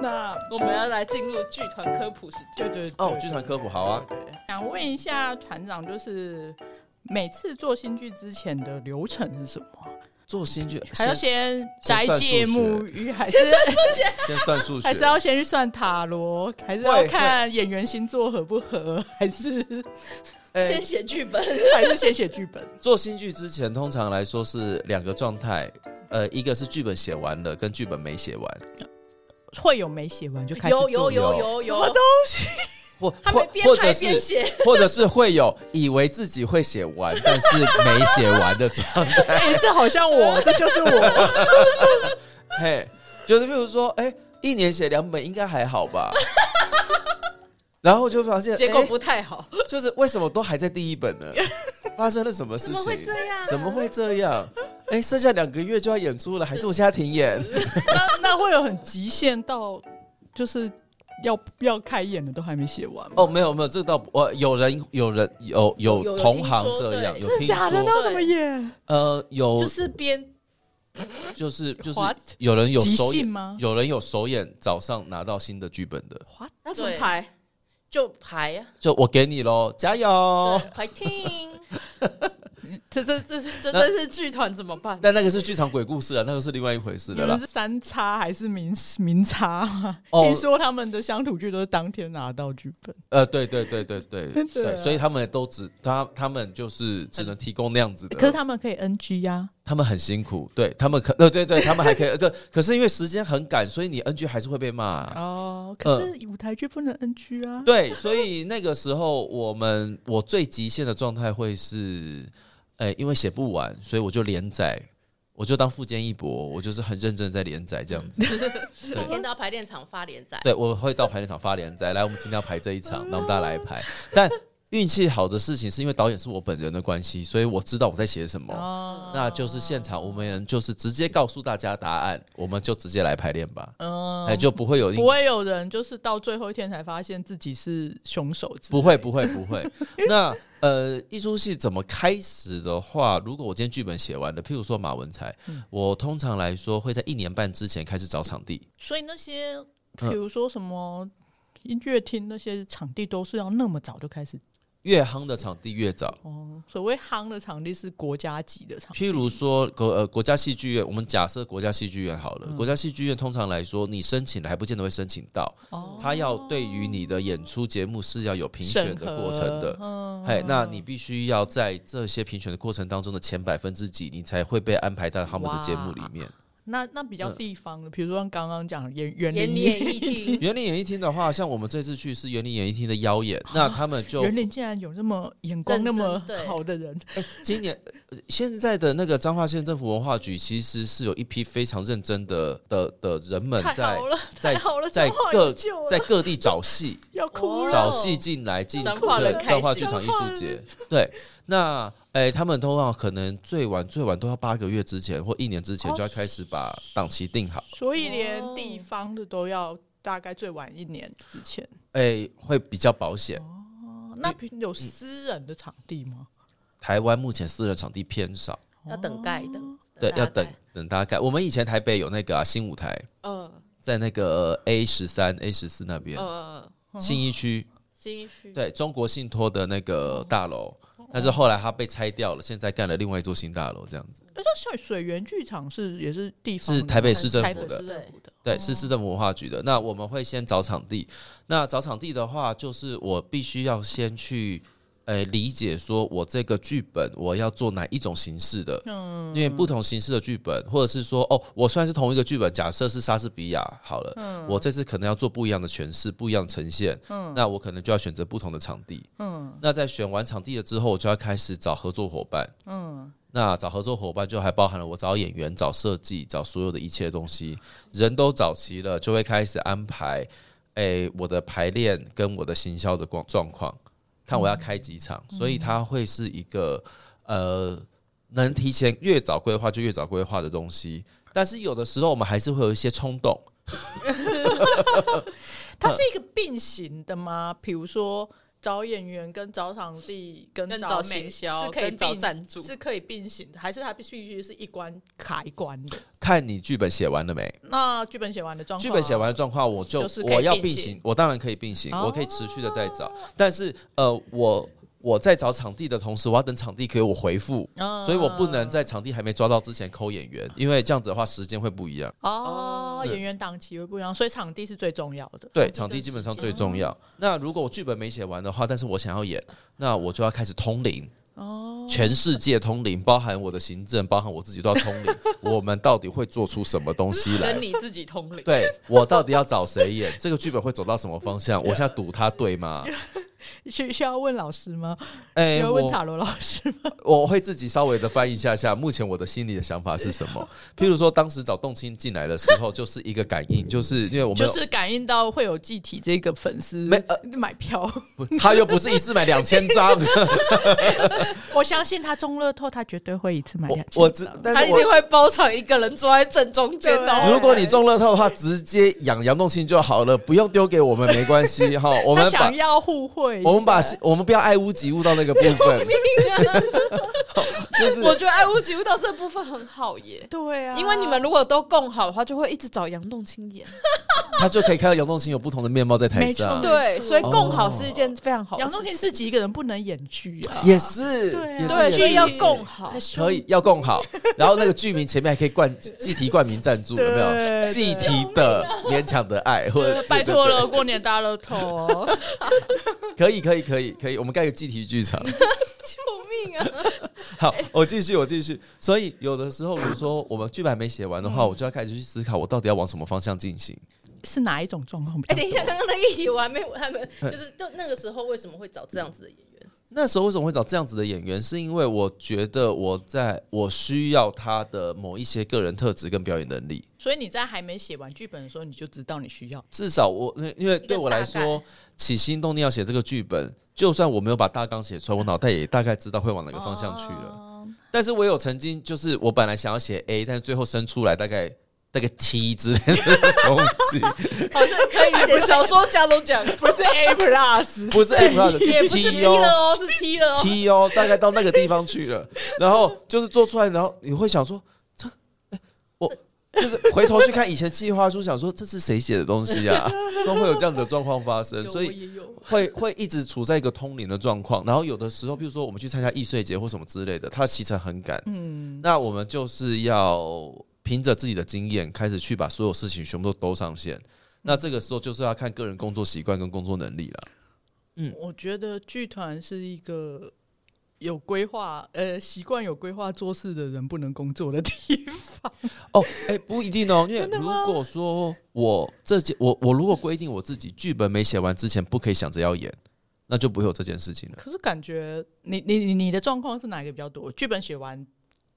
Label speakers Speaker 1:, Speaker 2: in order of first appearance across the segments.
Speaker 1: 那
Speaker 2: 我们要来进入剧团科普时间。
Speaker 1: 对对
Speaker 3: 哦，剧团科普好啊，
Speaker 1: 对，想问一下团长，就是每次做新剧之前的流程是什么？
Speaker 3: 做新剧
Speaker 1: 还要
Speaker 3: 先
Speaker 1: 先斋戒沐浴， 还是
Speaker 3: 先算数学
Speaker 1: 还，是要先去算塔罗，还是要看演员星座合不合， 还是
Speaker 3: 哎
Speaker 2: 先写剧本，
Speaker 1: 还是先写剧本？
Speaker 3: 做新剧之前，通常来说是两个状态，呃，一个是剧本写完了，跟剧本没写完，
Speaker 1: 会有没写完就开始
Speaker 2: 有
Speaker 1: 做
Speaker 2: 有有
Speaker 3: 有
Speaker 2: 有
Speaker 1: 什么
Speaker 2: 有
Speaker 1: 东，
Speaker 3: 或
Speaker 2: 他们
Speaker 3: 或
Speaker 2: 边
Speaker 3: 或
Speaker 2: 拍
Speaker 3: 者
Speaker 2: 边
Speaker 3: 是
Speaker 2: 写，
Speaker 3: 或者是会有以为自己会写完，但是没写完的状 态。
Speaker 1: 哎、 这好像我，这就是我。
Speaker 3: 嘿，就是比如说，哎、一年写两本应该还好 吧？然后就发现，
Speaker 2: 结果
Speaker 3: 哎
Speaker 2: 不太好。
Speaker 3: 就是为什么都还在第一本呢？发生了什么事情？
Speaker 2: 怎么会这样啊
Speaker 3: 怎么会这样？哎，剩下两个月就要演出了，还是我现在停演？
Speaker 1: 那那会有很极限到，就是要要开演的都还没写完吗？
Speaker 3: 哦，没有没有，这倒不我有人有人有
Speaker 2: 有有
Speaker 3: 有同行
Speaker 2: 听说
Speaker 3: 这样，
Speaker 2: 对
Speaker 3: 有
Speaker 1: 真的
Speaker 3: 听
Speaker 1: 假的？
Speaker 3: 说
Speaker 1: 那要怎么演？
Speaker 3: 呃有
Speaker 2: 就是边
Speaker 3: 就是就是
Speaker 1: What？
Speaker 3: 有人有
Speaker 1: 即
Speaker 3: 首
Speaker 1: 兴
Speaker 3: 演
Speaker 1: 吗
Speaker 3: 有人有首演早上拿到新的剧本的，
Speaker 2: 要怎么排，就排啊，
Speaker 3: 就我给你喽，加油！
Speaker 2: 对，排听。
Speaker 1: 这这这是
Speaker 2: 这真是剧团怎么办？
Speaker 3: 但那个是剧场鬼故事啊，那个是另外一回事
Speaker 1: 你
Speaker 3: 的
Speaker 1: 们
Speaker 3: 啦。
Speaker 1: 是三叉还是明明叉吗？
Speaker 3: 哦
Speaker 1: 听说他们的乡土剧都是当天拿到剧本，
Speaker 3: 呃，对对对对对对
Speaker 1: 对啊
Speaker 3: 所以他们都只他他们就是只能提供那样子的。
Speaker 1: 可是他们可以啊 NG 呀、
Speaker 3: 他们很辛苦，对他们可呃对对对，他们还可以。 可可是因为时间很赶，所以你 NG 还是会被骂、啊
Speaker 1: 哦，可是舞台剧不能 NG 啊。
Speaker 3: 呃对，所以那个时候我们我最极限的状态会是，哎、因为写不完，所以我就连载，我就当富坚义博，我就是很认真地在连载这样子。
Speaker 2: 每天都要排练场发连载，
Speaker 3: 对，我会到排练场发连载。来，我们今天要排这一场，那我们大家来排。但运气好的事情是因为导演是我本人的关系，所以我知道我在写什么。
Speaker 1: 哦，
Speaker 3: 那就是现场我们人就是直接告诉大家答案，我们就直接来排练吧，
Speaker 1: 嗯
Speaker 3: 哎、就不会有
Speaker 1: 不会有人就是到最后一天才发现自己是凶手之类
Speaker 3: 不会不会不会。那呃，一出戏怎么开始的话，如果我今天剧本写完了，譬如说马文才，
Speaker 1: 嗯
Speaker 3: 我通常来说会在一年半之前开始找场地。
Speaker 1: 所以那些比
Speaker 3: 嗯
Speaker 1: 如说什么音乐厅那些场地都是要那么早就开始
Speaker 3: 越夯的场地越早，
Speaker 1: 哦。所谓夯的场地是国家级的场地，
Speaker 3: 譬如说国呃国家戏剧院，我们假设国家戏剧院好
Speaker 1: 嗯
Speaker 3: 了，国家戏剧院通常来说，你申请了还不见得会申请到，
Speaker 1: 哦
Speaker 3: 他要对于你的演出节目是要有评选的过程的
Speaker 1: 审核。嗯
Speaker 3: 嘿，那你必须要在这些评选的过程当中的前百分之几，你才会被安排到他们的节目里面。
Speaker 1: 那那比
Speaker 3: 嗯
Speaker 1: 较地方的，比如说像刚刚讲演园
Speaker 2: 演
Speaker 1: 林
Speaker 2: 演艺 厅，
Speaker 3: 园林演艺厅的话，像我们这次去是园林演艺厅的邀 演，那他们就
Speaker 1: 园林竟然有那么眼光
Speaker 2: 认
Speaker 1: 那
Speaker 2: 真
Speaker 1: 么
Speaker 2: 对
Speaker 1: 好的人，
Speaker 3: 今年呃现在的那个彰化县政府文化局其实是有一批非常认真的的的人们
Speaker 1: 太
Speaker 3: 在
Speaker 1: 好了，
Speaker 3: 在
Speaker 1: 太好了，
Speaker 3: 在
Speaker 1: 彰化有
Speaker 3: 各
Speaker 1: 救了
Speaker 3: 在各地找戏。
Speaker 1: 要哭
Speaker 2: 哦
Speaker 1: 了，
Speaker 3: 找戏进来进
Speaker 2: 彰化人
Speaker 3: 对
Speaker 2: 开
Speaker 3: 彰化
Speaker 2: 心
Speaker 3: 剧场艺术节，对，那哎、他们通常可能最晚最晚都要八个月之前或一年之前
Speaker 1: 哦
Speaker 3: 就要开始把档期定好，
Speaker 1: 所以连
Speaker 2: 哦
Speaker 1: 地方的都要大概最晚一年之前。
Speaker 3: 哎、会比较保险。
Speaker 1: 哦那平有私人的场地吗？
Speaker 3: 台湾目前私人场地偏少，
Speaker 2: 要等盖等，
Speaker 3: 对，要等
Speaker 2: 大概。
Speaker 3: 等大概。我们以前台北有那个、啊、新舞台，
Speaker 2: 嗯
Speaker 3: 在那个呃 A 十三、A 十四那边
Speaker 4: 哦
Speaker 2: 嗯，嗯，
Speaker 3: 信义区，
Speaker 4: 嗯
Speaker 2: 新区，
Speaker 3: 对中国信托的那个大楼，但是后来它被拆掉了，现在盖了另外一座新大楼，这样子。
Speaker 1: 哎那像水源剧场是也是地方的
Speaker 3: 嗯是台北市政府
Speaker 1: 台
Speaker 3: 的
Speaker 1: 北市政府的
Speaker 3: 对，是市政府文化局的。那我们会先找场地。那找场地的话，就是我必须要先去，呃，理解说我这个剧本我要做哪一种形式的。嗯，因为不同形式的剧本，或者是说，哦，我虽然是同一个剧本，假设是莎士比亚好了，我这次可能要做不一样的诠释，不一样的呈现。嗯，那我可能就要选择不同的场地。嗯，那在选完场地了之后，我就要开始找合作伙伴。嗯。那找合作伙伴就还包含了我找演员、找设计、找所有的一切东西。人都找齐了，就会开始安排，诶，我的排练跟我的行销的状状况，看我要开几场，
Speaker 1: 嗯
Speaker 3: 所以它会是一个呃，能提前越早规划就越早规划的东西。但是有的时候我们还是会有一些冲动，
Speaker 1: 它是一个并行的吗？比如说找演员跟找场地跟
Speaker 2: 跟
Speaker 1: 找
Speaker 2: 找
Speaker 1: 美
Speaker 2: 行销
Speaker 1: 是可以
Speaker 2: 跟找
Speaker 1: 并
Speaker 2: 赞助
Speaker 1: 是可以并行的，还是它必须是一关卡一关的？
Speaker 3: 看你剧本写完了没？
Speaker 1: 那剧本写完的状况，啊
Speaker 3: 剧本写完的状况，我就、
Speaker 1: 哦就是可以
Speaker 3: 我要
Speaker 1: 并
Speaker 3: 并
Speaker 1: 行
Speaker 3: 行，我当然可以并行，
Speaker 1: 哦
Speaker 3: 我可以持续的在找。但是呃，我我在找场地的同时，我要等场地给我回复，
Speaker 1: 嗯，
Speaker 3: 所以我不能在场地还没抓到之前抠演员，因为这样子的话时间会不一样。
Speaker 1: 哦，
Speaker 3: 对
Speaker 1: 演员档期会不一样，所以场地是最重要的。
Speaker 3: 对，
Speaker 2: 地
Speaker 3: 场地
Speaker 2: 跟
Speaker 3: 基本
Speaker 2: 时
Speaker 3: 上
Speaker 2: 间
Speaker 3: 最重要。那如果我剧本没写完的话，但是我想要演，那我就要开始通灵。哦，全世界通灵，包含我的行政，包含我自己都要通灵。我们到底会做出什么东西来
Speaker 2: 跟？你自己通灵。
Speaker 3: 对我到底要找谁演？这个剧本会走到什么方向？我现在赌它对吗？
Speaker 1: 需需要问老师吗？需
Speaker 3: 哎、
Speaker 1: 要问塔
Speaker 3: 我
Speaker 1: 罗老师吗？
Speaker 3: 我会自己稍微的翻译一下下，目前我的心里的想法是什么？譬如说，当时找动青进来的时候，就是一个感应，就是因为我们
Speaker 1: 就
Speaker 3: 有
Speaker 1: 是感应到会有集体这个粉丝
Speaker 3: 没呃
Speaker 1: 买票，
Speaker 3: 他又不是一次买两千张，
Speaker 1: 我相信他中乐透，他绝对会一次买
Speaker 3: 我
Speaker 1: 两千
Speaker 3: 我知
Speaker 1: 张，
Speaker 3: 但
Speaker 2: 他
Speaker 3: 是
Speaker 2: 一
Speaker 3: 我
Speaker 2: 定会包场一个人坐在正中间
Speaker 1: 对
Speaker 2: 哦。
Speaker 3: 如果你中乐透的话，直接养杨栋青就好了，不用丢给我们没关系 哈。我
Speaker 1: 他
Speaker 3: 们把
Speaker 1: 想要互惠一下，
Speaker 3: 我们把我们不要爱屋及乌到那个部 分，
Speaker 2: 啊
Speaker 3: 就是
Speaker 2: 我觉得爱屋及乌到这部分很好耶，
Speaker 1: 对啊，
Speaker 2: 因为你们如果都共好的话，就会一直找杨栋青演。
Speaker 3: 他就可以看到杨栋青有不同的面貌在台
Speaker 1: 没错
Speaker 3: 上，
Speaker 2: 对，
Speaker 1: 没错
Speaker 2: 所以共好是一件非常好的
Speaker 1: 杨
Speaker 2: 事情。
Speaker 1: 宗宪自己一个人不能演剧啊，
Speaker 3: 也是，
Speaker 1: 对啊
Speaker 3: 也是也
Speaker 2: 对，所以
Speaker 3: 是
Speaker 2: 要共 好。
Speaker 3: 可以要共好，然后那个剧名前面还可以冠季题冠名赞助，有没有？
Speaker 1: 对
Speaker 3: 季题的勉强的爱，或者
Speaker 1: 拜托，
Speaker 3: 对
Speaker 1: 了，
Speaker 3: 对
Speaker 1: 过年大乐透哦，
Speaker 3: 对可以可以可以可以，我们盖个季题剧场。
Speaker 2: 救命啊！
Speaker 3: 好，我继续，我继续。所以有的时候，比如说我们剧本还没写完的话，
Speaker 2: 嗯
Speaker 3: 我就要开始去思考，我到底要往什么方向进行。
Speaker 1: 是哪一种状况比较
Speaker 2: 哎，
Speaker 1: 多？
Speaker 2: 等一下，刚刚那个议题我还没，我还没，就是就那个时候为什么会找这样子的演员？
Speaker 3: 那时候为什么会找这样子的演员？是因为我觉得我在我需要他的某一些个人特质跟表演能力。
Speaker 1: 所以你在还没写完剧本的时候，你就知道你需要。
Speaker 3: 至少我，因为因为对我来
Speaker 2: 一个
Speaker 3: 说
Speaker 2: 大，
Speaker 3: 起心动念要写这个剧本，就算我没有把大纲写出来，我脑袋也大概知道会往哪个方向去了。
Speaker 2: 哦
Speaker 1: 了。
Speaker 3: 但是我有曾经就是我本来想要写 A，但是最后生出来大概大概 T 之类的东西，
Speaker 2: 好像可以理解，小说家都讲，
Speaker 1: 不是 A plus，
Speaker 3: 不是 A 不是
Speaker 2: 也不是
Speaker 3: T
Speaker 2: P
Speaker 3: 哦
Speaker 2: 了哦，是 T 了哦。
Speaker 3: T 哦，大概到那个地方去 了，然后就是做出来，然后你会想说，这个、哎我就是回头去看以前计划书，想说这是谁写的东西 啊，都会有这样子的状况发生，
Speaker 2: 有
Speaker 3: 所
Speaker 2: 我
Speaker 3: 以
Speaker 2: 也有
Speaker 3: 会会一直处在一个通灵的状况。然后有的时候，比如说我们去参加易碎节或什么之类的，它的行程很赶，
Speaker 1: 嗯，
Speaker 3: 那我们就是要凭着自己的经验，开始去把所有事情全部都兜上线。那这个时候就是要看个人工作习惯跟工作能力了。
Speaker 1: 我觉得剧团是一个有规划、呃，习惯有规划做事的人不能工作的地方。
Speaker 3: 哦，哎、不一定哦，因为如果说我这件我我如果规定我自己剧本没写完之前不可以想着要演，那就不会有这件事情了。
Speaker 1: 可是感觉你你你你的状况是哪一个比较多？剧本写完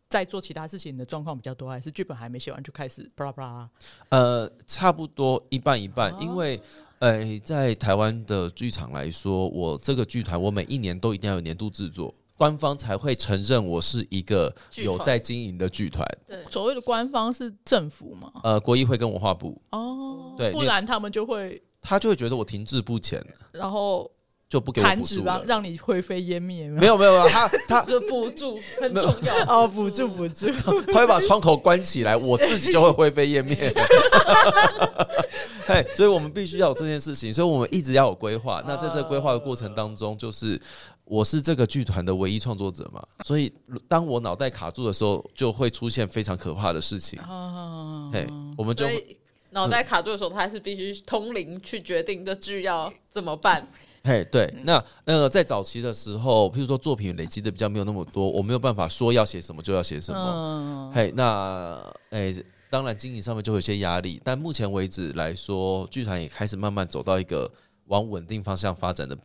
Speaker 1: 再做其他事情的状况比较多，还是剧本还没写完就开始巴拉巴拉？
Speaker 3: 呃，差不多一半一半，
Speaker 1: 哦
Speaker 3: 因为。哎，在台湾的剧场来说，我这个剧团，我每一年都一定要有年度制作，官方才会承认我是一个
Speaker 2: 剧团
Speaker 3: 有在经营的剧团。
Speaker 2: 对，
Speaker 1: 所谓的官方是政府嘛？
Speaker 3: 呃，国议会跟文化部，
Speaker 1: 哦，
Speaker 3: 对
Speaker 1: 不然他们就会
Speaker 3: 他就会觉得我停滞不前，
Speaker 1: 然后
Speaker 3: 就不给我
Speaker 1: 弹
Speaker 3: 补
Speaker 1: 指
Speaker 3: 助
Speaker 1: 让
Speaker 3: 了。
Speaker 1: 让你灰飞烟灭，有没
Speaker 3: 没有没有，没有他 他
Speaker 2: 这补助很重 要
Speaker 1: 哦，补助补 助，
Speaker 3: 他会把窗口关起来，我自己就会灰飞烟灭。嘿，所以我们必须要有这件事情，所以我们一直要有规划。那在这个规划的过程当中，就是我是这个剧团的唯一创作者嘛，所以当我脑袋卡住的时候，就会出现非常可怕的事情。
Speaker 1: 哦
Speaker 3: 嘿，我们就
Speaker 2: 所以脑袋卡住的时候，他还是必须通灵去决定这剧要怎么办。
Speaker 3: 嘿，对，那呃，在早期的时候，譬如说作品累积的比较没有那么多，我没有办法说要写什么就要写什么。
Speaker 1: 嗯，
Speaker 3: 嘿，那诶、当然经营上面就会有些压力，但目前为止来说，剧团也开始慢慢走到一个往稳定方向发展的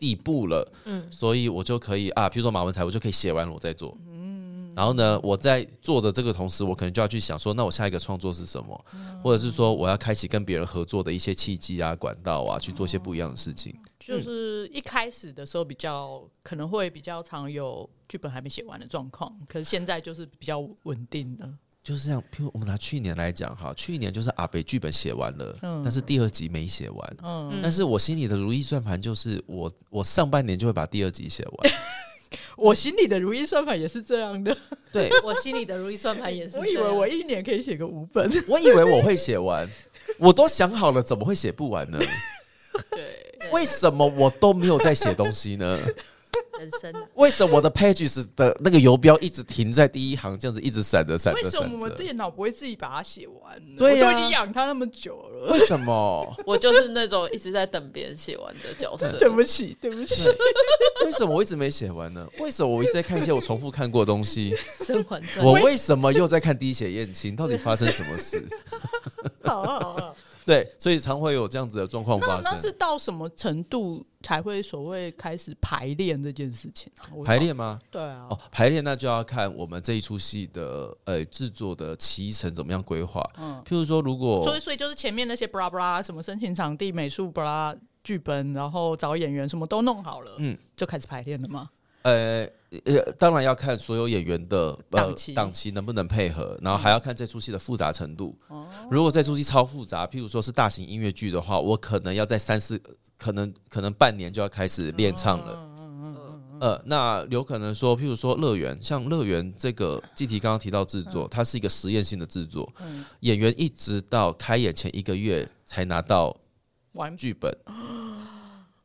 Speaker 3: 地步了。嗯，所以我就可以啊，譬如说马文才，我就可以写完了我再做。嗯，然后呢，我在做的这个同时，我可能就要去想说，那我下一个创作是什么，或者是说我要开启跟别人合作的一些契机啊、管道啊，去做一些不一样的事情。
Speaker 1: 就是一开始的时候比较可能会比较常有剧本还没写完的状况，可是现在就是比较稳定的。
Speaker 3: 就是这样。譬如我们拿去年来讲哈，去年就是阿北剧本写完了，
Speaker 1: 嗯
Speaker 3: 但是第二集没写完。
Speaker 1: 嗯，
Speaker 3: 但是我心里的如意算盘就是我，我上半年就会把第二集写完。
Speaker 1: 我心里的如意算法也是这样的。
Speaker 3: 对，
Speaker 2: 我心里的如意算盘也是这样。
Speaker 1: 我以为我一年可以写个五 本，
Speaker 3: 我以为我会写完，我都想好了，怎么会写不 完呢？
Speaker 2: 对对
Speaker 3: 为什么我都没有在写东西呢？
Speaker 2: 人生啊
Speaker 3: 为什么我的 pages 的那个游标一直停在第一行，这样子一直闪着闪
Speaker 1: 为
Speaker 3: 着
Speaker 1: 什么
Speaker 3: 闪
Speaker 1: 我们
Speaker 3: 着？
Speaker 1: 电脑不会自己把它写完呢？
Speaker 3: 对啊呀
Speaker 1: 我都已经养它那么久了。
Speaker 3: 为什么？
Speaker 2: 我就是那种一直在等别人写完的角色。
Speaker 1: 对不起，对不起，
Speaker 3: 为什么我一直没写完呢？为什么我一直在看一些我重复看过的东西？
Speaker 2: 《甄嬛传
Speaker 3: 我》为什么又在看《滴血验亲》？到底发生什么 事？
Speaker 1: 好啊好好 好。
Speaker 3: 对，所以常会有这样子的状况
Speaker 1: 那
Speaker 3: 发
Speaker 1: 那
Speaker 3: 生
Speaker 1: 是。到什么程度才会所谓开始排练这件事情啊？我
Speaker 3: 排练吗？
Speaker 1: 对啊，
Speaker 3: 哦，排练那就要看我们这一出戏的呃制作的期程怎么样规划。
Speaker 1: 嗯，
Speaker 3: 譬如说，如果
Speaker 1: 所以所以就是前面那些布拉布拉，什么申请场地、美术布拉、剧本，然后找演员，什么都弄好了，
Speaker 3: 嗯，
Speaker 1: 就开始排练了吗？
Speaker 3: 呃呃，当然要看所有演员的呃
Speaker 1: 档期
Speaker 3: 档期能不能配合，然后还要看这出戏的复杂程度。
Speaker 1: 哦
Speaker 3: 如果这出戏超复杂，譬如说是大型音乐剧的话，我可能要在三四，可能可能半年就要开始练唱了。
Speaker 1: 嗯
Speaker 3: 呃，那有可能说，譬如说《乐园》，像《乐园》这个季题刚刚提到制
Speaker 1: 嗯
Speaker 3: 作，它是一个实验性的制作，演员一直到开演前一个月才拿到
Speaker 1: 完
Speaker 3: 剧本，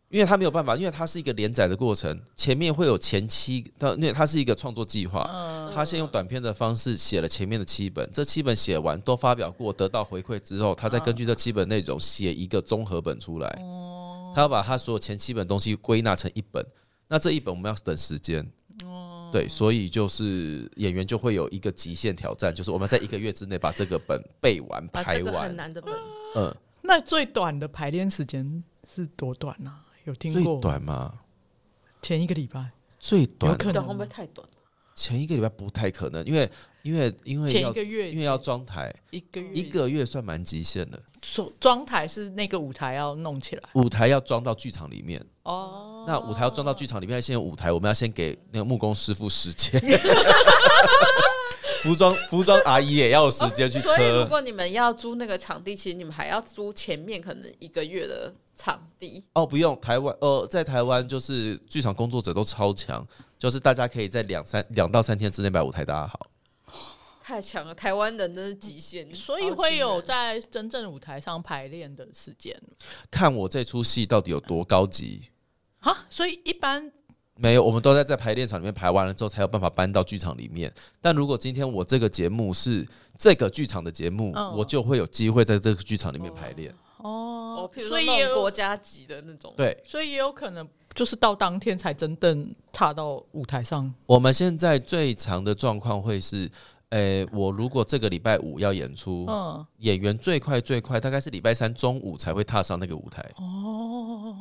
Speaker 3: 因为他没有办法，因为它是一个连载的过程，前面会有前期，它因为它是一个创作计划，
Speaker 2: 嗯
Speaker 3: 他先用短篇的方式写了前面的七本，这七本写完都发表过，得到回馈之后，他再根据这七本内容写一个综合本出来，
Speaker 2: 哦
Speaker 3: 他要把他所有前七本东西归纳成一本，那这一本我们要等时间。
Speaker 2: 哦
Speaker 3: 对，所以就是演员就会有一个极限挑战，就是我们在一个月之内把这个本背完、
Speaker 2: 把
Speaker 3: 排
Speaker 2: 这个很
Speaker 3: 完。
Speaker 2: 难的本，
Speaker 3: 嗯，
Speaker 1: 那最短的排练时间是多短啊？有听
Speaker 3: 最
Speaker 1: 过？
Speaker 3: 短嘛，
Speaker 1: 前一个礼拜，
Speaker 3: 最
Speaker 1: 有
Speaker 3: 短
Speaker 1: 可
Speaker 2: 短会
Speaker 1: 能
Speaker 2: 不会太短？
Speaker 3: 前一个礼拜不太可能，因为因为因为
Speaker 1: 前一
Speaker 3: 要
Speaker 1: 个月，嗯
Speaker 3: 因为要装台，
Speaker 1: 一个月
Speaker 3: 一个月算蛮极限的。
Speaker 1: 所装台是那个舞台要弄起来
Speaker 3: 舞台要装到剧场里面，
Speaker 1: 哦。
Speaker 3: 那舞台要装到剧场里面，现在有舞台我们要先给那个木工师傅时间， 服装服装阿姨也要有时间
Speaker 1: 哦
Speaker 3: 去
Speaker 2: 所以如
Speaker 3: 车。
Speaker 2: 果你们要租那个场地，其实你们还要租前面可能一个月的场地。
Speaker 3: 哦，不用，台湾呃，在台湾就是剧场工作者都超强，就是大家可以在两三两到三天之内把舞台搭好。
Speaker 2: 太强了，台湾人真是极限，
Speaker 1: 嗯所以会有在真正舞台上排练的时间
Speaker 3: 看我这出戏到底有多高级。
Speaker 1: 啊，所以一般
Speaker 3: 没有，我们都在在排练场里面排完了之后，才有办法搬到剧场里面。但如果今天我这个节目是这个剧场的节目，
Speaker 1: 嗯
Speaker 3: 我就会有机会在这个剧场里面排练。
Speaker 1: 哦
Speaker 2: 哦，，譬如
Speaker 1: 所
Speaker 2: 说
Speaker 1: 以
Speaker 2: 那
Speaker 1: 也
Speaker 2: 种国
Speaker 1: 有，
Speaker 2: 家级的那种，
Speaker 3: 对，
Speaker 1: 所以也有可能就是到当天才真正踏到舞台上。
Speaker 3: 我们现在最长的状况会是，诶、我如果这个礼拜五要演出，
Speaker 1: 嗯，
Speaker 3: 演员最快最快大概是礼拜三中午才会踏上那个舞台。
Speaker 1: 哦，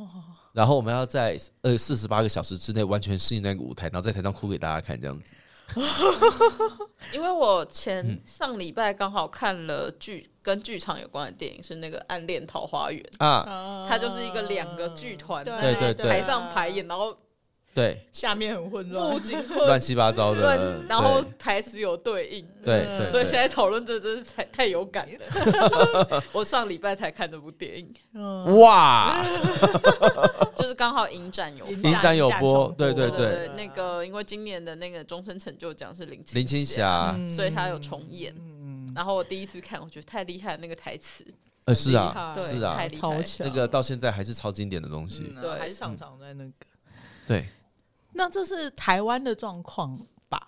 Speaker 3: 然后我们要在呃四十八个小时之内完全适应那个舞台，然后在台上哭给大家看，这样子。
Speaker 2: 因为我
Speaker 3: 嗯
Speaker 2: 前上礼拜刚好看了剧跟剧场有关的电影，是那个《暗恋桃花源》，
Speaker 3: 啊，
Speaker 1: 嗯
Speaker 2: 它就是一个两个剧团
Speaker 1: 哦
Speaker 3: 对对对
Speaker 2: 台上排演，，然后
Speaker 3: 对，
Speaker 1: 下面很混
Speaker 2: 布
Speaker 1: 乱。
Speaker 2: 景
Speaker 3: 乱
Speaker 2: 混
Speaker 3: 七八糟的
Speaker 2: 乱，，然后
Speaker 3: 嗯对
Speaker 2: 台词有对应。
Speaker 3: 对
Speaker 4: 嗯
Speaker 3: 对，
Speaker 2: 所以
Speaker 3: 对
Speaker 2: 现在讨论这真是太太有感了。 我上礼拜才看这部电影，
Speaker 1: 嗯，
Speaker 3: 哇，
Speaker 2: 就是刚好影展有
Speaker 1: 影
Speaker 2: 放
Speaker 3: 影展有
Speaker 1: 架
Speaker 3: 播
Speaker 1: 重
Speaker 3: 对对
Speaker 2: 对
Speaker 1: 播
Speaker 2: 对
Speaker 3: 对，
Speaker 2: 那个因为今年的那个终身成就奖是林
Speaker 3: 林青
Speaker 2: 霞，
Speaker 3: 霞，
Speaker 1: 嗯
Speaker 2: 所以
Speaker 3: 啊
Speaker 2: 她有重演。
Speaker 1: 嗯，
Speaker 2: 然后我第一次看，我觉得太厉害了，那个台词，
Speaker 3: 呃，是啊，
Speaker 1: 很厉害
Speaker 3: 是
Speaker 2: 对
Speaker 3: 啊
Speaker 2: 太，厉害
Speaker 1: 超强
Speaker 3: 那个到现在还是超经典的东西
Speaker 1: 嗯。啊
Speaker 2: 对
Speaker 1: 还是常常在那个。嗯
Speaker 3: 对，
Speaker 1: 那这是台湾的状况吧？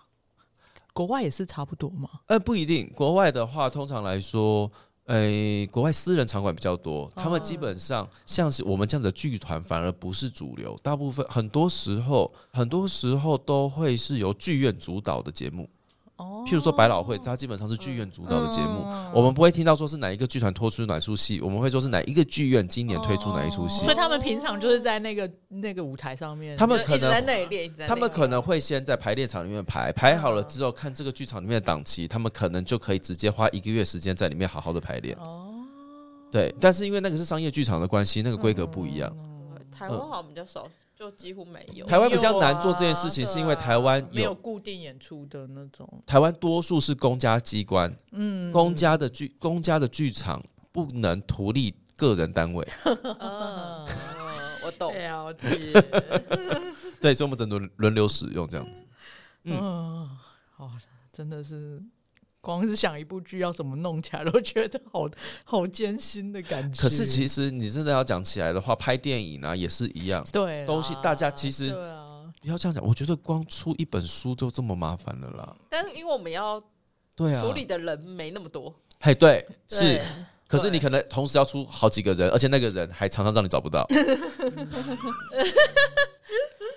Speaker 1: 国外也是差不多嘛。
Speaker 3: 呃，不一定，国外的话，通常来说。诶、国外私人场馆比较多，他
Speaker 1: 哦
Speaker 3: 们基本上像是我们这样的剧团，反而不是主流。大部分很多时候，很多时候都会是由剧院主导的节目。
Speaker 1: 哦嗯
Speaker 3: 譬如说百老汇，它基本上是剧院主导的节目。我们不会听到说是哪一个剧团推出哪一出戏，我们会说是哪一个剧院今年推出哪一出
Speaker 2: 哦
Speaker 3: 戏。
Speaker 1: 哦所以他们平常就是在那个那个舞台上面，
Speaker 3: 他们
Speaker 2: 就
Speaker 3: 可
Speaker 2: 一直在
Speaker 3: 能
Speaker 2: 那里练，一直在那
Speaker 3: 他
Speaker 2: 里
Speaker 3: 们
Speaker 2: 练
Speaker 3: 可能会先在排练场里面排，排
Speaker 1: 嗯
Speaker 3: 好了之后看这个剧场里面的档期，他们可能就可以直接花一个月时间在里面好好的排练。
Speaker 1: 哦，嗯
Speaker 3: 对，但是因为那个是商业剧场的关系，那个规格不一样。
Speaker 2: 对台湾好像比较少就几乎没有。
Speaker 3: 嗯台湾比较难做这件事情，
Speaker 1: 有啊
Speaker 3: 是因为台湾
Speaker 1: 没有
Speaker 3: 有
Speaker 1: 固定演出的那种，
Speaker 3: 台湾多数是公家机关，
Speaker 1: 嗯，
Speaker 3: 公家的剧公家的剧场不能图利个人 单位，
Speaker 2: 嗯，哦我懂。
Speaker 1: 了解，
Speaker 3: 对，所以我们只能轮轮流使用这样子。
Speaker 1: 嗯，好，真的是。光是想一部剧要怎么弄起来，都觉得好好艰辛的感觉。
Speaker 3: 可是其实你真的要讲起来的话，拍电影啊也是一样，
Speaker 1: 对啦
Speaker 3: 东西大家其实
Speaker 1: 对啊，
Speaker 3: 不要这样讲，我觉得光出一本书就这么麻烦了啦。
Speaker 2: 但是因为我们要
Speaker 3: 对啊，
Speaker 2: 处理的人没那么多，
Speaker 3: 嘿，对，
Speaker 1: 对
Speaker 3: 是，可是你可能同时要出好几个人，而且那个人还常常让你找不到。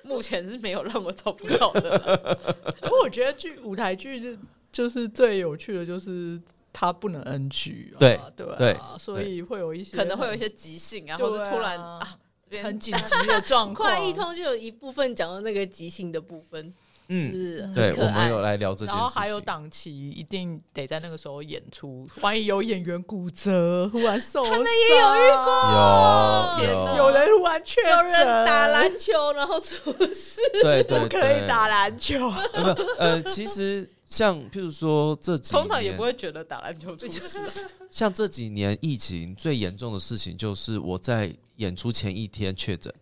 Speaker 2: 目前是没有让我 找不到的。
Speaker 1: 因为我觉得剧舞台剧是就是最有趣的，就是它不能 NG 啊，
Speaker 3: 对
Speaker 1: 对啊
Speaker 3: 对
Speaker 1: 所以会有一些
Speaker 2: 可能会有一些即兴啊，
Speaker 1: 对啊
Speaker 2: 或者突然啊这边
Speaker 1: 很紧急的状况，
Speaker 4: 快一通就有一部分讲到那个即兴的部分，就
Speaker 3: 嗯，
Speaker 4: 是很
Speaker 3: 对，
Speaker 4: 可
Speaker 3: 我
Speaker 4: 爱
Speaker 3: 们有来聊这件
Speaker 1: 然
Speaker 3: 事情。
Speaker 1: 后还有档期，一定得在那个时候演出。万一有演员骨折，忽然受伤，他们也有遇过，
Speaker 3: 有
Speaker 2: 天
Speaker 3: 有
Speaker 2: 哪
Speaker 1: 有人忽然确诊，
Speaker 4: 有人打篮球然后出事，
Speaker 3: 对对
Speaker 1: 不
Speaker 3: 对，
Speaker 1: 可以打篮球，
Speaker 3: 呃。不呃，其实像譬如说这几
Speaker 2: 通常也
Speaker 3: 年
Speaker 2: 不会觉得打篮球出事。
Speaker 3: 像这几年疫情最严重的事情，就是我在演出前一天确诊。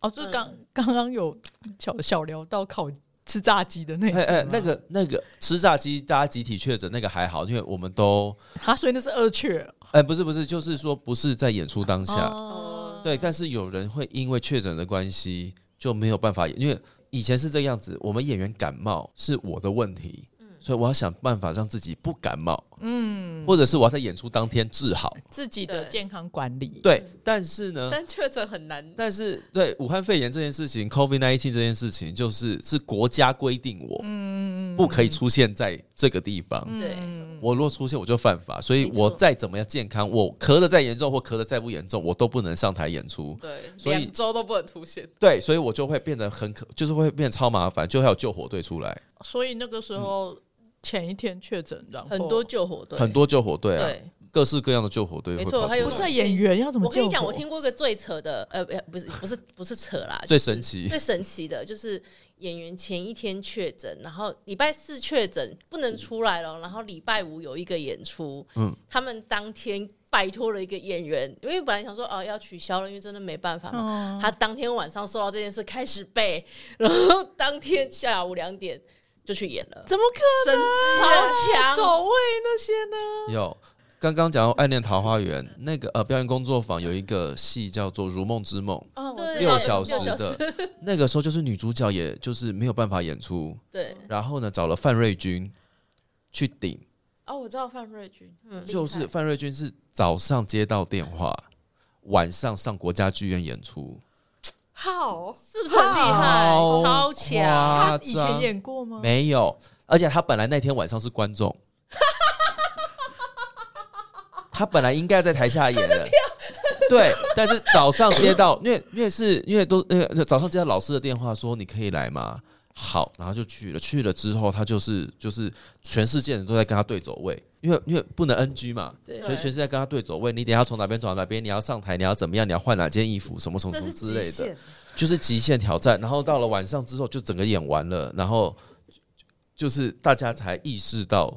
Speaker 1: 哦，就刚刚刚有小小聊到烤吃炸鸡的那一次
Speaker 3: 哎哎
Speaker 1: 吗，
Speaker 3: 那个那个吃炸鸡，大家集体确诊，那个还好，因为我们都
Speaker 1: 啊，所以那是二确
Speaker 3: 哎、不是不是，就是说不是在演出当下，
Speaker 1: 哦
Speaker 3: 对，但是有人会因为确诊的关系就没有办法演，因为以前是这个样子，我们演员感冒是我的问题，所以我要想办法让自己不感冒，嗯，或者是我要在演出当天治好，
Speaker 1: 自己的
Speaker 2: 对
Speaker 1: 健康管理，
Speaker 3: 对，但是呢，
Speaker 2: 但确诊很难，
Speaker 3: 但是对武汉肺炎这件事情，COVID nineteen 这件事情，就是是国家规定我，不可以出现在这个地方。
Speaker 4: 对，
Speaker 2: 嗯
Speaker 3: 我若出现，我就犯法，所以
Speaker 4: 嗯没错
Speaker 3: 我再怎么样健康，我咳的再严重或咳的再不严重，我都不能上台演出。
Speaker 2: 对，
Speaker 3: 所以
Speaker 2: 两周都不能出现。
Speaker 3: 对，所以我就会变得很可，就是会变得超麻烦，就还有救火队出来，
Speaker 1: 所以那个时候前一天确诊，然后
Speaker 4: 很多救火队，
Speaker 3: 很多救火队啊，
Speaker 4: 对，
Speaker 3: 各式各样的救火队会
Speaker 4: 没
Speaker 3: 跑
Speaker 4: 错
Speaker 3: 出来。
Speaker 4: 还有
Speaker 1: 不是演员要怎么
Speaker 4: 我
Speaker 1: 救火？
Speaker 4: 跟你讲，我听过一个最扯的，呃，不不是不是不是扯啦，就
Speaker 3: 最
Speaker 4: 是
Speaker 3: 神奇
Speaker 4: 最神奇的就是演员前一天确诊，然后礼拜四确诊不能出来了，然后礼拜五有一个演出，
Speaker 3: 嗯
Speaker 4: 他们当天拜托了一个演员，因为本来想说哦要取消了，因为真的没办法嘛。
Speaker 2: 哦
Speaker 4: 他当天晚上收到这件事开始背，然后当天下午两点就去演了，
Speaker 1: 怎么可能？
Speaker 4: 超强
Speaker 1: 走位那些呢？
Speaker 3: 有刚刚讲到《暗恋桃花源》那个呃表演工作坊有一个戏叫做《如梦之梦》。
Speaker 1: 哦
Speaker 2: 嗯，
Speaker 4: 对
Speaker 2: 我知道
Speaker 3: 六
Speaker 4: 六
Speaker 3: 小
Speaker 4: 小
Speaker 3: 时
Speaker 4: 时
Speaker 3: 的，那个时候就是女主角，也就是没有办法演出，
Speaker 4: 对，
Speaker 3: 然后呢找了范瑞君去顶，
Speaker 2: 哦，我知道范瑞君，嗯，
Speaker 3: 就是范瑞君是早上接到电话，晚上上国家剧院演出，
Speaker 1: 好，
Speaker 4: 是不是很厉害？
Speaker 3: 超
Speaker 4: 超强，
Speaker 1: 他
Speaker 3: 夸
Speaker 1: 以前
Speaker 3: 张，
Speaker 1: 演过吗？
Speaker 3: 没有，而且他本来那天晚上是观众，他本来应该在台下演的。对，但是早上接到，因为因为是因为都那个早上接到老师的电话说你可以来吗？好，然后就去了。去了之后，他就是就是全世界人都在跟他对走位，因为因为不能 NG 嘛，
Speaker 4: 对
Speaker 3: 所以全世界跟他对走位。你等一下从哪边走到哪边，你要上台，你要怎么样，你要换哪件衣服，什么什么
Speaker 2: 这
Speaker 3: 什么
Speaker 2: 是
Speaker 3: 之类
Speaker 2: 极
Speaker 3: 的。
Speaker 2: 限，
Speaker 3: 就是极限挑战，然后到了晚上之后就整个演完了，然后就就是大家才意识到，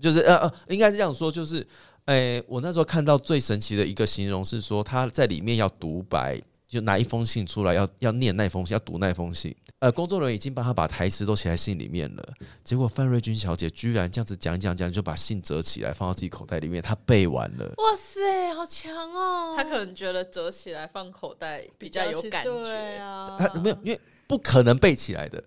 Speaker 3: 就是呃呃，应该是这样说，就是诶、我那时候看到最神奇的一个形容是说他在里面要独白，就拿一封信出来要要念那封信，要读那封信，呃，工作人员已经帮他把台词都写在信里面了，结果范瑞君小姐居然这样子讲一讲讲就把信折起来放到自己口袋里面，她背完了。
Speaker 4: 哇塞，好强哦！
Speaker 2: 他可能觉得折起来放口袋比较有感
Speaker 1: 对
Speaker 2: 觉，
Speaker 1: 啊，
Speaker 3: 她没有，因为不可能背起来的，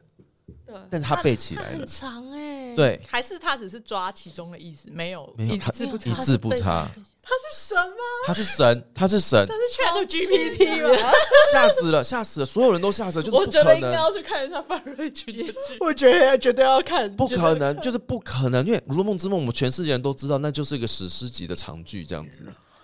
Speaker 2: 对，
Speaker 3: 但是她背起来了
Speaker 4: 很。长哎、
Speaker 3: 对，
Speaker 1: 还是他只是抓其中的意思，没有
Speaker 3: 没有
Speaker 1: 一
Speaker 3: 他
Speaker 1: 字不
Speaker 3: 一
Speaker 1: 差。
Speaker 3: 字不差。
Speaker 1: 什么？
Speaker 3: 他是神，他是神，
Speaker 1: 这是 Chat GPT 吗？。
Speaker 3: 吓死了，吓死了，所有人都吓死了，就是
Speaker 2: 我
Speaker 3: 不
Speaker 2: 觉
Speaker 3: 可
Speaker 2: 得应该
Speaker 3: 能，
Speaker 2: 要去看一下范瑞君的剧
Speaker 1: 我觉得绝对要看，
Speaker 3: 不
Speaker 1: 绝对
Speaker 3: 可能，就是不可能，因为《如梦之梦》，我们全世界人都知道，那就是一个史诗级的长剧，这样子，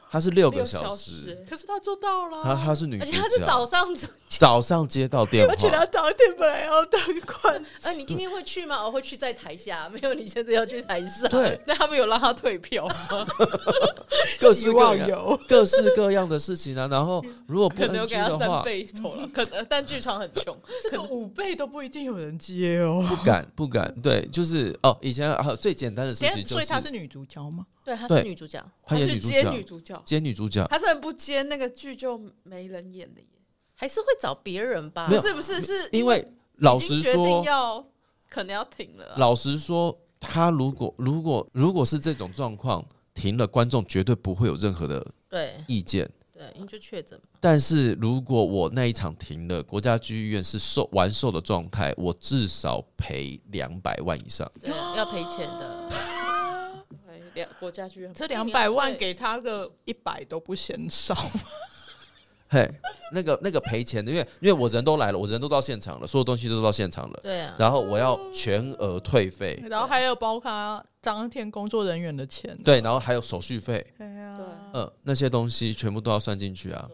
Speaker 3: 它是 六个小时，
Speaker 1: 可是他做到了
Speaker 3: 她
Speaker 1: 啊，
Speaker 3: 她是女
Speaker 4: 而
Speaker 3: 主
Speaker 4: 且他是早
Speaker 3: 角，
Speaker 4: 上，
Speaker 3: 早上接到电
Speaker 1: 而且他
Speaker 3: 话，
Speaker 1: 早点本来要当官，
Speaker 4: 呃，你今天会去吗？我会去在台下，没有，你现在要去台上。
Speaker 3: 对，
Speaker 2: 那他们有让他退票吗？
Speaker 3: 各
Speaker 1: 希
Speaker 3: 式各
Speaker 1: 望
Speaker 3: 样、
Speaker 1: 有。
Speaker 3: 各式各样的事情啊。然后如果不
Speaker 2: 可能有
Speaker 3: NG
Speaker 2: 给他
Speaker 3: 的
Speaker 2: 三
Speaker 3: 话，
Speaker 2: 倍头了，可能但剧场很穷，
Speaker 1: 这个五倍都不一定有人接哦。
Speaker 3: 不敢不敢。对，就是哦，以前啊最简单的事
Speaker 2: 哎
Speaker 1: 等一
Speaker 3: 情
Speaker 1: 下
Speaker 3: 就
Speaker 1: 所以
Speaker 3: 是
Speaker 1: 她是女主角吗？
Speaker 4: 对，她
Speaker 3: 对
Speaker 4: 是女主角，
Speaker 3: 她演
Speaker 2: 去
Speaker 3: 主
Speaker 2: 接女
Speaker 3: 角，
Speaker 2: 主角，
Speaker 3: 接女主角。
Speaker 2: 他真的不接那个剧就没人演了耶，
Speaker 4: 还是会找别人吧
Speaker 3: 没
Speaker 2: 不
Speaker 3: 有？
Speaker 2: 是不是是
Speaker 3: 因为老
Speaker 2: 已经
Speaker 3: 实
Speaker 2: 决定
Speaker 3: 说，
Speaker 2: 要可能要停了啊、
Speaker 3: 老实说，他如果如果如果是这种状况停了，观众绝对不会有任何的
Speaker 4: 对
Speaker 3: 意见。
Speaker 4: 对，因为就确诊嘛。
Speaker 3: 但是如果我那一场停了，国家剧院是售完售的状态，我至少赔两百万以上。
Speaker 4: 对，要赔钱的。
Speaker 2: 哎两国家剧院
Speaker 1: 这两百万
Speaker 4: 对
Speaker 1: 给她个一百都不嫌少。
Speaker 3: 嘿， 那个那个赔钱的，因为因为我人都来了，我人都到现场了，所有东西都到现场了，
Speaker 4: 对啊，
Speaker 3: 然后我要全额退费，
Speaker 1: 然后还有包括当天工作人员的钱。
Speaker 3: 对，然后还有手续费，
Speaker 1: 对啊
Speaker 2: 啊
Speaker 1: 呀，
Speaker 2: 呃
Speaker 3: 嗯、那些东西全部都要算进去啊。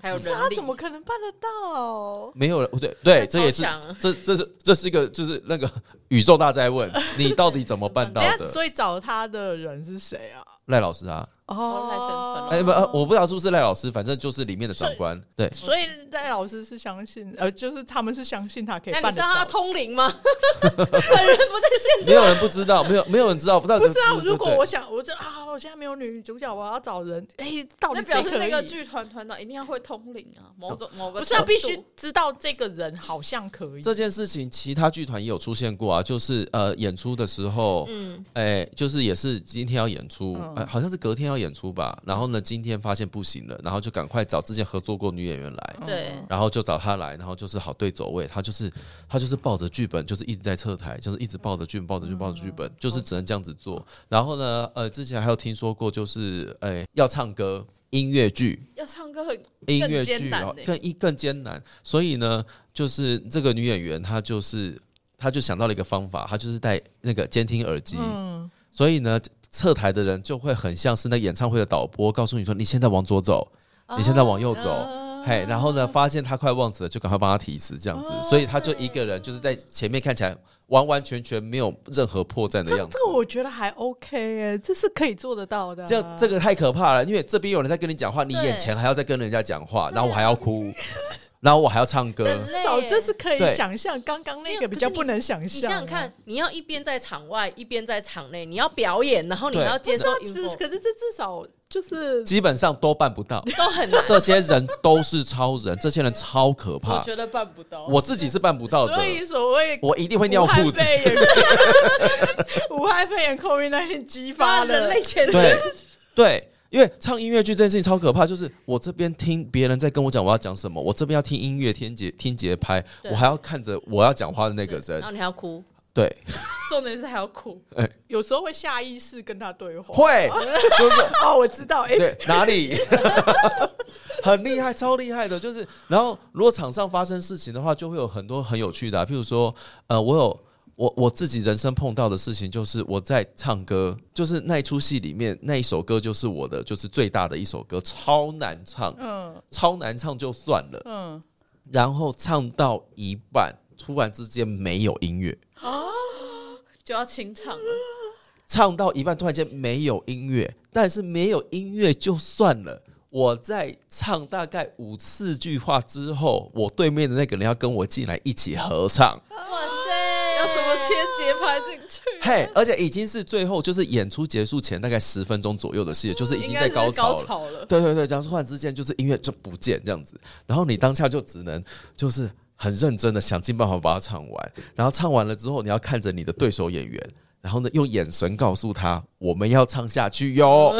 Speaker 2: 还有人
Speaker 1: 他
Speaker 2: 力，
Speaker 1: 怎么可能办得到？
Speaker 3: 没有了，对对，这
Speaker 4: 超
Speaker 3: 也是
Speaker 4: 强啊
Speaker 3: 这这是这是一个就是那个 宇宙大灾问，你到底怎么办到
Speaker 1: 等一下，
Speaker 3: 的？
Speaker 1: 所以找他的人是谁啊？
Speaker 3: 赖老师啊，
Speaker 2: 哦赖哦声川
Speaker 3: 哎不，呃我不知道是不是赖老师，反正就是里面的长官，对，
Speaker 1: 所以赖老师是相信，呃，就是他们是相信他可以
Speaker 4: 那
Speaker 1: 办
Speaker 4: 你
Speaker 1: 得
Speaker 4: 知道他
Speaker 1: 到。
Speaker 4: 通灵吗？ 本人不在现
Speaker 3: 没有人不知道，没有没有人知道，不知道
Speaker 1: 不是啊
Speaker 3: 对，对
Speaker 1: 如果
Speaker 3: 对
Speaker 1: 我想，我就啊，我现在没有女主角，我要找人，哎，到底
Speaker 2: 那
Speaker 1: 谁
Speaker 2: 表示
Speaker 1: 可
Speaker 2: 那个
Speaker 1: 以
Speaker 2: 剧团团长一定要会通灵啊，某种某个
Speaker 1: 不是啊，
Speaker 2: 程
Speaker 1: 必
Speaker 2: 度
Speaker 1: 须知道这个人好像可以。
Speaker 3: 这件事情，其他剧团也有出现过啊，就是呃演出的时候，
Speaker 4: 嗯，
Speaker 3: 哎、就是也是今天要演出、
Speaker 1: 嗯
Speaker 3: 呃，好像是隔天要演出吧。然后呢，今天发现不行了，然后就赶快找之前合作过女演员来，
Speaker 1: 嗯
Speaker 4: 对
Speaker 3: 然后就找她来，然后就是好对走位，她就是她就是抱着剧本，就是一直在撤台，就是一直抱着剧本，抱着剧本，抱着剧本，就是只能这样子做。然后呢，呃，之前还有听说过，就是哎、要唱歌，音乐剧，
Speaker 2: 要唱歌很
Speaker 3: 音乐剧
Speaker 2: 更艰难
Speaker 3: 啊
Speaker 1: 欸
Speaker 2: 呢，
Speaker 3: 更一更艰难。所以呢，就是这个女演员她就是她就想到了一个方法，她就是戴那个监听耳机，
Speaker 1: 嗯，
Speaker 3: 所以呢，侧台的人就会很像是那演唱会的导播，告诉你说你现在往左走，
Speaker 1: 哦
Speaker 3: 你现在往右走。
Speaker 1: 啊
Speaker 3: 嘿，然后呢，发现他快忘词了，就赶快帮他提词，这样
Speaker 1: 哦
Speaker 3: 子，所以他就一个人就是在前面看起来完完全全没有任何破绽的
Speaker 1: 这
Speaker 3: 样子
Speaker 1: 这。个我觉得还 OK 哎，这是可以做得到的啊。
Speaker 3: 这样这个太可怕了，因为这边有人在跟你讲话，你
Speaker 4: 对
Speaker 3: 眼前还要再跟人家讲话，然后我还要哭，然后我还要唱 歌，
Speaker 4: 很
Speaker 1: 至
Speaker 4: 累
Speaker 1: 少
Speaker 4: 耶
Speaker 1: 这是可以
Speaker 3: 对
Speaker 1: 想象，刚刚那
Speaker 4: 没有
Speaker 1: 个
Speaker 4: 可
Speaker 1: 比
Speaker 4: 是
Speaker 1: 较
Speaker 4: 你
Speaker 1: 不能想
Speaker 4: 你想
Speaker 1: 象。啊
Speaker 3: 啊
Speaker 4: 想看，，你要一边在场外，一边在场内，你要表演，然后你
Speaker 3: 对
Speaker 4: 还要接受
Speaker 1: 这
Speaker 4: info，
Speaker 1: 可是这至少就是
Speaker 3: 基本上都办不到。
Speaker 4: 都很难。
Speaker 3: 这些人都是超人，这些人超可
Speaker 2: 我
Speaker 3: 怕，
Speaker 2: 觉得办不到。
Speaker 3: 我自己是办不到的
Speaker 1: 所，以所谓
Speaker 3: 我一定会尿裤子。
Speaker 1: 肺炎， 武汉肺炎 COVID 那些激发
Speaker 4: 发
Speaker 1: 了
Speaker 4: 人类潜能，
Speaker 3: 对对，因为唱音乐剧这件事情超可怕，就是我这边听别人在跟我讲我要讲什么，我这边要听音乐、听节、听节拍，
Speaker 4: 对
Speaker 3: 我还要看着我要讲话的那个
Speaker 4: 然
Speaker 3: 人
Speaker 4: 后。你还要哭，
Speaker 3: 对，
Speaker 2: 重点是还要哭，
Speaker 1: 有时候会下意识跟他对话。
Speaker 3: 会就是
Speaker 1: 哦，我知道，哎、
Speaker 3: 对哪里 很厉害，超厉害的。就是然后如果场上发生事情的话，就会有很多很有趣的啊、譬如说，呃，我有。我我自己人生碰到的事情就是我在唱歌，就是那一出戏里面那一首歌就是我的就是最大的一首歌，超难唱，
Speaker 1: 嗯
Speaker 3: 超难唱就算了，
Speaker 1: 嗯，
Speaker 3: 然后唱到一半，突然之间没有音乐，
Speaker 2: 就要清唱了。
Speaker 3: 唱到一半突然间没有音乐，但是没有音乐就算了。我在唱大概五四句话之后，我对面的那个人要跟我进来一起合唱，
Speaker 4: 哇塞，
Speaker 2: 要怎么切节拍进去？
Speaker 3: 嘿、而且已经是最后，就是演出结束前大概十分钟左右的戏了，就是已
Speaker 2: 应
Speaker 3: 经在
Speaker 2: 该是
Speaker 3: 高潮了。
Speaker 2: 潮了。
Speaker 3: 对对对，然后突然之间就是音乐就不见这样子，然后你当下就只能就是很认真的想尽办法把它唱完，然后唱完了之后，你要看着你的对手演员，然后呢用眼神告诉他我们要唱下去 哟。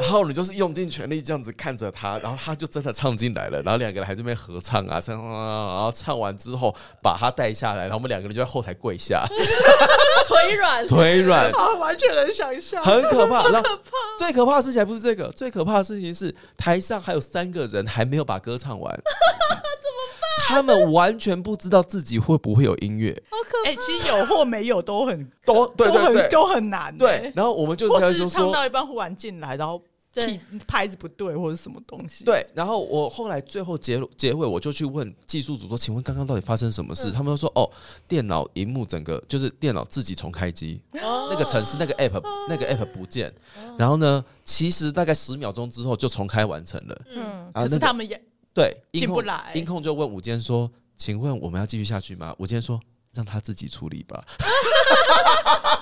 Speaker 3: 然后你就是用尽全力这样子看着他，然后他就真的唱进来了，然后两个人还在那边合唱啊，唱唱唱，然后唱完之后把他带下来，然后我们两个人就在后台跪下，
Speaker 4: 腿软？
Speaker 3: 腿软，
Speaker 1: 啊，完全能想 象。
Speaker 3: 很可怕。然后最可怕的事情还不是这个，最可怕的事情是台上还有三个人还没有把歌唱 完，怎么办？他们完全不知道自己会不会有音乐，
Speaker 1: 哎、其实有或没有都很，
Speaker 3: 都对
Speaker 1: 都
Speaker 3: 对
Speaker 1: 很
Speaker 3: 对
Speaker 1: 都很难、欸
Speaker 3: 对。然后我们就
Speaker 1: 或
Speaker 3: 在
Speaker 1: 是
Speaker 3: 说
Speaker 1: 唱
Speaker 3: 说，
Speaker 1: 到一半忽然进来，然后
Speaker 4: 对
Speaker 1: 替拍子不对或者什么东西。，
Speaker 3: 对，然后我后来最后结结尾我就去问技术组说：“请问刚刚到底发生什么事？”他们都说：“哦，电脑荧幕整个就是电脑自己重开机，那个城市那个 app 那个 app 不见。”然后呢，其实大概十秒钟之后就重开完成了。
Speaker 1: 嗯，
Speaker 3: 啊
Speaker 1: 可
Speaker 3: 那
Speaker 1: 是
Speaker 3: 个
Speaker 1: 他们也
Speaker 3: 对，音
Speaker 1: 进
Speaker 3: 控
Speaker 1: 不来
Speaker 3: 音控就问吴坚说：“请问我们要继续下去吗？”吴坚说：“让他自己处理吧，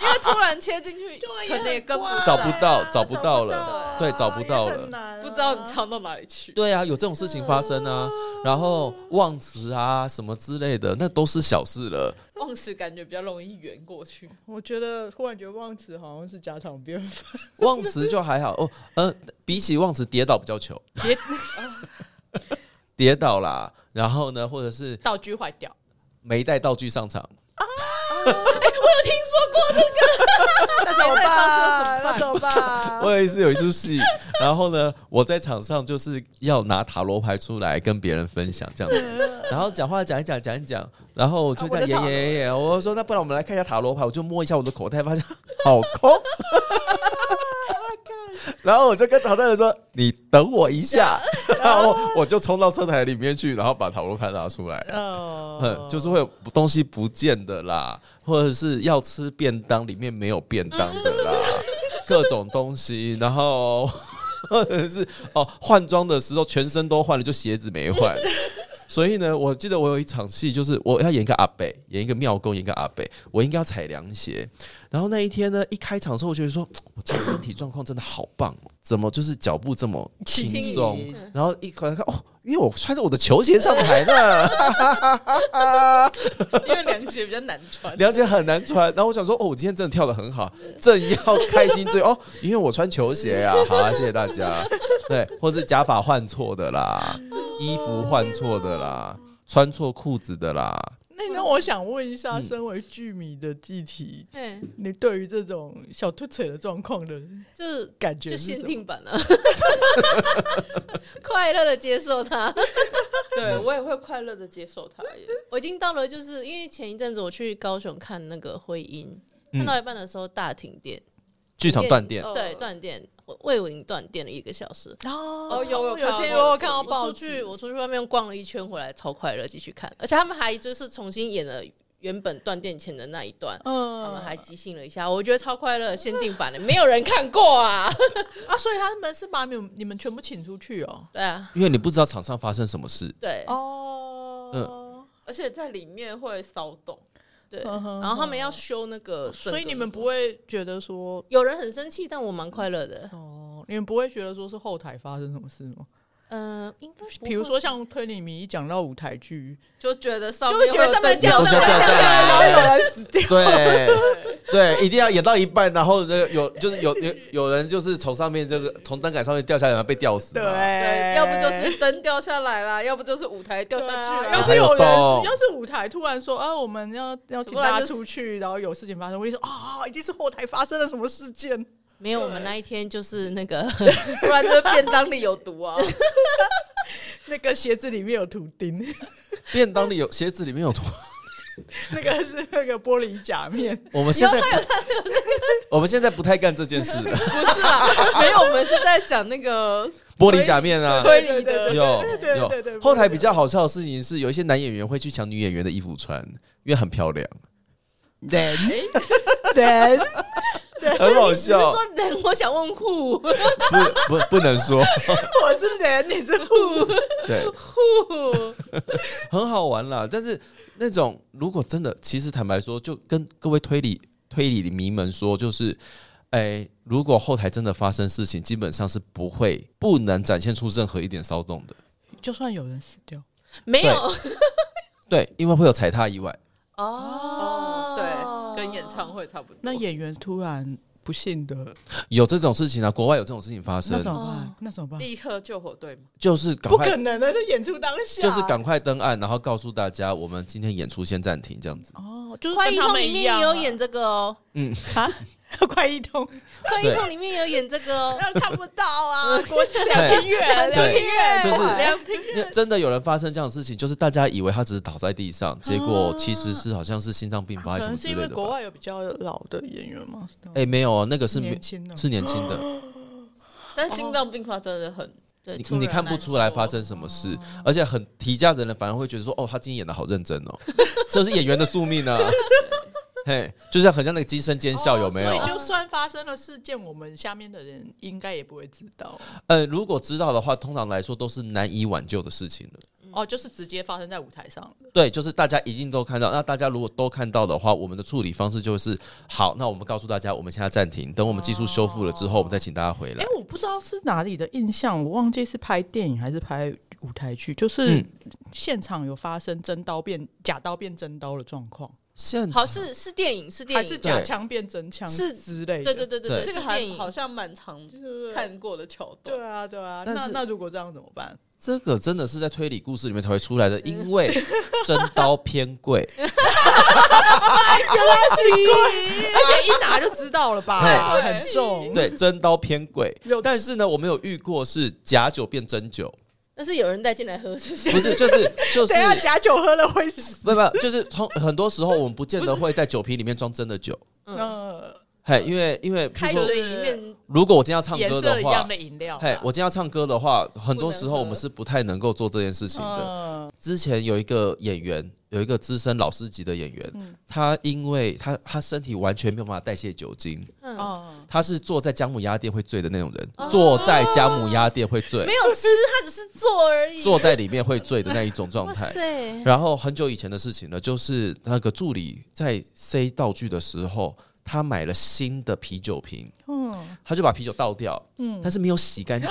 Speaker 2: 因为突然切进去，可能也跟不
Speaker 3: 找
Speaker 2: 上
Speaker 3: 不到，啊找不到了。
Speaker 2: 了
Speaker 1: 啊
Speaker 3: 对找不到了
Speaker 1: 了
Speaker 2: 不知道你藏到哪里去。
Speaker 3: 对啊，有这种事情发生啊。然后忘词啊什么之类的，那都是小事了。
Speaker 2: 忘词感觉比较容易圆过去。
Speaker 1: 我觉得忽然觉得忘词好像是家常便饭，
Speaker 3: 忘词就还好哦，呃，比起忘词，跌倒比较糗。
Speaker 1: 别
Speaker 3: 跌倒啦，然后呢，或者是
Speaker 1: 道具坏掉。
Speaker 3: 没带道具上场，
Speaker 1: 那怎么办？ 那怎么办？
Speaker 3: 我也是有一出戏。然后呢，我在场上就是要拿塔罗牌出来跟别人分享这样子，然后讲话讲一讲讲一讲，然后嗯我就在
Speaker 1: 啊我的
Speaker 3: 演
Speaker 1: 塔
Speaker 3: 演
Speaker 1: 罗
Speaker 3: 演演，我说那不然我们来看一下塔罗牌，我就摸一下我的口袋，发现好空。然后我就跟场上人说：“你等我一 下。”然后我就冲到车台里面去，然后把塔罗牌拿出来。
Speaker 1: 呃
Speaker 3: 嗯，就是会有东西不见的啦，或者是要吃便当里面没有便当的啦，各种东西，然后或者是哦换装的时候全身都换了，就鞋子没换。所以呢，我记得我有一场戏，就是我要演一个阿北，演一个庙公，演一个阿北，我应该要踩凉鞋。然后那一天呢，一开场的时候，我觉得说，我这身体状况真的好棒哦，怎么就是脚步这么轻松？然后一回来看，哦，因为我穿着我的球鞋上台呢。
Speaker 2: 因为凉鞋比较难穿。
Speaker 3: 了解很难穿。然后我想说，哦，我今天真的跳的很好，正要开心最后哦，因为我穿球鞋啊， 好啊，谢谢大家。对，或是假发换错的啦，衣服换错的啦，穿错裤子的啦。
Speaker 1: 那那我想问一下，
Speaker 3: 嗯
Speaker 1: 身为剧迷的季体，
Speaker 4: 哎，
Speaker 1: 你对于这种小推腿的状况的
Speaker 4: 就
Speaker 1: 感觉
Speaker 4: 就是限
Speaker 1: 什么？
Speaker 4: 定 版了，啊快乐的接受它。
Speaker 2: 对我也会快乐的接受它耶。
Speaker 4: 我已经到了，就是因为前一阵子我去高雄看那个婚姻，
Speaker 3: 嗯
Speaker 4: 看到一半的时候大停电，
Speaker 3: 剧场断电，
Speaker 2: 哦
Speaker 4: 对，断电，魏武营断电了一个小时。
Speaker 1: 哦
Speaker 2: 有有
Speaker 1: 有
Speaker 2: 看到
Speaker 1: 听
Speaker 2: 报
Speaker 1: 我
Speaker 2: 纸
Speaker 1: 看到
Speaker 4: 我
Speaker 1: 报
Speaker 4: 出去，
Speaker 1: 纸，
Speaker 4: 我出去外面逛了一圈回来，超快乐，继续看。而且他们还就是重新演了原本断电前的那一段，他
Speaker 1: 嗯
Speaker 4: 们还即兴了一下，我觉得超快乐，限定版的，没有人看 过啊。
Speaker 1: 啊，所以他们是把你们你们全部请出去哦。
Speaker 4: 对啊，
Speaker 3: 因为你不知道场上发生什么事。
Speaker 4: 对
Speaker 1: 哦，
Speaker 2: 而且在里面会骚动，
Speaker 4: 对。
Speaker 1: 嗯哼
Speaker 4: 然后他们要修那个，
Speaker 1: 哦所以你们不。会觉得说，
Speaker 4: 有人很生气，但我蛮快乐的。
Speaker 1: 哦，你们不会觉得说是后台发生什么事吗？
Speaker 4: 嗯，应该不会
Speaker 1: 比如说像推理迷一讲到舞台剧，
Speaker 2: 就觉得上
Speaker 4: 就会觉得上面
Speaker 2: 掉
Speaker 3: 东西要掉下
Speaker 2: 哎
Speaker 3: 来， 对对，一定要演到一半，然后那个有就是有有有人就是从上面这个从灯杆上面掉下来，然后被吊死嘛。
Speaker 2: 对，要不就是灯掉下来啦，要不就是舞台掉
Speaker 1: 对
Speaker 2: 下
Speaker 1: 啊
Speaker 2: 去
Speaker 1: 要
Speaker 2: 了。
Speaker 1: 是有人
Speaker 3: 还有洞
Speaker 1: 是，要是舞台突然说啊，我们要要请
Speaker 2: 突然
Speaker 1: 大家
Speaker 2: 就是
Speaker 1: 出去，然后有事情发生，我就说啊，一定是后台发生了什么事件。
Speaker 4: 没有，我们那一天就是那个，
Speaker 2: 不然就是便当里有毒啊！
Speaker 1: 那个鞋子里面有图钉，
Speaker 3: 便当里有鞋子里面有毒
Speaker 1: 那个是那个玻璃假面。
Speaker 3: 我们现在不，我们现在不太干这件事了。
Speaker 2: 不是啊啦，没有，我们是在讲那个
Speaker 3: 玻璃假面啊，
Speaker 2: 推理的
Speaker 1: 对
Speaker 3: 有
Speaker 1: 对对对对
Speaker 3: 有。后台比较好笑的事情是，有一些男演员会去抢女演员的衣服穿，因为很漂亮，
Speaker 1: 人 人
Speaker 3: 很好
Speaker 4: 你是
Speaker 3: 笑。
Speaker 4: 说人？我想问 who
Speaker 3: 不不不 能说，
Speaker 1: 我是人，你是虎。
Speaker 3: 对，
Speaker 4: who？
Speaker 3: 很好玩啦。但是那种如果真的，其实坦白说，就跟各位推理推理迷们说，就是。哎，如果后台真的发生事情，基本上是不会、不能展现出任何一点骚动的。
Speaker 1: 就算有人死掉，
Speaker 4: 没有
Speaker 3: 对，因为会有踩踏意外。
Speaker 4: 哦，
Speaker 2: 对，跟演唱会差不多。
Speaker 1: 那演员突然不幸的，
Speaker 3: 有这种事情啊，国外有这种事情发
Speaker 1: 那
Speaker 3: 生，
Speaker 1: 怎么
Speaker 4: 哦
Speaker 1: 办？那怎么办？
Speaker 2: 立刻救火队嘛，
Speaker 3: 就是赶
Speaker 1: 不
Speaker 3: 快
Speaker 1: 可能的，是演出当下
Speaker 3: 就是赶快登岸，然后告诉大家我们今天演出先暂停这样子。
Speaker 1: 哦，就是
Speaker 4: 快
Speaker 1: 跟
Speaker 4: 一
Speaker 1: 他
Speaker 4: 通
Speaker 1: 们
Speaker 4: 里
Speaker 1: 一
Speaker 4: 面
Speaker 1: 样
Speaker 4: 也有
Speaker 1: 啊
Speaker 4: 演这个哦，
Speaker 1: 啊， 快一通，
Speaker 4: 快一通里面也有演这个哦。
Speaker 1: 那看不到 啊，国际
Speaker 3: 对，
Speaker 1: 远
Speaker 3: 对
Speaker 1: 远
Speaker 3: 就是
Speaker 2: 梁听
Speaker 3: 那真的有人发生这样的事情，就是大家以为他只是倒在地上，结果其实是好像是心脏病发
Speaker 1: 可
Speaker 3: 还是什
Speaker 1: 能
Speaker 3: 么
Speaker 1: 是
Speaker 3: 之
Speaker 1: 因
Speaker 3: 类
Speaker 1: 为
Speaker 3: 的
Speaker 1: 国
Speaker 3: 吧。
Speaker 1: 外有比较老的演员嘛，是这样
Speaker 3: 哎、没有哦，那个是
Speaker 1: 年轻的，
Speaker 3: 是年轻的，
Speaker 2: 但心脏病发真的很
Speaker 4: 对，
Speaker 3: 你
Speaker 4: 突
Speaker 3: 你
Speaker 4: 然
Speaker 3: 看不
Speaker 4: 难
Speaker 3: 出来
Speaker 4: 受
Speaker 3: 发生什么事，而且很提价的人反而会觉得说，哦，他今天演的好认真哦， 这是演员的宿命啊。嘿，就像很像那个惊声尖笑，有没有
Speaker 1: 所以？就算发生了事件，我们下面的人应该也不会知道。
Speaker 3: 呃，如果知道的话，通常来说都是难以挽救的事情了。
Speaker 4: 嗯
Speaker 1: 哦，就是直接发生在舞台上了。
Speaker 3: 对，就是大家一定都看到。那大家如果都看到的话，我们的处理方式就是好。那我们告诉大家，我们现在暂停，等我们技术修复了之后，我们再请大家回
Speaker 1: 哎、
Speaker 3: 来。
Speaker 1: 我不知道是哪里的印象，我忘记是拍电影还是拍舞台剧，就是
Speaker 3: 嗯
Speaker 1: 现场有发生真刀变假刀变真刀的状况，
Speaker 3: 现
Speaker 4: 好是是电影是电
Speaker 1: 还
Speaker 4: 影，
Speaker 1: 是假
Speaker 3: 对
Speaker 1: 枪变真枪
Speaker 4: 是
Speaker 1: 之类的。
Speaker 4: 对对对对
Speaker 3: 对
Speaker 4: 对，
Speaker 2: 这个
Speaker 4: 是
Speaker 2: 还
Speaker 4: 电 影
Speaker 2: 好像蛮常
Speaker 1: 对
Speaker 2: 看过的桥段
Speaker 1: 对。啊，对啊。
Speaker 3: 但
Speaker 1: 那
Speaker 3: 是
Speaker 1: 那如果这样怎么办？
Speaker 3: 这个真的是在推理故事里面才会出来的，
Speaker 1: 嗯
Speaker 3: 因为真刀偏贵。
Speaker 1: 而且一拿就知道了吧，
Speaker 3: 对
Speaker 1: 很重。
Speaker 3: 对，真刀偏贵
Speaker 1: 有。
Speaker 3: 但是呢，我们有遇过是假酒变真酒，
Speaker 4: 但是有人带进来喝，是不是？
Speaker 3: 不是， 就是就是
Speaker 1: 等一，下假酒喝了会死。
Speaker 3: 不不，就是通很多时候我们不见得会在酒瓶里面装真的酒，
Speaker 4: 嗯，
Speaker 1: 呃，
Speaker 3: 嘿，因为因为譬
Speaker 4: 开
Speaker 3: 如说，
Speaker 4: 水里面
Speaker 3: 如果我今天要唱
Speaker 1: 颜
Speaker 3: 歌
Speaker 1: 色
Speaker 3: 的
Speaker 1: 一
Speaker 3: 话
Speaker 1: 样，的饮料啦，
Speaker 3: 嘿，我今天要唱歌的话，很多时候我
Speaker 2: 不能
Speaker 3: 们
Speaker 2: 喝
Speaker 3: 是不太能够做这件事情的。
Speaker 1: 嗯
Speaker 3: 之前有一个演员，有一个资深老师级的演员，
Speaker 1: 嗯
Speaker 3: 他因为他他身体完全没有办法代谢酒精，
Speaker 4: 嗯，
Speaker 1: 哦，
Speaker 3: 他是坐在姜母鸭店会醉的那种人，
Speaker 4: 哦
Speaker 3: 坐在姜母鸭店会醉
Speaker 4: 没，有吃，他只是做而已。
Speaker 3: 坐在里面会醉的那一种状
Speaker 4: 哇
Speaker 3: 态。
Speaker 4: 塞，
Speaker 3: 然后很久以前的事情了，就是那个助理在塞道具的时候，他买了新的啤酒瓶，
Speaker 1: 嗯
Speaker 3: 他就把啤酒倒掉，
Speaker 1: 嗯
Speaker 3: 但是没有洗 干净，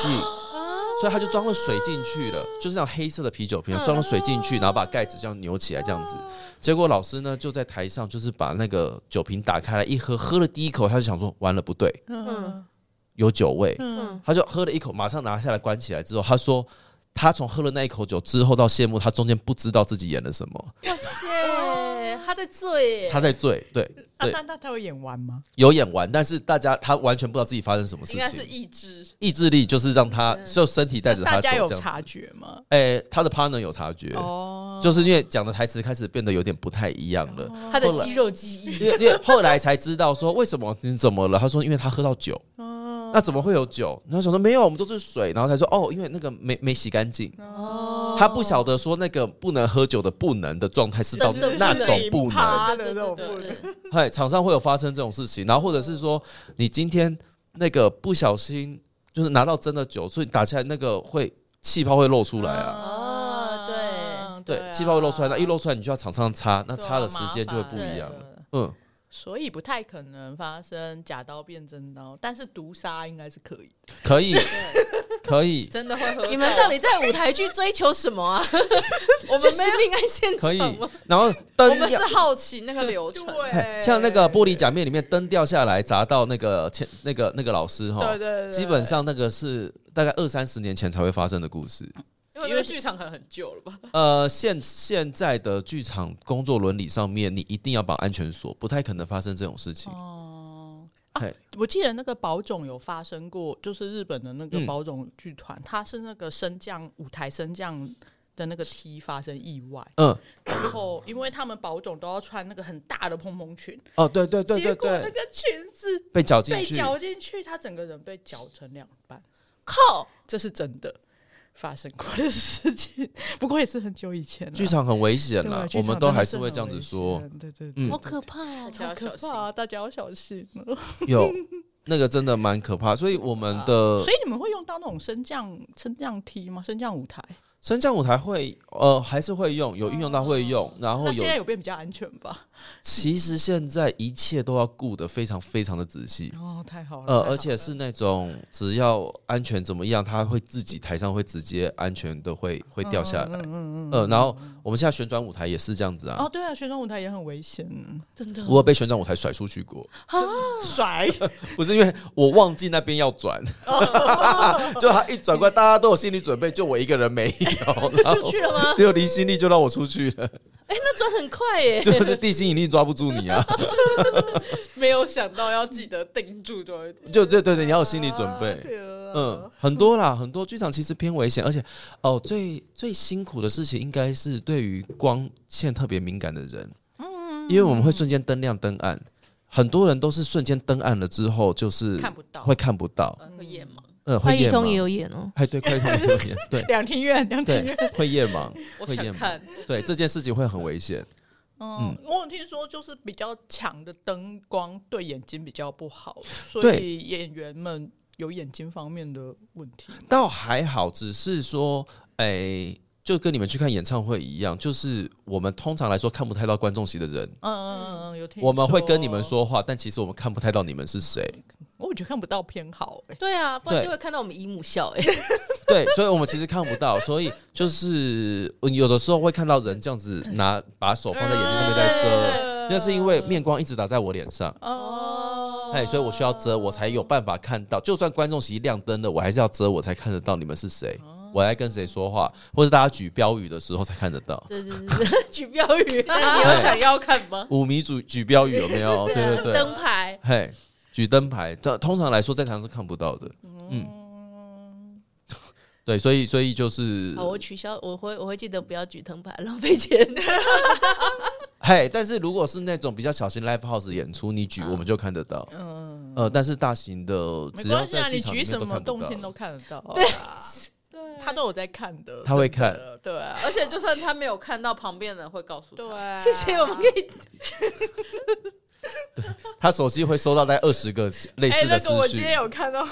Speaker 3: 所以他就装了水进去了，就是那种黑色的啤酒瓶，
Speaker 1: 嗯
Speaker 3: 装了水进去，然后把盖子这样扭起来这样子。结果老师呢就在台上就是把那个酒瓶打开来一喝，喝了第一口他就想说完了不对，
Speaker 1: 嗯
Speaker 3: 有酒味，
Speaker 1: 嗯
Speaker 4: 嗯，
Speaker 3: 他就喝了一口，马上拿下来关起来之后，他说。他从喝了那一口酒之后到谢幕，他中间不知道自己演了什么，
Speaker 4: 哇塞，他在醉耶，
Speaker 3: 他在醉，对
Speaker 1: 啊
Speaker 3: 对，
Speaker 1: 那那他会演完吗？
Speaker 3: 有演完，但是大家他完全不知道自己发生什么事
Speaker 2: 应该是
Speaker 3: 情，
Speaker 2: 意志，
Speaker 3: 意志力就是让他就身体带着他
Speaker 1: 嗯大
Speaker 3: 走这
Speaker 1: 家有
Speaker 3: 样子。
Speaker 1: 察觉吗？
Speaker 3: 哎、他的 partner 有察觉，
Speaker 1: 哦，
Speaker 3: 就是因为讲的台词开始变得有点不太一样了。
Speaker 4: 他的肌肉记忆。
Speaker 3: 因为因为后来才知道说为什么你怎么了？他说因为他喝到酒，
Speaker 1: 哦
Speaker 3: 那怎么会有酒？然后想说没有，我们都是水，然后才说哦，因为那个没没洗干净。
Speaker 4: 哦
Speaker 3: 他不晓得说那个不能喝酒的不能的状态是到
Speaker 4: 真的
Speaker 3: 那
Speaker 4: 是
Speaker 3: 种不能，
Speaker 1: 趴
Speaker 2: 对
Speaker 1: 的
Speaker 2: 对
Speaker 1: 那种
Speaker 2: 对
Speaker 1: 不
Speaker 2: 对
Speaker 1: 能，
Speaker 3: 嗨，场上会有发生这种事情，然后或者是说你今天那个不小心就是拿到真的酒，所以打起来那个会气泡会漏出来啊。
Speaker 1: 哦
Speaker 4: 哦
Speaker 3: 对，
Speaker 1: 啊
Speaker 3: 气泡会漏出来，那一漏出来，你就要场上擦，那
Speaker 1: 对啊
Speaker 3: 擦的时间就会不
Speaker 1: 麻烦
Speaker 3: 一样。
Speaker 1: 对
Speaker 3: 嗯，
Speaker 1: 所以不太可能发生假刀变真刀，但是毒杀应该是可以的。
Speaker 3: 可以，可以，
Speaker 2: 真的会喝。
Speaker 4: 你们到底在舞台剧追求什么啊？
Speaker 2: 我
Speaker 4: 就
Speaker 2: 们
Speaker 4: 是
Speaker 2: 没有，
Speaker 4: 命案现
Speaker 3: 可以
Speaker 4: 场吗？。
Speaker 3: 然 后
Speaker 2: 我
Speaker 3: 灯
Speaker 2: 们是
Speaker 3: 掉，
Speaker 2: 好奇那个流程。
Speaker 3: 嘿像那个玻璃假面里面灯掉下来砸到那个前那个那个老师哈，
Speaker 1: 对对对
Speaker 3: 基本上那个是大概二三十年前才会发生的故事。
Speaker 2: 因为那个剧场可能很旧了吧？
Speaker 3: 呃，现现在的剧场工作伦理上面，你一定要绑安全锁，不太可能发生这种事情。
Speaker 1: 哦。啊
Speaker 3: 嘿，
Speaker 1: 我记得那个宝冢有发生过，就是日本的那个
Speaker 3: 嗯
Speaker 1: 宝冢剧团，它是那个升降舞台升降的那个梯发生意 外，
Speaker 3: 嗯，
Speaker 1: 然后因为他们宝冢都要穿那个很大的蓬蓬裙，
Speaker 3: 哦，对对对对
Speaker 1: 结果那
Speaker 3: 对，
Speaker 1: 个裙子
Speaker 3: 被绞进
Speaker 1: 被
Speaker 3: 去，
Speaker 1: 绞进去，他整个人被绞成两半，
Speaker 4: 靠，
Speaker 1: 这是真的发生过的事情，不过也是很久以前了。
Speaker 3: 剧场很危险
Speaker 1: 对
Speaker 3: 啦，
Speaker 1: 剧
Speaker 3: 我
Speaker 1: 场
Speaker 3: 们都
Speaker 1: 真的
Speaker 3: 还是
Speaker 1: 很
Speaker 3: 会这样子
Speaker 1: 危
Speaker 3: 说
Speaker 1: 险，对对对，
Speaker 3: 嗯
Speaker 4: 好可怕啊！
Speaker 2: 大家要
Speaker 1: 可
Speaker 2: 小
Speaker 1: 怕
Speaker 2: 心。
Speaker 1: 啊，大家要小心哦。
Speaker 3: 有那个真的蛮可怕。所以我们的
Speaker 1: 所以你们会用到那种升降升降梯吗？升降舞台？
Speaker 3: 升降舞台会呃还是会用，有运用到会用，然后
Speaker 1: 那
Speaker 3: 有
Speaker 1: 现在有变比较安全吧？
Speaker 3: 其实现在一切都要顾得非常非常的仔细。
Speaker 1: 哦，太好了。
Speaker 3: 呃，
Speaker 1: 太好
Speaker 3: 而且
Speaker 1: 了
Speaker 3: 是那种只要安全怎么样，他会自己台上会直接安全的会会掉下
Speaker 1: 嗯
Speaker 3: 来。呃，然后我们现在旋转舞台也是这样子啊
Speaker 1: 哦，，对啊，旋转舞台也很危险，啊
Speaker 4: 真的
Speaker 3: 我有被旋转舞台甩出去过，
Speaker 1: 甩
Speaker 3: 不是因为我忘记那边要转，
Speaker 1: 哦
Speaker 3: 就他一转过来，大家都有心理准备，就我一个人 没有，然后
Speaker 4: 出去了吗？
Speaker 3: 六离心力就让我出去了，
Speaker 4: 哎，那转很快耶！
Speaker 3: 就是地心引力抓不住你 啊，
Speaker 2: 没有想到要记得定住就会
Speaker 3: 就对对对，你要有心理准备。
Speaker 1: 嗯，
Speaker 3: 嗯，很多啦，很多剧场其实偏危险，而且哦，最最辛苦的事情应该是对于光线特别敏感的人，
Speaker 1: 嗯
Speaker 3: 因为我们会瞬间灯亮灯暗，很多人都是瞬间灯暗了之后就是
Speaker 1: 看不到
Speaker 3: 会看不到，
Speaker 2: 呃会夜盲。
Speaker 3: 嗯，
Speaker 4: 快
Speaker 3: 会
Speaker 4: 一
Speaker 3: 夜
Speaker 4: 通
Speaker 3: 盲
Speaker 4: 也，有演哦，
Speaker 3: 哎，对，快一通也有演， 对
Speaker 1: 两庭院，两庭院。
Speaker 3: 对，会夜盲，
Speaker 2: 我
Speaker 3: 会夜
Speaker 2: 想
Speaker 3: 盲，
Speaker 2: 看，
Speaker 3: 对这件事情会很危险。
Speaker 1: 嗯，我有听说就是比较强的灯光对眼睛比较不好，所
Speaker 3: 对
Speaker 1: 以演员们有眼睛方面的问题。
Speaker 3: 倒还好，只是说，哎、就跟你们去看演唱会一样，就是我们通常来说看不太到观众席的人，
Speaker 1: 嗯嗯嗯嗯，有听。
Speaker 3: 我们会跟你们，说话，但其实我们看不太到你们是谁。
Speaker 1: 哦我觉得看不到偏好、欸。
Speaker 4: 对啊，不然
Speaker 3: 对
Speaker 4: 就会看到我们姨母笑哎、
Speaker 3: 对，所以我们其实看不到，所以就是嗯有的时候会看到人这样子拿把手放在眼睛上面在遮，那是因为面光一直打在我脸上，
Speaker 1: 哦，
Speaker 3: 哎，所以我需要遮，我才有办法看到。就算观众席亮灯了，我还是要遮，我才看得到你们是谁，
Speaker 1: 哦
Speaker 3: 我在跟谁说话，或者大家举标语的时候才看得到。
Speaker 4: 对对对对， 举标语、啊
Speaker 2: 那你有想要看吗？
Speaker 3: 五迷举举标语有没有？对对对，
Speaker 4: 灯牌，
Speaker 3: 嘿，举灯牌，通通常来说在台上是看不到的。
Speaker 1: 哦
Speaker 3: 嗯， 对，所以所以就是
Speaker 4: 哦好，我取消，我会我会记得不要举灯牌，浪费钱。
Speaker 3: 嘿，但是如果是那种比较小型 live house 演出，你举我们就看得到。
Speaker 1: 嗯，
Speaker 3: 呃，但是大型的，
Speaker 1: 没
Speaker 3: 只要
Speaker 1: 关系啊，
Speaker 3: 在剧
Speaker 1: 你
Speaker 3: 场
Speaker 1: 举
Speaker 3: 里面
Speaker 1: 什
Speaker 3: 都
Speaker 1: 么
Speaker 3: 看
Speaker 1: 动
Speaker 3: 不
Speaker 1: 听都
Speaker 3: 到。
Speaker 1: 看得到啊，
Speaker 4: 对
Speaker 1: 他都有在看的，
Speaker 3: 他会
Speaker 1: 真的，对 啊，
Speaker 2: 而且就算他没有看到，旁边的人会告诉他。
Speaker 1: 对啊，
Speaker 4: 谢谢，我们可以
Speaker 3: 他手机会收到大概二十个类
Speaker 1: 哎、
Speaker 3: 似的
Speaker 1: 那
Speaker 3: 私
Speaker 1: 个我今
Speaker 3: 讯。
Speaker 1: 天有看到，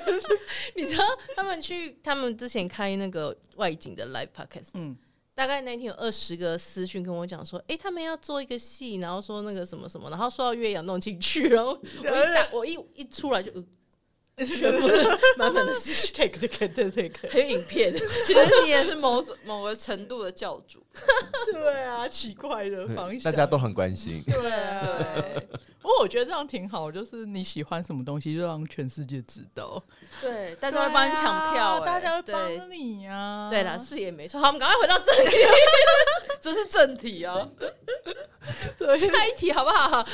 Speaker 4: 你知道他们去，他们之前开那个外景的 live podcast，
Speaker 1: 嗯，
Speaker 4: 大概那天有二十个私讯跟我讲说，哎、他们要做一个戏，然后说那个什么什么，然后说到岳阳弄进去，然后 我一打我一一出来就、呃、全部满满的 私讯，
Speaker 1: take 这个这这个，
Speaker 4: 还有影片，
Speaker 2: 其实你也是某种某个程度的教主，
Speaker 1: 对啊，奇怪的方
Speaker 3: 嗯
Speaker 1: 向，
Speaker 3: 大家都很关心，
Speaker 1: 对啊。不过我觉得这样挺好，就是你喜欢什么东西，就让全世界知道，
Speaker 2: 对，大
Speaker 1: 大
Speaker 2: 家会帮你抢票、
Speaker 1: 啊大
Speaker 2: 哎
Speaker 1: 家会
Speaker 4: 对
Speaker 1: 帮你呀、啊。
Speaker 4: 对啦，是也没错。好，我们赶快回到这里，
Speaker 2: 这是正题啊。
Speaker 1: 对，
Speaker 4: 下一题好不好？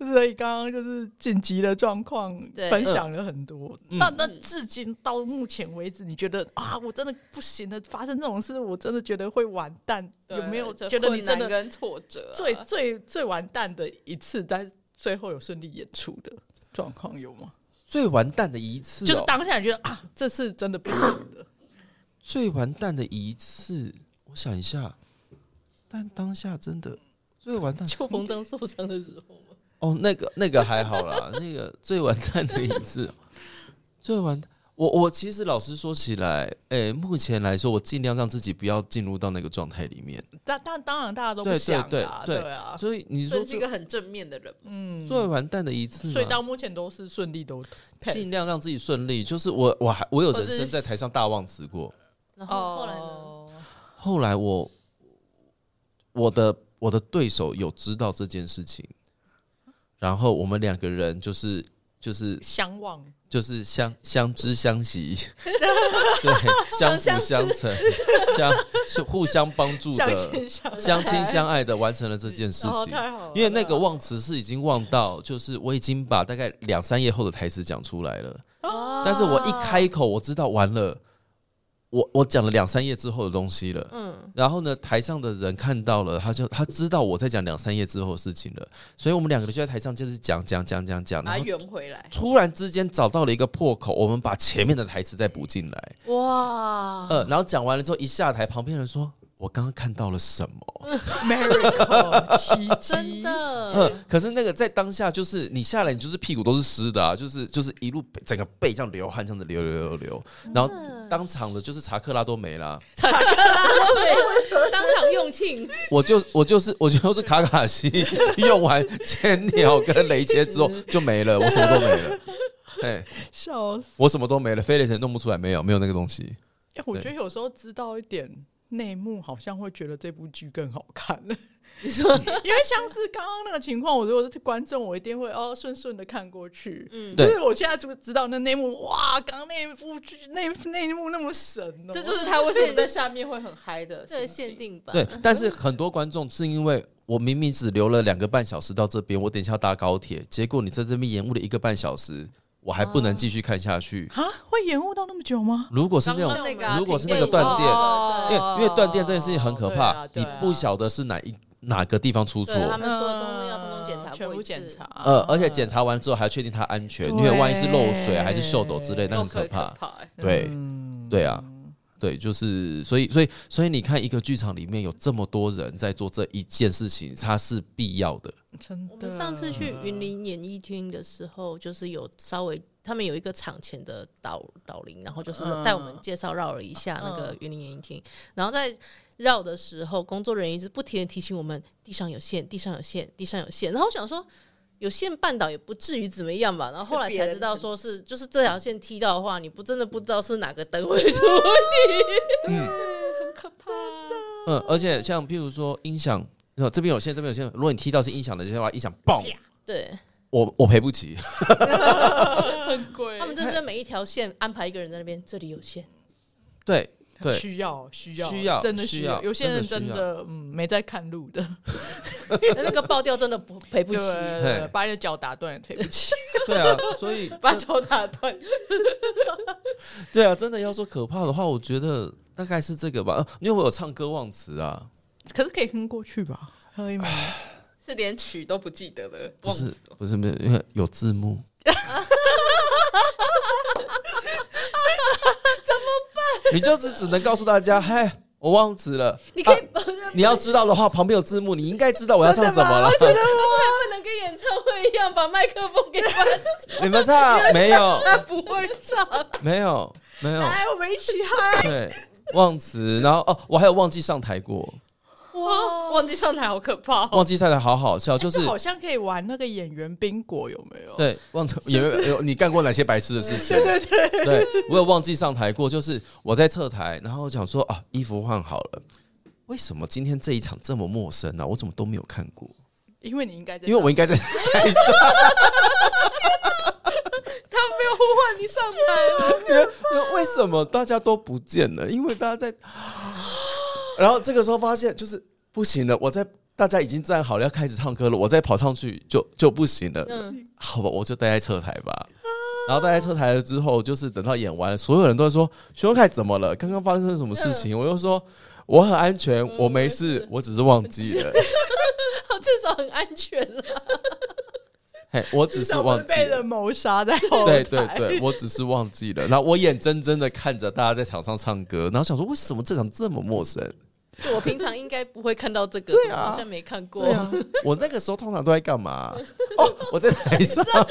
Speaker 1: 所以刚刚就是紧急的状况
Speaker 4: 对
Speaker 1: 分享了很多。
Speaker 3: 嗯
Speaker 1: 那那至今到目前为止，你觉得啊，我真的不行了，发生这种事，我真的觉得会完蛋。
Speaker 2: 对
Speaker 1: 有没有
Speaker 2: 这
Speaker 1: 觉得你
Speaker 2: 困难
Speaker 1: 真的
Speaker 2: 跟挫折、啊？
Speaker 1: 最最最完蛋的一次，但是最后有顺利演出的状况有吗？
Speaker 3: 最完蛋的一次哦、
Speaker 1: 就是当下你觉得啊，这次真的不行 的。
Speaker 3: 最完蛋的一次，我想一下，但当下真的最完蛋
Speaker 4: 就冯章受伤的时候吗？
Speaker 3: 哦，那个那个还好啦， 那个最完蛋的一次，哦最完蛋。我我其实老实说起来，诶、目前来说，我尽量让自己不要进入到那个状态里面。
Speaker 1: 但但当然大家都不
Speaker 3: 对对
Speaker 1: 想
Speaker 3: 对
Speaker 1: 啊，
Speaker 3: 对
Speaker 1: 啊，
Speaker 3: 所以你
Speaker 2: 所
Speaker 3: 说
Speaker 2: 以是一个很正面的人嘛。
Speaker 1: 嗯，
Speaker 3: 最完蛋的一次嘛，
Speaker 1: 所以到目前都是顺利
Speaker 3: 啊
Speaker 1: 都 pass
Speaker 3: 尽量让自己顺利。就是我我还我有人
Speaker 4: 或者
Speaker 3: 生
Speaker 4: 是
Speaker 3: 在台上大忘词过，
Speaker 4: 然后后来呢？
Speaker 1: 哦，
Speaker 3: 后来我我的我的对手有知道这件事情，然后我们两个人就是就是
Speaker 1: 相望
Speaker 3: 就是相相知相惜，对，相
Speaker 4: 相
Speaker 3: 辅相成，相是互相帮助
Speaker 1: 相
Speaker 3: 的，
Speaker 1: 亲相
Speaker 3: 相亲
Speaker 1: 爱
Speaker 3: 相爱的完成了这件事
Speaker 1: 哦，
Speaker 3: 情。
Speaker 1: 太好了，
Speaker 3: 因为那个忘词是已经忘到，就是我已经把大概两三页后的台词讲出来了，
Speaker 4: 哦
Speaker 3: 但是我一开口，我知道完了，我我讲了两三页之后的东西了。
Speaker 4: 嗯，
Speaker 3: 然后呢，台上的人看到了，他就他知道我在讲两三页之后的事情了，所以我们两个就在台上就是讲讲讲讲讲，然
Speaker 2: 把
Speaker 3: 后
Speaker 2: 它圆回来，
Speaker 3: 突然之间找到了一个破口，我们把前面的台词再补进来，
Speaker 4: 哇，
Speaker 3: 呃，然后讲完了之后一下台，旁边人说：“我刚刚看到了什么
Speaker 1: miracle 奇迹，
Speaker 4: 真的，？”
Speaker 3: 呃， 可是那个在当下就是你下来，你就是屁股都是湿的啊，就是就是一路整个背这样流汗，这样子流流流流流，然后当场的就是查克拉都没啦，
Speaker 4: 对，当场用 罄，
Speaker 3: 我就我就是我就是卡卡西 用完千鸟跟雷 切之后就没了，我什么都没了，对
Speaker 1: 笑死！
Speaker 3: 我什么都没了，飞雷神弄不出来，没有没有那个东西。
Speaker 1: 哎，我觉得有时候知道一点内幕，好像会觉得这部剧更好看。
Speaker 4: 你说
Speaker 1: 因为像是刚刚那个情况，我如果是观众，我一定会哦顺顺的看过去。
Speaker 4: 嗯
Speaker 1: 就
Speaker 3: 对
Speaker 1: 是我现在就知道那内幕，哇，刚刚那一部剧那那一幕那么神哦，
Speaker 2: 这就是他为什么在下面会很嗨的心
Speaker 4: 对啊
Speaker 2: 情。
Speaker 4: 限定版，
Speaker 3: 对，但是很多观众是因为我明明只留了两个半小时到这边，我等一下要搭高铁，结果你在这边延误了一个半小时，我还不能继续看下去。
Speaker 1: 啊，会延误到那么久吗？
Speaker 3: 如果是那种
Speaker 2: 刚刚那个啊
Speaker 3: 如果是
Speaker 2: 停
Speaker 3: 那个
Speaker 2: 电
Speaker 3: 断电
Speaker 2: 哦
Speaker 3: 因为因为断电这件事情很可怕，
Speaker 1: 对啊对啊
Speaker 3: 你不晓得是哪一哪个地方出错
Speaker 4: 对，他们说东东要通通检查查
Speaker 1: 嗯全
Speaker 4: 过
Speaker 1: 部
Speaker 4: 一次
Speaker 1: 检查，，
Speaker 3: 呃，而且检查完之后还要确定它安全，因为万一是漏水还是锈斗之类，那
Speaker 2: 漏
Speaker 3: 很
Speaker 2: 水
Speaker 3: 可怕。
Speaker 2: 怕欸。
Speaker 3: 对
Speaker 1: 嗯
Speaker 3: 对啊，对，就是所以所以所以你看，一个剧场里面有这么多人在做这一件事情，它是必要的。
Speaker 1: 真的。
Speaker 4: 我们上次去云林演艺厅的时候，就是有稍微他们有一个场前的导导聆，然后就是带我们介绍绕了一下那个云林演艺厅，然后在绕的时候，工作人员一直不停的提醒我们地上有线，地上有线，地上有线，然后我想说。有线绊倒也不至于怎么样吧，然后后来才知道，说是就是这条线踢到的话，你不真的不知道是哪个灯会 出
Speaker 3: 嗯，而且像譬如说音响，呃这边有线，这边有线，如果你踢到是音响的这些话，音响爆，
Speaker 4: 对
Speaker 3: 我我赔不起。
Speaker 2: 欸
Speaker 1: 很贵
Speaker 4: 他们就是每一条线安排一个人在那边，这里有线，
Speaker 3: 对对，
Speaker 1: 需要需要
Speaker 3: 需要
Speaker 1: 真的
Speaker 3: 需要
Speaker 1: 有些人真
Speaker 3: 真的
Speaker 1: 的嗯没在看路的，
Speaker 4: 那个爆掉真的不赔不
Speaker 1: 对
Speaker 4: 起，
Speaker 1: 对，对
Speaker 3: 嘿
Speaker 1: 把你的脚打断也赔不起。
Speaker 3: 对啊，所以
Speaker 4: 把脚打断。
Speaker 3: 对啊，真的要说可怕的话，我觉得大概是这个吧。呃因为我有唱歌忘词啊，
Speaker 1: 可是可以哼过去吧？可以吗？
Speaker 2: 是连曲都不记得了，
Speaker 3: 不
Speaker 2: 忘
Speaker 3: 是
Speaker 2: 记了
Speaker 3: 不是不是，因为有字幕。怎么办？你就只只能告诉大家，嗨，我忘词了。
Speaker 4: 你可以
Speaker 3: 啊
Speaker 4: 不是
Speaker 3: 你要知道的话，旁边有字幕，你应该知 道我要唱什么了。
Speaker 4: 不能跟演唱会一样把麦克风给关，
Speaker 3: 你们唱没有？
Speaker 4: 不会唱。
Speaker 3: 没有没有，
Speaker 1: 来，我们一起嗨！
Speaker 3: 对，忘词。然后哦，我还有忘记上台过，
Speaker 2: 哇，忘记上台好可怕哦！
Speaker 3: 忘记上台好好笑， 就是
Speaker 1: 这好像可以玩那个演员宾果，有没有？
Speaker 3: 对，哦忘记有没有有你干过哪些白痴的事情？ 对对对，我有忘记上台过，就是我在侧台，然后想说啊，衣服换好了，为什么今天这一场这么陌生啊呢、我怎么都没有看过？
Speaker 1: 因为你应该在
Speaker 3: 因为我应该在台上，
Speaker 2: 他没有呼唤你上台了，
Speaker 3: 因为因为为什么大家都不见了？因为大家在，然后这个时候发现就是不行了，我在。大家已经站好了，要开始唱歌了，我再跑上去就就不行了。
Speaker 4: 嗯，
Speaker 3: 好吧，我就待在侧台吧。然后待在侧台了之后，就是等到演完了，所有人都在说徐文凯怎么了？刚刚发生了什么事情？我就说我很安全，我没事，我只是忘记了，
Speaker 4: 好，至少很安全了。
Speaker 3: 嘿，我只是忘记
Speaker 1: 被
Speaker 3: 了
Speaker 1: 人。谋杀在后
Speaker 3: 对
Speaker 1: 台。
Speaker 3: 对 对，我只是忘记了。然后我眼睁睁的看着大家在场上唱歌，然后想说为什么这场这么陌生？
Speaker 4: 我平常应该不会看到这个，
Speaker 3: 对啊
Speaker 4: 好像没看过。
Speaker 3: 对啊，我那个时候通常都在干嘛？哦，我在 台
Speaker 4: 啊
Speaker 3: 上。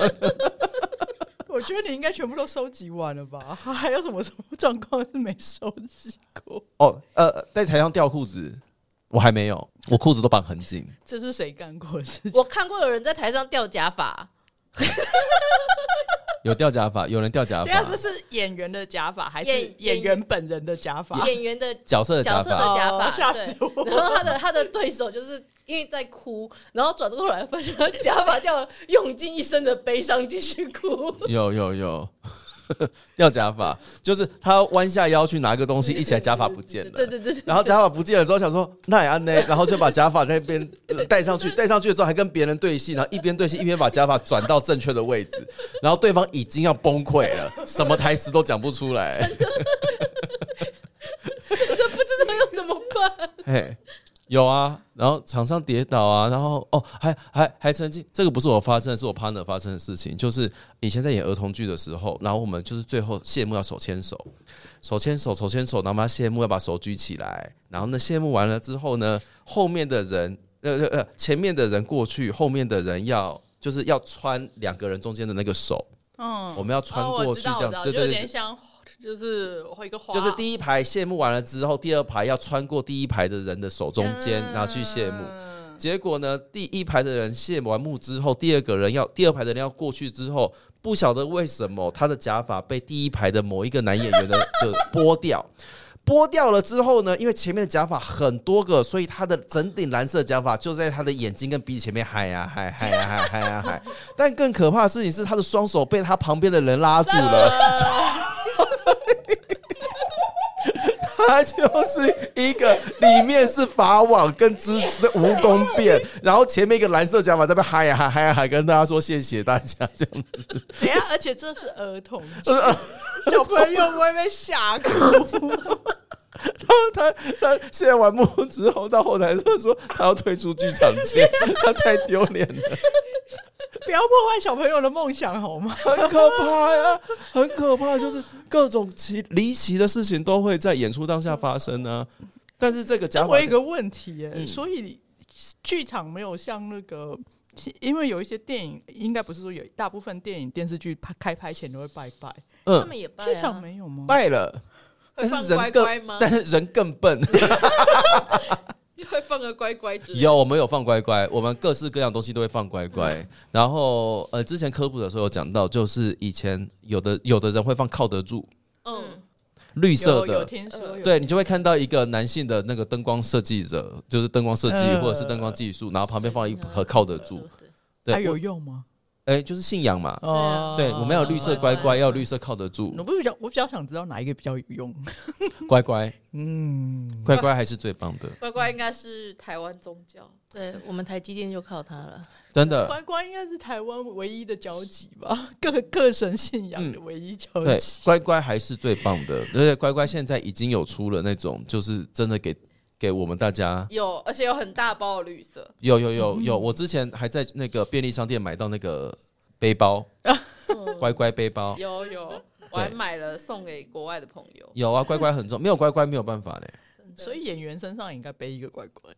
Speaker 1: 我觉得你应该全部都收集完了吧？ 还有什么什么状况是没收集过？
Speaker 3: 哦，呃，在台上掉裤子，我还没有，我裤子都绑很紧。
Speaker 1: 这是谁干过的事情？
Speaker 4: 我看过有人在台上掉假发，
Speaker 3: 有掉假发，有人掉假
Speaker 1: 等一下
Speaker 3: 发
Speaker 1: 啊这。是演员的假发还是
Speaker 4: 演
Speaker 1: 演员本人的假发？
Speaker 4: 演员的
Speaker 3: 角色的假
Speaker 4: 角色的
Speaker 3: 发，
Speaker 4: 假发，
Speaker 1: 哦吓
Speaker 4: 对
Speaker 1: 死我
Speaker 4: 然后他的他的对手就是。因为在哭，然后转过来发现他假发掉了，涌进一身的悲伤，继续哭。
Speaker 3: 有有有， 掉假发，就是他弯下腰去拿个东西，一起来假发不见了。
Speaker 4: 对对对对，
Speaker 3: 然后假发不见了之后，想说那也安呢，然后就把假发在那边呃戴上去，戴上去了之后还跟别人对戏，然后一边对戏一边把假发转到正确的位置，然后对方已经要崩溃了，什么台词都讲不出来。
Speaker 4: 这不知道要怎么办。
Speaker 3: 嘿，有啊，然后场上跌倒啊，然后哦，还还还曾经，这个不是我发生的，是我 partner 发生的事情，就是以前在演儿童剧的时候，然后我们就是最后谢幕要手牵手，手牵手，手牵手，然后我们要谢幕要把手举起来，然后呢谢幕完了之后呢，后面的人呃呃呃前面的人过去，后面的人要就是要穿两个人中间的那个手，
Speaker 1: 嗯
Speaker 3: 我们要穿
Speaker 1: 哦
Speaker 3: 过
Speaker 1: 我
Speaker 3: 去
Speaker 1: 知
Speaker 3: 这
Speaker 1: 道，
Speaker 3: 样
Speaker 1: 我知道
Speaker 3: 子，对
Speaker 1: 就有
Speaker 3: 对
Speaker 1: 点
Speaker 3: 对。
Speaker 1: 像，就是一个花，
Speaker 3: 就是第一排谢幕完了之后，第二排要穿过第一排的人的手中间，然后去谢幕。
Speaker 1: 嗯
Speaker 3: 结果呢，第一排的人谢完幕之后，第二个人要第二排的人要过去之后，不晓得为什么他的假发被第一排的某一个男演员的就剥掉。剥掉了之后呢，因为前面的假发很多个，所以他的整顶蓝色假发就在他的眼睛跟鼻子前面嗨呀、嗨嗨呀、嗨嗨呀、嗨。但更可怕的事情是，他的双手被他旁边的人拉住了，他就是一个里面是法网跟蜘蛛的蜈蚣变，然后前面一个蓝色假发在那边嗨呀、嗨嗨呀、嗨，跟大家说谢谢大家这样。
Speaker 1: 等一下，而且这是儿童
Speaker 3: 呃
Speaker 1: 剧， 小朋友不会被吓哭。
Speaker 3: 他他现在完幕之后到后台的时候说他要退出剧场界，他太丢脸了。
Speaker 1: 不要破坏小朋友的梦想好吗？
Speaker 3: 很可怕呀、很可怕，就是各种奇离奇的事情都会在演出当下发生呢、但是这个假
Speaker 1: 我
Speaker 3: 发
Speaker 1: 有一个问题耶、
Speaker 3: 嗯
Speaker 1: 所以剧场没有像那个，因为有一些电影，应该不是说有大部分电影电视剧拍开拍前都会拜拜，
Speaker 4: 他
Speaker 3: 嗯
Speaker 4: 们也拜
Speaker 1: 剧、场
Speaker 4: 啊，
Speaker 1: 没有吗？
Speaker 3: 败了，
Speaker 2: 会
Speaker 3: 但
Speaker 2: 放
Speaker 3: 是人
Speaker 2: 乖
Speaker 3: 更
Speaker 2: 乖吗？
Speaker 3: 但是人更笨。
Speaker 2: 会放个乖乖之类的。
Speaker 3: 有，我们有放乖乖，我们各式各样东西都会放乖
Speaker 1: 嗯
Speaker 3: 乖。然后呃，之前科普的时候有讲到，就是以前有的有的人会放靠得住
Speaker 2: 嗯，
Speaker 3: 绿色
Speaker 1: 有
Speaker 3: 的
Speaker 1: 有，听说有、
Speaker 3: 对你就会看到一个男性的那个灯光设计者，就是灯光设计
Speaker 1: 呃
Speaker 3: 或者是灯光技术，然后旁边放一盒靠得住，
Speaker 4: 对，
Speaker 1: 还啊
Speaker 3: 对，
Speaker 1: 有
Speaker 3: 我
Speaker 1: 用吗？
Speaker 3: 哎，就是信仰嘛。
Speaker 1: 哦，
Speaker 3: 对，我们要有绿色乖
Speaker 4: 乖
Speaker 3: 乖，要有绿色靠得住
Speaker 1: 我，不是比较，我比较想知道哪一个比较有用。
Speaker 3: 乖乖
Speaker 1: 嗯，
Speaker 3: 乖乖还是最棒的，
Speaker 2: 乖乖应该是台湾宗教。
Speaker 4: 对我们台积电就靠它了。
Speaker 3: 真的。
Speaker 1: 乖乖应该是台湾唯一的交集吧，各各神信仰的唯一交
Speaker 3: 对，
Speaker 1: 集。
Speaker 3: 乖乖还是最棒的，而且乖乖现在已经有出了那种，就是真的给给我们大家
Speaker 2: 有，而且有很大包的绿色，
Speaker 3: 有有
Speaker 2: 嗯
Speaker 3: 有有，我之前还在那个便利商店买到那个背包，
Speaker 2: 嗯
Speaker 3: 乖乖背
Speaker 1: 哦
Speaker 3: 包。
Speaker 2: 有有，我还买了送给国外的朋友。
Speaker 3: 有啊，乖乖很重，没有乖乖没有办法嘞。
Speaker 1: 所以演员身上也应该背一个乖乖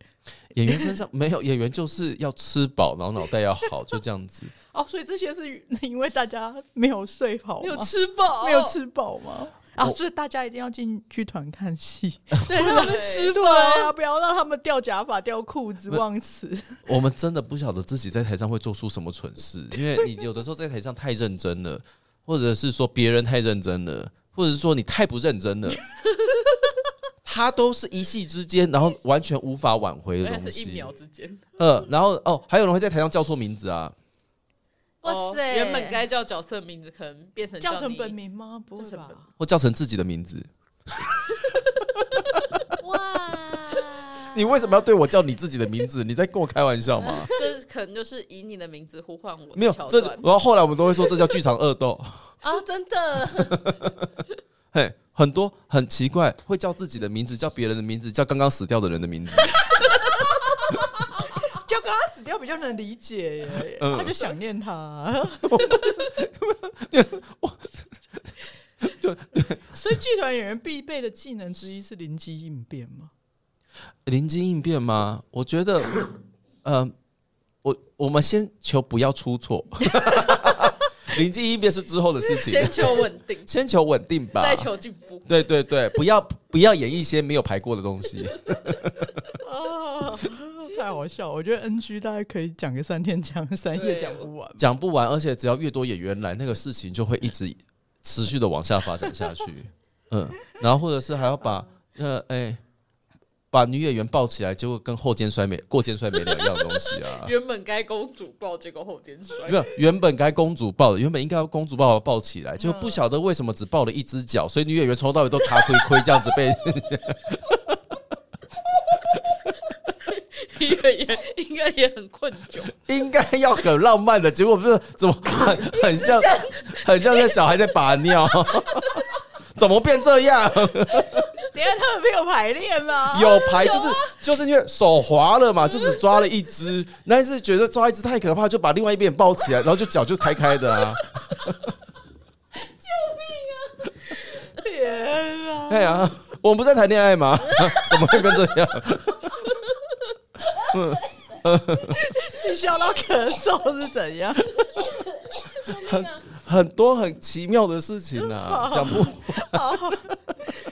Speaker 3: 演员 身上没有，演员就是要吃饱，然后脑袋要好，就这样子。
Speaker 1: 哦。所以这些是因为大家没有睡好
Speaker 2: 没有
Speaker 1: 吗？
Speaker 2: 吃饱，
Speaker 1: 没有，吃饱吗？啊，
Speaker 3: 我
Speaker 1: 所以大家一定要进剧团看戏，
Speaker 2: 对他们吃
Speaker 1: 对
Speaker 2: 饱
Speaker 1: 啊，。不要让他们掉假发、掉裤子、
Speaker 3: 不
Speaker 1: 忘词。
Speaker 3: 我们真的不晓得自己在台上会做出什么蠢事，因为你有的时候在台上太认真了，或者是说别人太认真了，或者是说你太不认 真了，他都是一夕之间，然后完全无法挽回的
Speaker 2: 而
Speaker 3: 东
Speaker 2: 且是一
Speaker 3: 西
Speaker 2: 秒。之间，
Speaker 3: 呃，然后哦，还有人会在台上叫错名字啊，
Speaker 4: 哇塞，
Speaker 2: 哦原本该叫角色名字，可能变成
Speaker 1: 叫
Speaker 2: 成
Speaker 1: 成本。名吗？不
Speaker 2: 叫
Speaker 1: 会
Speaker 2: 成本
Speaker 1: 吧？
Speaker 3: 或叫成自己的名字。
Speaker 4: 哇，
Speaker 3: 你为什么要对我叫你自己的名字？你在跟我开玩笑 吗？
Speaker 2: 这可能就是以你的名字呼唤我的
Speaker 3: 没有
Speaker 2: 桥，
Speaker 3: 这
Speaker 2: 段
Speaker 3: 然后后来我们都会说这叫剧场恶斗。
Speaker 4: 啊？真的，
Speaker 3: 嘿，很多很奇怪，会叫自己的名字，叫别人的名字，叫刚刚死掉的人的名字。
Speaker 1: 叫刚刚死掉比较能理解耶，
Speaker 3: 嗯
Speaker 1: 他就想念 他。所以剧团演员必备的技能之一是灵机应变 嘛？
Speaker 3: 临机应变吗？我觉得，呃，我我们先求不要出错。 临机应变是之后的事情，，
Speaker 2: 先求稳 定
Speaker 3: 先求稳定
Speaker 1: 啊
Speaker 3: 吧。
Speaker 2: 再求进步。
Speaker 3: 对对对，不要不要演一些没有排过的东西。
Speaker 1: 啊，太好笑了！我觉得 NG 大概可以讲个三天讲三夜
Speaker 2: 对。
Speaker 1: 讲不完。
Speaker 3: 讲不完，而且只要越多演员来，那个事情就会一直持续的往下发展下去。嗯，然后或者是还要把呃哎、把女演员抱起来，结果跟后肩摔没过肩摔没两样的东西啊
Speaker 2: 原本该公主抱，结果后天摔
Speaker 1: 啊
Speaker 3: 没。有，原本该公主抱的，原本应该要公主抱抱起来，就不晓得为什么只抱了一只脚，所以女演员从头到尾都卡亏亏这样子被。
Speaker 2: 演员应该也很
Speaker 4: 呃
Speaker 2: 困窘，
Speaker 3: 应该要很浪漫的，结果不是怎么很很像很像那小孩在把尿，怎么变这样？
Speaker 1: 等一下他们没有排练吗？啊
Speaker 3: 有牌就是、就是因为手滑了嘛，就只抓了一只，但是觉得抓一只太可怕，就把另外一边抱起来，然后就脚就开开的啊，
Speaker 1: 天啊！
Speaker 3: 哎呀，我们不是在谈恋爱吗？ 怎么会变这样？
Speaker 1: 你笑到咳嗽是怎样？
Speaker 3: 很多很奇妙的事情 啊，讲不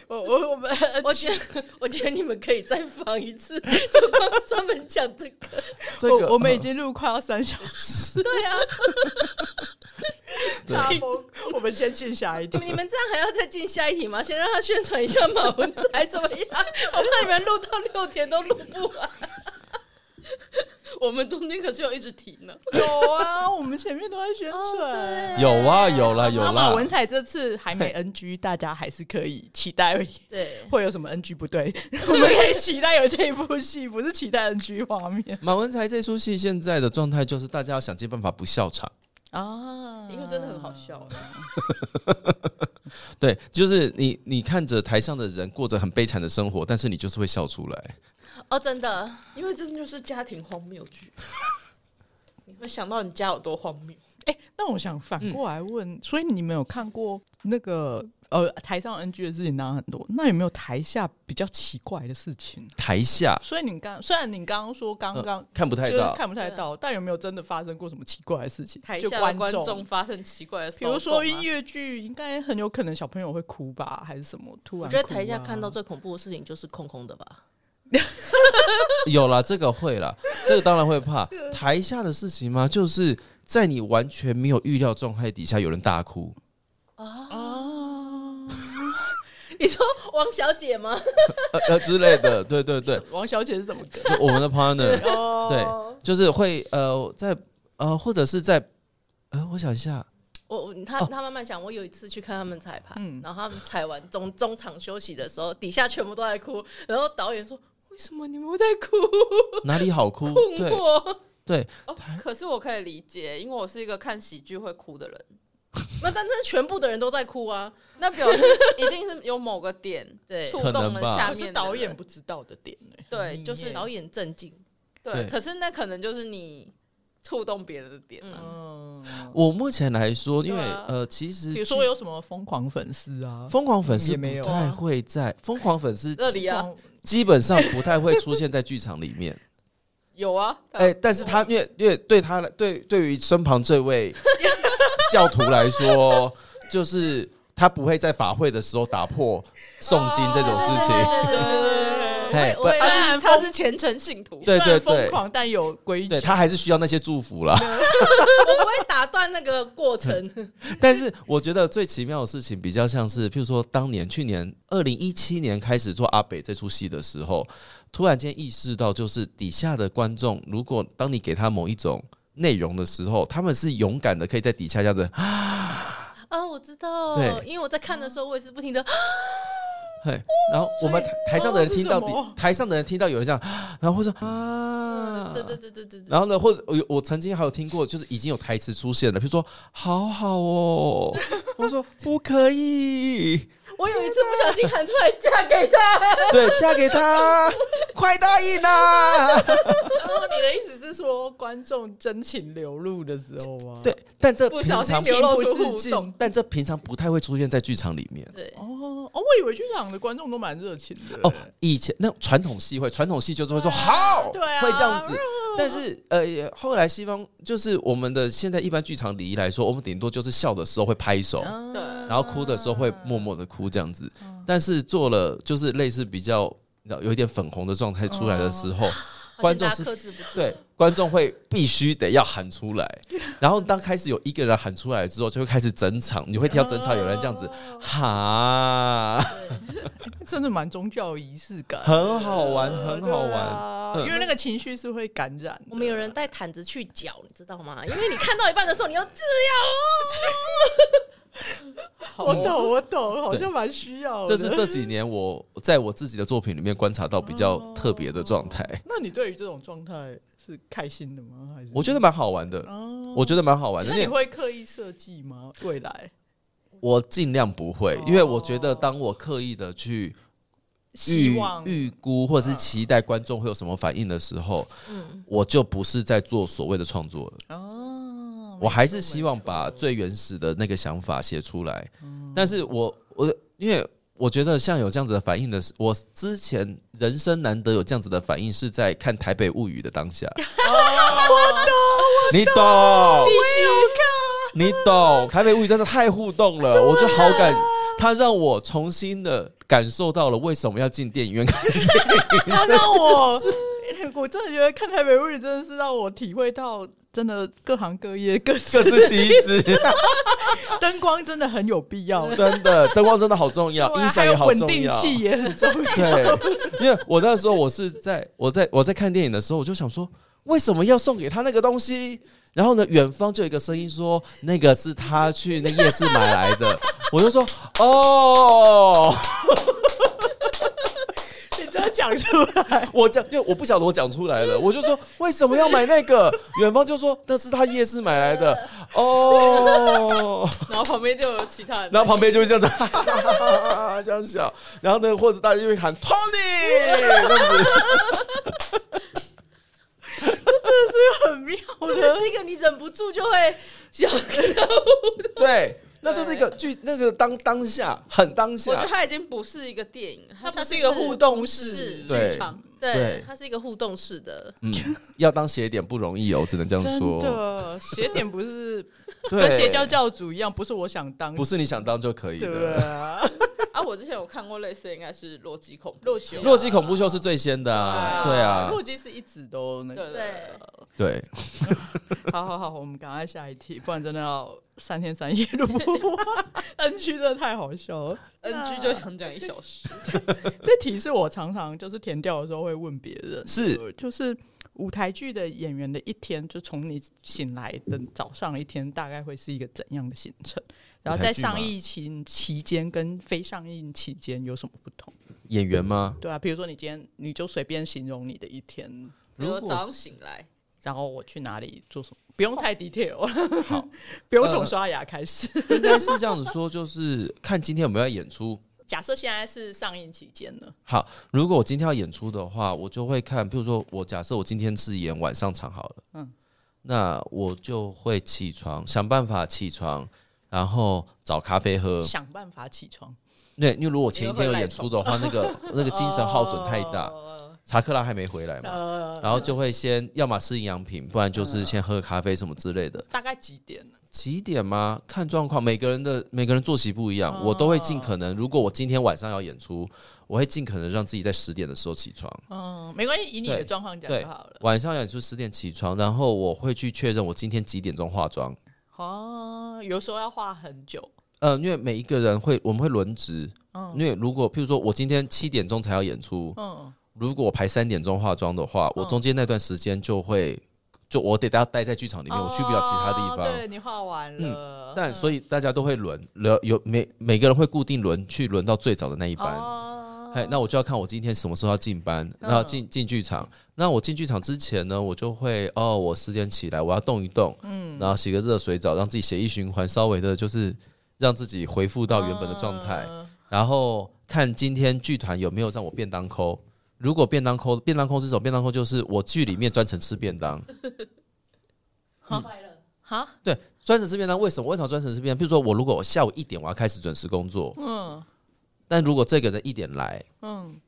Speaker 1: 我我我们
Speaker 4: 我觉得，我觉得你们可以再放一次， 就光专门讲这个。
Speaker 3: 这个嗯
Speaker 1: 我我们已经录快要三小时，
Speaker 4: 对啊，
Speaker 3: 对
Speaker 1: 大崩。我们先进下一题。
Speaker 4: 你们这样还要再进下一题吗？先让他宣传一下马文才怎么样？ 我怕你们录到六天都录不完。
Speaker 2: 我们中间可是有一直停呢。
Speaker 1: 有啊，我们前面都在宣传。
Speaker 3: 有啊有啦有
Speaker 1: 那
Speaker 3: 啦
Speaker 1: 马，文采这次还没 NG，大 家还是可以期待
Speaker 4: 对，
Speaker 1: 会有什么 NG 不 对，我们可以期待有这一部戏，不是期待 NG 画面
Speaker 3: 马文才这出戏现在的状态就是大家要想尽办法不笑场。
Speaker 1: 啊
Speaker 2: 因为真的很好笑，
Speaker 3: 对，就是你，你看着台上的人过着很悲惨的生活，但是你就是会笑出来。
Speaker 4: 哦，真的，
Speaker 2: 因为这就是家庭荒谬剧。你没想到你家有多荒谬。
Speaker 1: 哎、那我想反过来问，所以你们有看过那个呃台上 NG 的事情当然很多，那有没有台下比较奇怪的事情？
Speaker 3: 台下
Speaker 1: 所以你刚虽然你刚刚说刚刚
Speaker 3: 看呃不太
Speaker 1: 就是
Speaker 3: 到，
Speaker 1: 看不太到，但有没有真的发生过什么奇怪的事情？
Speaker 2: 台
Speaker 1: 就
Speaker 2: 下的观众，发生奇怪的骚
Speaker 1: 比
Speaker 2: 动啊，
Speaker 1: 如说音乐剧，应该很有可能小朋友会哭吧，还是什么？突然、啊
Speaker 4: 我觉得台下看到。最恐怖的事情就是空空的吧。
Speaker 3: 有啦，这个会 啦，这个当然会怕。台下的事情嘛，就是在你完全没有预料状态底下，有人大哭。
Speaker 1: 哦啊，
Speaker 4: 你说王小姐吗？
Speaker 3: 呃呃之类的， 对对对，
Speaker 1: 王小姐是怎么跟？
Speaker 3: 就我们的 partner
Speaker 1: 哦，
Speaker 3: 就是会呃在呃或者是在呃我想一下，
Speaker 4: 我我他
Speaker 3: 哦
Speaker 4: 他慢慢想，我有一次去看他们彩排，
Speaker 1: 嗯
Speaker 4: 然后他们彩完中中场休息的时候，底下全部都在哭，然后导演说：“为什么你们会在哭
Speaker 3: 哪里好 哭？？”
Speaker 4: 困
Speaker 3: 嗯对
Speaker 4: 惑。
Speaker 3: 对，
Speaker 2: 哦，可是我可以理解，因为我是一个看喜剧会哭的人，
Speaker 4: 那但是全部的人都在哭啊，
Speaker 2: 那表示一定是有某个 点
Speaker 4: 对
Speaker 2: 触
Speaker 3: 可
Speaker 2: 动
Speaker 3: 能
Speaker 2: 了
Speaker 3: 吧
Speaker 2: 下
Speaker 1: 可
Speaker 2: 面的
Speaker 1: 是导演
Speaker 2: 人
Speaker 1: 不知道的点呢、嗯
Speaker 2: 对，就是
Speaker 4: 导演震惊。
Speaker 2: 对，
Speaker 3: 对
Speaker 2: 可是那可能就是你触动别人的点啊。
Speaker 1: 嗯，
Speaker 3: 我目前来说，因为
Speaker 2: 对啊
Speaker 3: 呃其实
Speaker 1: 比如说有什么疯狂粉丝啊，
Speaker 3: 疯狂粉丝
Speaker 1: 也没有
Speaker 3: 不
Speaker 1: 啊
Speaker 3: 太会在疯狂粉丝
Speaker 2: 这里啊
Speaker 1: 疯狂
Speaker 3: 基本上不太会出现在剧场里面。
Speaker 2: 有啊，
Speaker 3: 哎、但是他因为因为对他来对对于身旁这位教徒来说，就是他不会在法会的时候打破诵经这种事情。
Speaker 4: 哦
Speaker 2: 对对对啊
Speaker 3: 嘿
Speaker 4: 我也
Speaker 3: 不啊
Speaker 4: 我
Speaker 2: 他
Speaker 4: 也
Speaker 2: 是他是虔诚信徒，
Speaker 3: 对
Speaker 1: 虽然
Speaker 3: 对
Speaker 1: 疯
Speaker 3: 对，
Speaker 1: 狂，但有规矩
Speaker 3: 对。他还是需要那些祝福啦。
Speaker 4: 我不会打断那个过程。
Speaker 3: 嗯但是我觉得最奇妙的事情比较像是，譬如说当年去年二零一七年开始做阿北这出戏的时候，突然间意识到，就是底下的观众，如果当你给他某一种内容的时候，他们是勇敢的，可以在底下这样子，
Speaker 4: 啊，我知道，
Speaker 3: 对啊
Speaker 4: 因为我在看的时候，我也是不停的，
Speaker 3: 嘿，然后我们台台上的人听到底
Speaker 1: 哦是什么，
Speaker 3: 台上的人听到有人这样， 然后会说啊，
Speaker 4: 对对对对对对。
Speaker 3: 然后呢，或者我有我曾经还有听过，就是已经有台词出现了，比如说“好好哦”， 我说“不可以
Speaker 4: 我有一次不小心喊出来嫁给他，”，
Speaker 3: 对，嫁给他，快答应啊啦、
Speaker 1: 然后你的意思是说，观众真情流露的时候吗？
Speaker 3: 对，但这
Speaker 2: 不
Speaker 3: 平
Speaker 2: 小心
Speaker 3: 常
Speaker 2: 流露出
Speaker 1: 情不
Speaker 2: 互
Speaker 1: 自禁
Speaker 2: 动。
Speaker 3: 但这平常不太会出现在剧场里面。
Speaker 4: 对，
Speaker 1: 哦哦，我以为剧场的观众都蛮热情的
Speaker 3: 哦，以前那传统戏会，传统戏就是会说好，
Speaker 1: 对啊
Speaker 3: 会这样子。但是呃，也后来西方就是我们的现在一般剧场礼仪来说，我们顶多就是笑的时候会拍手，
Speaker 1: 嗯
Speaker 2: 对
Speaker 3: 然后哭的时候会默默的哭这样子。
Speaker 2: 嗯
Speaker 3: 但是做了就是类似比较你知道有一点粉红的状态出来的时候，
Speaker 2: 啊
Speaker 3: 观众
Speaker 4: 好
Speaker 3: 是
Speaker 4: 像大家克制不住，
Speaker 3: 对观众会必须得要喊出来。然后当开始有一个人喊出来之后，就会开始整场，你会听到整场有人这样子
Speaker 1: 哦
Speaker 3: 哈，
Speaker 1: 真的蛮宗教仪式感，
Speaker 3: 很好玩，很好
Speaker 1: 对
Speaker 3: 玩。
Speaker 1: 啊
Speaker 3: 嗯
Speaker 1: 因为那个情绪是会感染的。
Speaker 4: 我们有人带毯子去搅，你知道吗？因为你看到一半的时候，你要这样
Speaker 2: 好
Speaker 1: 我
Speaker 2: 哦
Speaker 1: 懂，我懂，好像蛮需要
Speaker 3: 这
Speaker 1: 的。
Speaker 3: 是这几年我在我自己的作品里面观察到比较特别的状态，
Speaker 1: 那你对于这种状态是开心的吗？还是
Speaker 3: 我觉得蛮好玩的，
Speaker 1: 哦，
Speaker 3: 我觉得蛮好玩的。
Speaker 1: 那
Speaker 3: 而
Speaker 1: 你
Speaker 3: 且
Speaker 1: 会刻意设计吗？未来
Speaker 3: 我尽量不会，因为我觉得当我刻意的去
Speaker 1: 希
Speaker 3: 预
Speaker 1: 望嗯
Speaker 3: 预估或者是期待观众会有什么反应的时候，我就不是在做所谓的创作了。
Speaker 1: 哦，
Speaker 3: 我还是希望把最原始的那个想法写出来。但是我我因为我觉得像有这样子的反应的是，我之前人生难得有这样子的反应是在看《台北物语》的当下，
Speaker 1: 哦
Speaker 3: 你懂，你懂，《台北物语》真的太互动了，我就好感。它让我重新的感受到了为什么要进电影院看。
Speaker 1: 他让 我，我真的觉得看台北物语真的是让我体会到，真的各行各业各
Speaker 3: 各
Speaker 1: 色
Speaker 3: 司其职，
Speaker 1: 灯光真的很有必要，
Speaker 3: 真的灯光真的好重要，
Speaker 1: 对啊
Speaker 3: 啊音响
Speaker 1: 还有
Speaker 3: 也好
Speaker 1: 稳
Speaker 3: 重
Speaker 1: 定
Speaker 3: 要，
Speaker 1: 器也很重要。
Speaker 3: 对，因为我那时候我是在我在我在看电影的时候，我就想说，为什么要送给他那个东西？然后呢，远方就有一个声音说，那个是他去那夜市买来的。 我就说，哦，
Speaker 1: 你真的讲出来，
Speaker 3: 我讲，因为我不晓得我讲出来了，我就说为什么要买那个？远方就说那是他夜市买来的，哦。
Speaker 2: 然后旁边就有其他人，
Speaker 3: 然后旁边就会这样子，哈哈哈哈哈这样笑。然后呢，或者大家就会喊 Tony 这样子。
Speaker 1: 很妙妙
Speaker 4: 这
Speaker 1: 的
Speaker 4: 个哦是一个你忍不住就会想看到
Speaker 3: 对，那就是一个剧，那个当当下很当
Speaker 2: 我觉
Speaker 3: 下
Speaker 2: 得，它已经不是一个电影，它
Speaker 4: 它不
Speaker 2: 就是是一个互动式
Speaker 4: 是
Speaker 3: 对
Speaker 2: 剧场。
Speaker 3: 对
Speaker 4: 对，它是一个互动式的，
Speaker 3: 嗯，要当邪点不容易哦，只能这样
Speaker 1: 真
Speaker 3: 说。
Speaker 1: 的邪点不 是
Speaker 3: 对，
Speaker 1: 跟邪教教主一样，不是我想当，
Speaker 3: 不是你想当就可以
Speaker 1: 对
Speaker 3: 的。
Speaker 1: 啊，
Speaker 2: 啊，我之前有看过类似的，应该是《洛基恐怖
Speaker 1: 洛基
Speaker 2: 秀
Speaker 3: 洛基恐怖秀是最先的 啊，对 啊，
Speaker 1: 洛基是一直都那
Speaker 2: 对
Speaker 1: 个。
Speaker 3: 呃
Speaker 2: 对
Speaker 4: 对
Speaker 2: 对，
Speaker 3: 对，
Speaker 1: 好好好，我们赶快下一题，不然真的要三天三夜录不完。NG 真的太好笑了
Speaker 2: NG 就想讲一小 时，
Speaker 1: 这题是我常常就是填掉的时候会问别人，
Speaker 3: 是
Speaker 1: 呃就是舞台剧的演员的一天，就从你醒来的早上一天，大概会是一个怎样的行程？然后在
Speaker 3: 舞台剧吗
Speaker 1: 上映期期间跟非上映期间有什么不同？
Speaker 3: 演员吗？
Speaker 1: 对啊，比如说你今天你就随便形容你的一天，
Speaker 2: 比如说
Speaker 3: 如果
Speaker 2: 早 上醒来，
Speaker 1: 然后我去哪里做什么，不用太 detail 了，
Speaker 3: 好，呃
Speaker 1: 不用从刷牙开始。
Speaker 3: 应该是这样子说，就是看今天有没有要演出。
Speaker 1: 假设现在是上映期间呢，
Speaker 3: 好，如果我今天要演出的话，我就会看，比如说我假设我今天是演晚上场好了，嗯，那我就会起床，想办法起床，然后找咖啡喝。
Speaker 1: 想办法起床。
Speaker 3: 对，因为如果前一天有
Speaker 2: 你会赖哦
Speaker 3: 演出的话，那 个那个精神耗损太大，查克拉还没回来
Speaker 2: 嗯
Speaker 3: 嘛，
Speaker 1: 呃，
Speaker 3: 然后就会先要么吃营养品，不然就是先喝咖啡什么之类的。
Speaker 1: 大概几点？
Speaker 3: 几点吗？看状况，每个人的每个人作息不一样，我都会尽可
Speaker 2: 哦
Speaker 3: 能。如果我今天晚上要演出，我会尽可能让自己在十点的时候起床。
Speaker 1: 嗯，没关系，以你的
Speaker 3: 对
Speaker 1: 状况讲
Speaker 3: 对
Speaker 1: 就好了。
Speaker 3: 晚上演出十点起床，然后我会去确认我今天几点钟化妆。
Speaker 1: 哦，有时候要画很久，
Speaker 3: 嗯、因为每一个人会，我们会轮值。
Speaker 2: 嗯
Speaker 3: 因为如果譬如说我今天七点钟才要演出，
Speaker 1: 嗯，
Speaker 3: 如果我排三点钟化妆的话，我中间那段时间就会，就我得待待在剧场里面，我去不了其他地
Speaker 1: 哦
Speaker 3: 方。嗯
Speaker 1: 对你嗯画完了，
Speaker 3: 但所以大家都会轮，轮有每每个人会固定轮去轮到最早的那一班。
Speaker 1: 哦，嗯
Speaker 3: 哎，那我就要看我今天什么时候要进班，然后进进剧场。那我进剧场之前呢，我就会哦，我十点起来，我要动一动，嗯，然后洗个热水澡，让自己血液循环稍微的，就是让自己恢复到原本的状态，然后看今天剧团有没有让我便当抠。如果便当抠，便当抠是什么？便当抠就是我剧里面专程吃 便当，
Speaker 4: 快乐。
Speaker 1: 哈，
Speaker 3: 对，专程吃便当为什么？为什么专程吃便当？比如说我如果我下午一点我要开始准时工作，
Speaker 1: 嗯
Speaker 3: 但如果这个人一点来，
Speaker 1: 嗯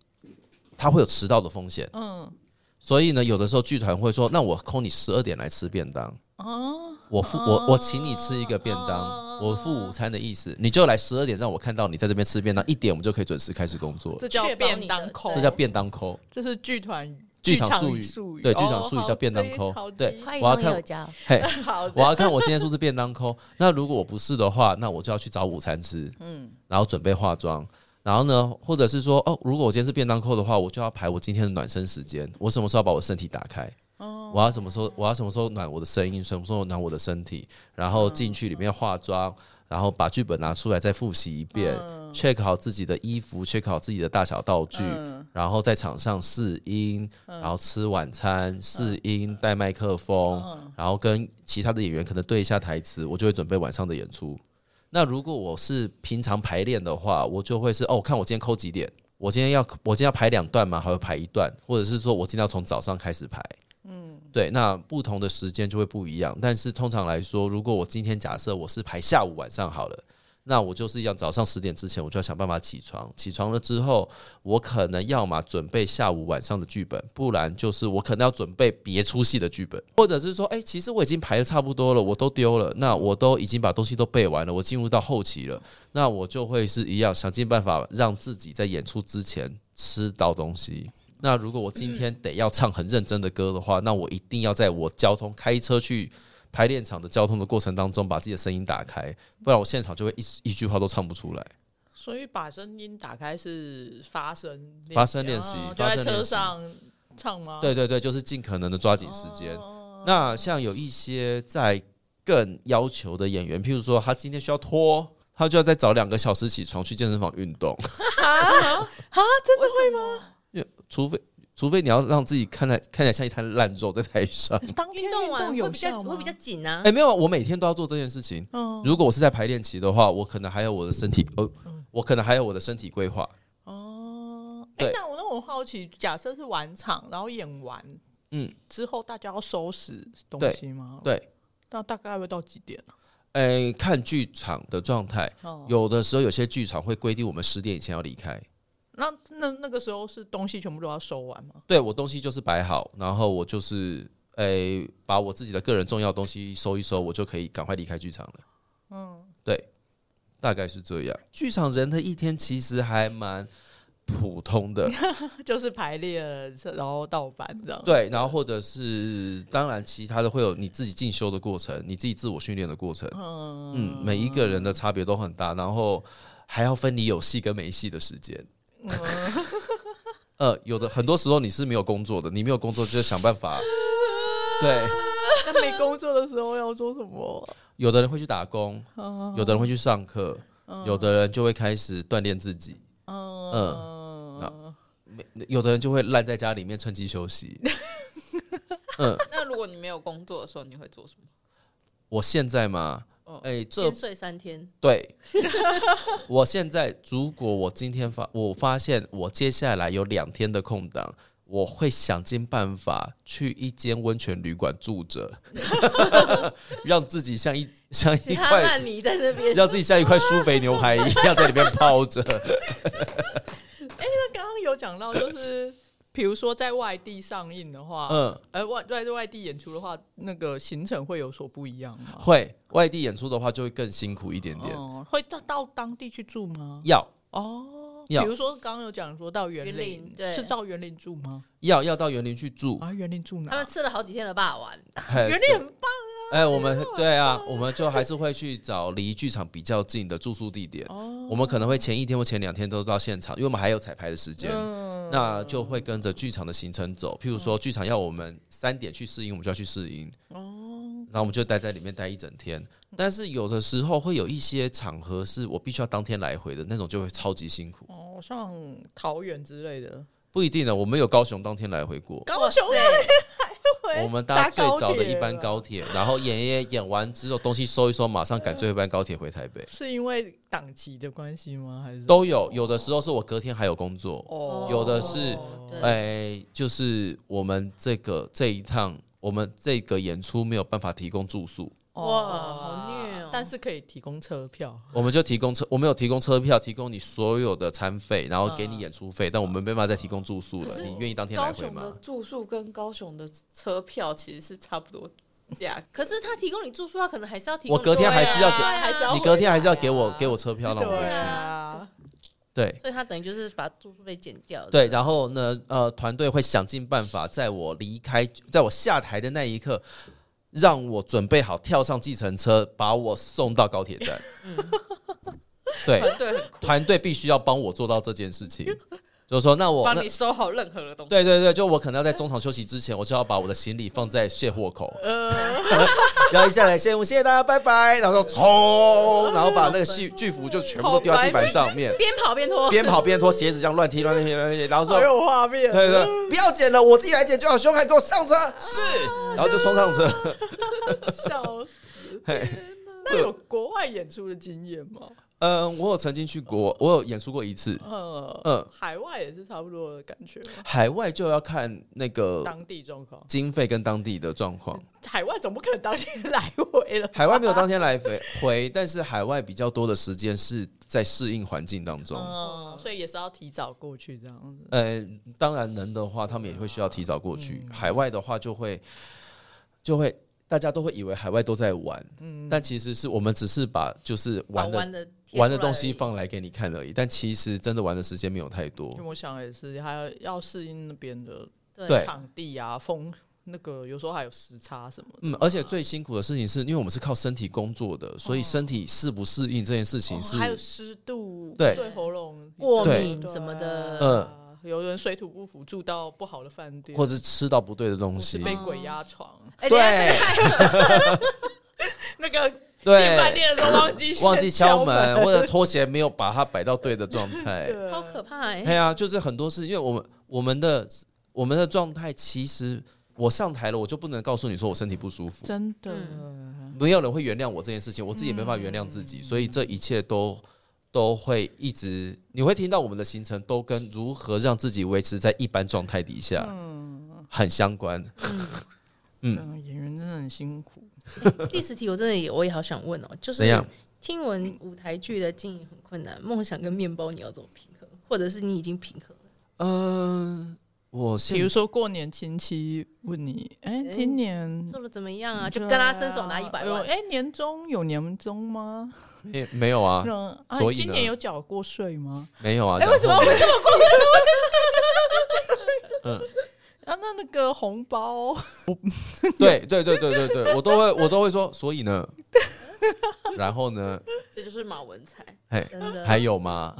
Speaker 3: 他会有迟到的风险。
Speaker 1: 嗯，
Speaker 3: 所以呢，有的时候剧团会说：“那我扣你十二点来吃便当，
Speaker 1: 哦，
Speaker 3: 我付我我请你吃一个便当，我付午餐的意思，你就来十二点让我看到你在这边吃便当，一点我们就可以准时开始工作。
Speaker 1: 这叫
Speaker 4: 确保你的
Speaker 1: 便当扣，
Speaker 3: 这叫便当扣，
Speaker 1: 这是剧团
Speaker 3: 剧
Speaker 1: 场
Speaker 3: 场术语
Speaker 1: 术语，
Speaker 3: 对
Speaker 1: 哦
Speaker 3: 剧场术语
Speaker 1: 好
Speaker 3: 叫便当
Speaker 1: 低
Speaker 3: 扣
Speaker 1: 好
Speaker 3: 对
Speaker 1: 低
Speaker 3: 快我要看
Speaker 4: 教，
Speaker 3: 嘿，
Speaker 1: 好的
Speaker 3: 我要看我今天是不是便当 抠。那如果我不是的话，那我就要去找午餐吃，嗯，然后准备化妆。”然后呢，或者是说，哦，如果我今天是便当扣的话，我就要排我今天的暖身时间。我什么时候要把我身体打开？
Speaker 1: 哦
Speaker 3: 我要什么时候？我要什么时候暖我的声音？什么时候暖我的身体？然后进去里面化妆，然后把剧本拿出来再复习一遍、c
Speaker 1: 嗯
Speaker 3: h e c k 好自己的衣服，check 好自己的大小道具，
Speaker 1: 嗯
Speaker 4: 嗯
Speaker 3: 然后在场上试音，然后吃晚餐，试音带麦克风，然后跟其他的演员可能对一下台词，我就会准备晚上的演出。那如果我是平常排练的话，我就会是哦，看我今天扣几点。我今天要我今天要排两段吗？还会排一段，或者是说我今天要从早上开始排？对，那不同的时间就会不一样。但是通常来说，如果我今天假设我是排下午晚上好了，那我就是一样，早上十点之前我就要想办法起床。起床了之后，我可能要么准备下午晚上的剧本，不然就是我可能要准备别出戏的剧本，或者是说，哎、其实我已经排的差不多了，我都丢了，那我都已经把东西都背完了，我进入到后期了，那我就会是一样想尽办法让自己在演出之前吃到东西。那如果我今天得要唱很认真的歌的话，那我一定要在我交通开车去排练场的交通的过程当中，把自己的声音打开，不然我现场就会一一句话都唱不出来。
Speaker 1: 所以把声音打开是发声练习，
Speaker 3: 发声练习
Speaker 1: 哦就
Speaker 3: 发
Speaker 1: 在
Speaker 3: 声练
Speaker 1: 车
Speaker 3: 习
Speaker 1: 上唱吗？
Speaker 3: 对对对，就是尽可能的抓紧时间。那像有一些在更要求的演员，譬如说他今天需要拖，他就要再早两个小时起床去健身房运动，
Speaker 2: 真的会吗？
Speaker 3: 除非除非你要让自己看起来看起来像一滩烂肉在台上。
Speaker 1: 当天
Speaker 4: 运动完
Speaker 1: 有
Speaker 4: 会比较
Speaker 1: 效吗嗯
Speaker 4: 会比较紧啊
Speaker 3: 哎、。没有，我每天都要做这件事情。
Speaker 1: 哦
Speaker 3: 如果我是在排练期的话，我可能还有我的身体，呃，我可能还有我的身体规划。
Speaker 1: 哦，哎、
Speaker 3: 对
Speaker 1: 那我那我好奇，假设是晚场，然后演完，
Speaker 3: 嗯，
Speaker 1: 之后大家要收拾东西吗？
Speaker 3: 对，
Speaker 1: 那大概会到几点啊？
Speaker 3: 诶、看剧场的状态，
Speaker 1: 哦，
Speaker 3: 有的时候有些剧场会规定我们十点以前要离开。
Speaker 1: 那那那个时候是东西全部都要收完吗？
Speaker 3: 对我东西就是摆好，然后我就是诶、把我自己的个人重要东西收一收，我就可以赶快离开剧场了。嗯，对，大概是这样。剧场人的一天其实还蛮普通的，
Speaker 1: 就是排列，然后到班这样。，
Speaker 3: 对，然后或者是当然其他的会有你自己进修的过程，你自己自我训练的过程。嗯，每一个人的差别都很大，然后还要分你有戏跟没戏的时间。 呃，有的很多时候你是没有工作的，你没有工作就是想办法。对，
Speaker 1: 那没工作的时候要做什么？
Speaker 3: 有的人会去打工，有的人会去上课，有的人就会开始锻炼自己，
Speaker 1: 嗯，
Speaker 3: 有的人就会烂在家里面趁机休息。
Speaker 2: 那如果你没有工作的时候，你会做什么？
Speaker 3: 我现在嘛，哎、这
Speaker 4: 先睡三天，
Speaker 3: 对，我现在如果我今天发，我发现我接下来有两天的空档，我会想尽办法去一间温泉旅馆住着， 让自己像一像
Speaker 4: 其
Speaker 3: 一
Speaker 4: 他
Speaker 3: 块，
Speaker 4: 烂泥在那 边。
Speaker 3: 让自己像一块苏肥牛排一样在里面 泡着。
Speaker 1: 那刚刚有讲到， 就是比如说在外地上映的话，
Speaker 3: 嗯，
Speaker 1: 呃，外外外地演出的话，那个行程会有所不一样吗？
Speaker 3: 会外地演出的话就会更辛苦一点点，
Speaker 1: 哦，会到到当地去住吗？
Speaker 3: 要
Speaker 1: 哦，比
Speaker 3: 要
Speaker 1: 如说刚刚有讲说到园
Speaker 4: 园
Speaker 1: 林，
Speaker 4: 林对
Speaker 1: 是到园林住吗？
Speaker 3: 要要到园林去住。
Speaker 1: 啊，园林住
Speaker 4: 他们
Speaker 1: 哪？
Speaker 4: 吃了好几天的霸王，
Speaker 3: 嘿
Speaker 1: 园林很棒
Speaker 3: 哎，我们对啊，我们就还是会去找离剧场比较近的住宿地点。我们可能会前一天或前两天都到现场，因为我们还有彩排的时间，
Speaker 4: 嗯
Speaker 3: 那就会跟着剧场的行程走。譬如说，剧场要我们三点去试音，我们就要去试音。哦，那我们就待在里面待一整天。但是有的时候会有一些场合是我必须要当天来回的那种，就会超级辛苦。
Speaker 1: 哦，像桃园之类的，
Speaker 3: 不一定的，我们有高雄当天来回过。
Speaker 1: 高雄
Speaker 4: 哇塞
Speaker 3: 我们搭最早的一班
Speaker 1: 搭高
Speaker 3: 高铁，然后演演演完之后，东西收一收，马上赶最后一班高铁回台北。
Speaker 1: 是因为档期的关系吗？还是
Speaker 3: 都有，有的时候是我隔天还有工作，
Speaker 1: 哦
Speaker 3: 有的是
Speaker 4: 对
Speaker 3: 哎、就是我们这个这一趟，我们这个演出没有办法提供住宿，
Speaker 4: 哇好虐哦
Speaker 1: 但是可以提供车票，
Speaker 3: 我们就提供车，我们有提供车票，提供你所有的餐费，然后给你演出费，但我们没办法再提供住宿了。
Speaker 2: 可是
Speaker 3: 你愿意当天来
Speaker 2: 高
Speaker 3: 回
Speaker 2: 雄的
Speaker 3: 吗？
Speaker 2: 住宿跟高雄的车票其实是差不多价格，
Speaker 4: 可是他提供你住宿，他可能还是要提供
Speaker 3: 我隔天还是要给
Speaker 4: 对啊
Speaker 2: 还是要
Speaker 3: 你隔天还是要给
Speaker 2: 回
Speaker 3: 我
Speaker 2: 来啊
Speaker 3: 给我车票让我回
Speaker 1: 对
Speaker 3: 去，
Speaker 1: 啊，
Speaker 3: 对。
Speaker 4: 所以他等于就是把住宿费减掉。
Speaker 3: 对，然后呢，呃，团队会想尽办法，在我离开，在我下台的那一刻，让我准备好跳上计程车，把我送到高铁 站。 对，
Speaker 2: 团队嗯很
Speaker 3: 团队必须要帮我做到这件事情，就是说，那我那
Speaker 2: 帮你收好任何的东西。
Speaker 3: 对对对，就我可能要在中场休息之前，我就要把我的行李放在卸货口，
Speaker 2: 呃
Speaker 3: 然后一下来先，谢谢大家，拜拜，然后就冲，然后把那个戏剧服就全部都丢到地板上面，
Speaker 4: 边跑边拖，
Speaker 3: 边跑边脱，鞋子这样乱踢乱踢乱踢，然后
Speaker 1: 好
Speaker 2: 哎
Speaker 3: 说
Speaker 1: 有画面，
Speaker 3: 对对，不要剪了，我自己来剪就好。凶悍，给我上车，是，然后就冲上车。
Speaker 1: 笑死。
Speaker 3: 嘿
Speaker 1: 那有国外演出的经验吗？
Speaker 3: 嗯，我有曾经去国，我有演出过一次。
Speaker 1: 呃，
Speaker 3: 嗯，
Speaker 1: 海外也是差不多的感觉吗，
Speaker 3: 海外就要看那个
Speaker 1: 当地状况。
Speaker 3: 经费跟当地的状况。
Speaker 1: 海外总不可能当天来回了，
Speaker 3: 海外没有当天来 回回，但是海外比较多的时间是在适应环境当中。
Speaker 1: 嗯，所以也是要提早过去这样子。
Speaker 3: 呃，当然能的话，他们也会需要提早过去。海外的话，就会就会大家都会以为海外都在玩，但其实是我们只是把就是
Speaker 4: 把
Speaker 3: 玩的
Speaker 4: 玩的贴出来
Speaker 3: 玩的东西
Speaker 4: 而已
Speaker 3: 放来给你看而已，但其实真的玩的时间没有太多
Speaker 1: 因为。我想也是，还要要适应那边的
Speaker 3: 对
Speaker 1: 场地啊、风，那个有时候还有时差什么的。
Speaker 4: 啊
Speaker 3: 嗯，而且最辛苦的事情是因为我们是靠身体工作的，所以身体适不适应这件事情是
Speaker 1: 哦、还有湿度，
Speaker 3: 对
Speaker 1: 喉咙
Speaker 4: 过
Speaker 3: 敏
Speaker 1: 对
Speaker 4: 什么的
Speaker 1: 啊有人水土不服，住到不好的饭店，
Speaker 3: 或者是吃到不对的东
Speaker 1: 或啊是
Speaker 3: 西。
Speaker 1: 被鬼压床。
Speaker 4: 哎，等一下
Speaker 3: 对
Speaker 1: 那个进饭
Speaker 3: 对，
Speaker 1: 店的时候忘记
Speaker 3: 忘记
Speaker 1: 敲
Speaker 3: 敲门或者拖鞋没有把它摆到对的状 态。
Speaker 1: 对
Speaker 4: 超可怕哎、
Speaker 3: 哎呀、就是很多事，因为我们我们的我们的状态，其实我上台了，我就不能告诉你说我身体不舒服，
Speaker 1: 真的。
Speaker 4: 嗯
Speaker 3: 没有人会原谅我这件事情，我自己也没办法原谅自己，所以这一切都都会一直，你会听到我们的行程都跟如何让自己维持在一般状态底下，很相关。
Speaker 1: 嗯，演员真的很辛苦。
Speaker 4: 第十题我真的也我也好想问哦、就是
Speaker 3: 怎样
Speaker 4: 听闻舞台剧的经营很困难，梦想跟面包你要怎么平衡，或者是你已经平衡了？
Speaker 3: 嗯，我现
Speaker 1: 比如说过年前期问你，哎、
Speaker 4: 哎
Speaker 1: 今年
Speaker 4: 做的怎么样啊？就跟他伸手拿一百
Speaker 1: 对啊
Speaker 4: 万
Speaker 1: 有，哎、年终有年终吗？
Speaker 3: 没没有啊，
Speaker 1: 那啊，
Speaker 3: 所以
Speaker 1: 你今
Speaker 3: 呢
Speaker 1: 年有缴过税吗？
Speaker 3: 没有啊。
Speaker 4: 哎、为什么
Speaker 3: 然
Speaker 4: 我
Speaker 3: 后
Speaker 4: 们这么过分？
Speaker 1: 啊，那那个红包，
Speaker 3: 对对对对对对，我都会我都会说，所以呢， 然后呢，
Speaker 2: 这就是马文才。
Speaker 3: 哎，
Speaker 4: 真的，
Speaker 3: 还有吗？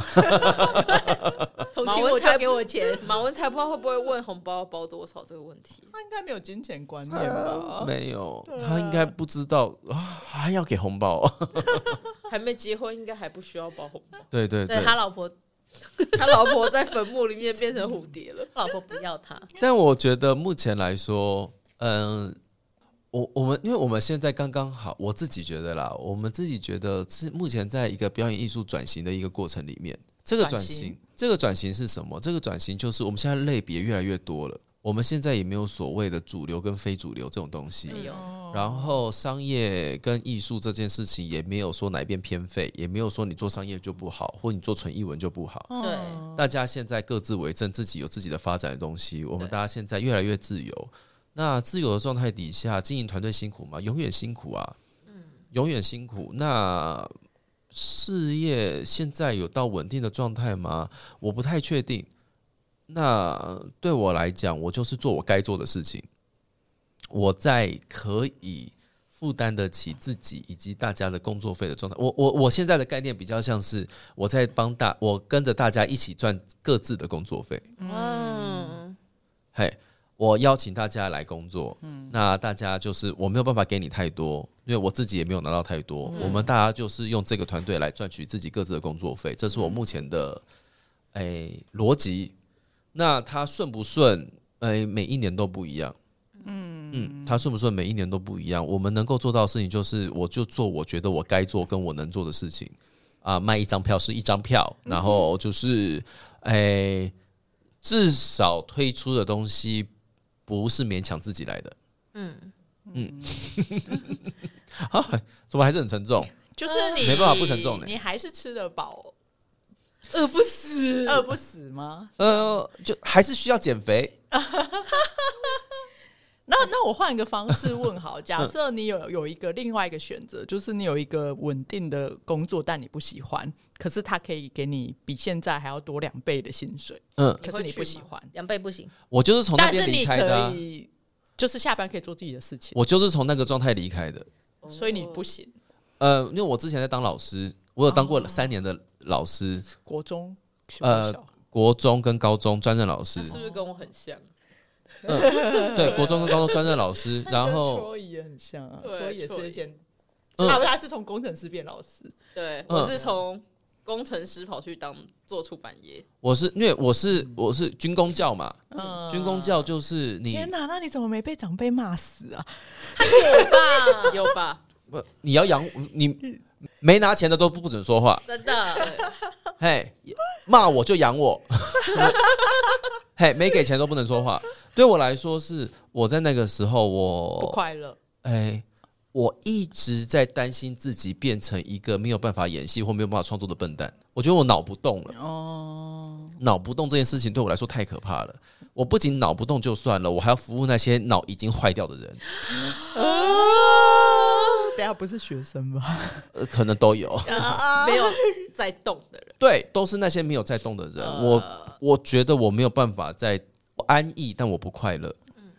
Speaker 4: 同
Speaker 2: 马
Speaker 4: 情
Speaker 2: 文
Speaker 4: 我
Speaker 2: 才
Speaker 4: 才给我钱，
Speaker 2: 马文才不知道会不会问红包包多少这个问题。
Speaker 1: 他应该没有金钱观念吧？
Speaker 3: 没有
Speaker 1: 对，
Speaker 3: 他应该不知道啊，还要给红包。
Speaker 2: 还没结婚，应该还不需要包红包。
Speaker 3: 对对
Speaker 4: 对
Speaker 3: 对，
Speaker 4: 他老婆，
Speaker 2: 他老婆在坟墓里面变成蝴蝶了。
Speaker 4: 他老婆不要 他，
Speaker 3: 但我觉得目前来说，嗯，我我们因为我们现在刚刚好，我自己觉得啦，我们自己觉得是目前在一个表演艺术转型的一个过程里面，这个转
Speaker 1: 转
Speaker 3: 型，
Speaker 1: 型
Speaker 3: 这个转型是什么？这个转型就是我们现在类别越来越多了，我们现在也没有所谓的主流跟非主流这种东西。
Speaker 1: 嗯
Speaker 2: 没有
Speaker 3: 然后商业跟艺术这件事情也没有说哪一边偏废，也没有说你做商业就不好，或你做纯艺文就不好。
Speaker 4: 对
Speaker 1: 嗯
Speaker 3: 大家现在各自为政，自己有自己的发展的东西。我们
Speaker 2: 对
Speaker 3: 大家现在越来越自由。那自由的状态底下，经营团队辛苦吗？永远辛苦啊，永远辛苦。那事业现在有到稳定的状态吗？我不太确定。那对我来讲，我就是做我该做的事情。我在可以负担得起自己以及大家的工作费的状态，我我我现在的概念比较像是我在帮大，我跟着大家一起赚各自的工作费。
Speaker 4: 嗯，
Speaker 3: 嘿，我邀请大家来工作，那大家就是我没有办法给你太多，因为我自己也没有拿到太多。我们大家就是用这个团队来赚取自己各自的工作费，这是我目前的诶逻辑。那它顺不顺？诶，每一年都不一样。嗯嗯，它顺不顺每一年都不一样。我们能够做到的事情就是，我就做我觉得我该做跟我能做的事情。啊，卖一张票是一张票，然后就是，诶、至少推出的东西不是勉强自己来的。嗯嗯， 啊，怎么还是很沉重？
Speaker 1: 就是你
Speaker 3: 没办法不沉重呢欸
Speaker 1: 你还是吃得饱，
Speaker 2: 饿不死，
Speaker 1: 饿不死吗？
Speaker 3: 呃，就还是需要减肥。
Speaker 1: 那那我换一个方式问 好，假设你有有一个另外一个选择，就是你有一个稳定的工作，但你不喜欢，可是他可以给你比现在还要多两倍的薪水，
Speaker 3: 嗯，
Speaker 1: 可是你不喜欢，
Speaker 4: 两倍不行，
Speaker 3: 我就是从那
Speaker 1: 但
Speaker 3: 边
Speaker 1: 是
Speaker 3: 离
Speaker 1: 你
Speaker 3: 开的啊、
Speaker 1: 可以就是下班可以做自己的事情，
Speaker 3: 我就是从那个状态离开的。
Speaker 1: 哦所以你不行。
Speaker 3: 呃，因为我之前在当老师，我有当
Speaker 1: 哦
Speaker 3: 过三年的老师，
Speaker 1: 国中、
Speaker 3: 呃
Speaker 1: 国小
Speaker 3: 国中跟高中专任老师
Speaker 2: 是，不是跟我很像？
Speaker 3: 对，国中跟高中专任老师，然后。
Speaker 1: Troy 也很像啊
Speaker 2: 对
Speaker 1: ，Troy 也是
Speaker 2: Troy
Speaker 1: 一件，
Speaker 3: 嗯
Speaker 1: 他他是从工程师变老师，
Speaker 2: 对，
Speaker 3: 嗯
Speaker 2: 我是从工程师跑去当做出版业，
Speaker 3: 我是因为我是我是军工教嘛，
Speaker 1: 嗯
Speaker 3: 军工教就是你
Speaker 1: 天哪，那你怎么没被长辈骂死啊？
Speaker 4: 有吧？
Speaker 2: 有吧？
Speaker 3: 不，你要养你没拿钱的都不准说话，
Speaker 4: 真的，
Speaker 2: 对，
Speaker 3: 嘿，骂我就养我， 嘿，没给钱都不能说话。对我来说是，我在那个时候
Speaker 1: 不
Speaker 3: 我，
Speaker 1: 快乐，
Speaker 3: 哎，我一直在担心自己变成一个没有办法演戏或没有办法创作的笨蛋。我觉得我脑不动了，
Speaker 1: 哦，
Speaker 3: 脑不动这件事情对我来说太可怕了。我不仅脑不动就算了，我还要服务那些脑已经坏掉的人，
Speaker 1: 等下不是学生吧？
Speaker 3: 呃，可能都有。
Speaker 2: 没有在动的 人，
Speaker 3: 对，都是那些没有在动的人。我我觉得我没有办法在我安逸，但我不快乐。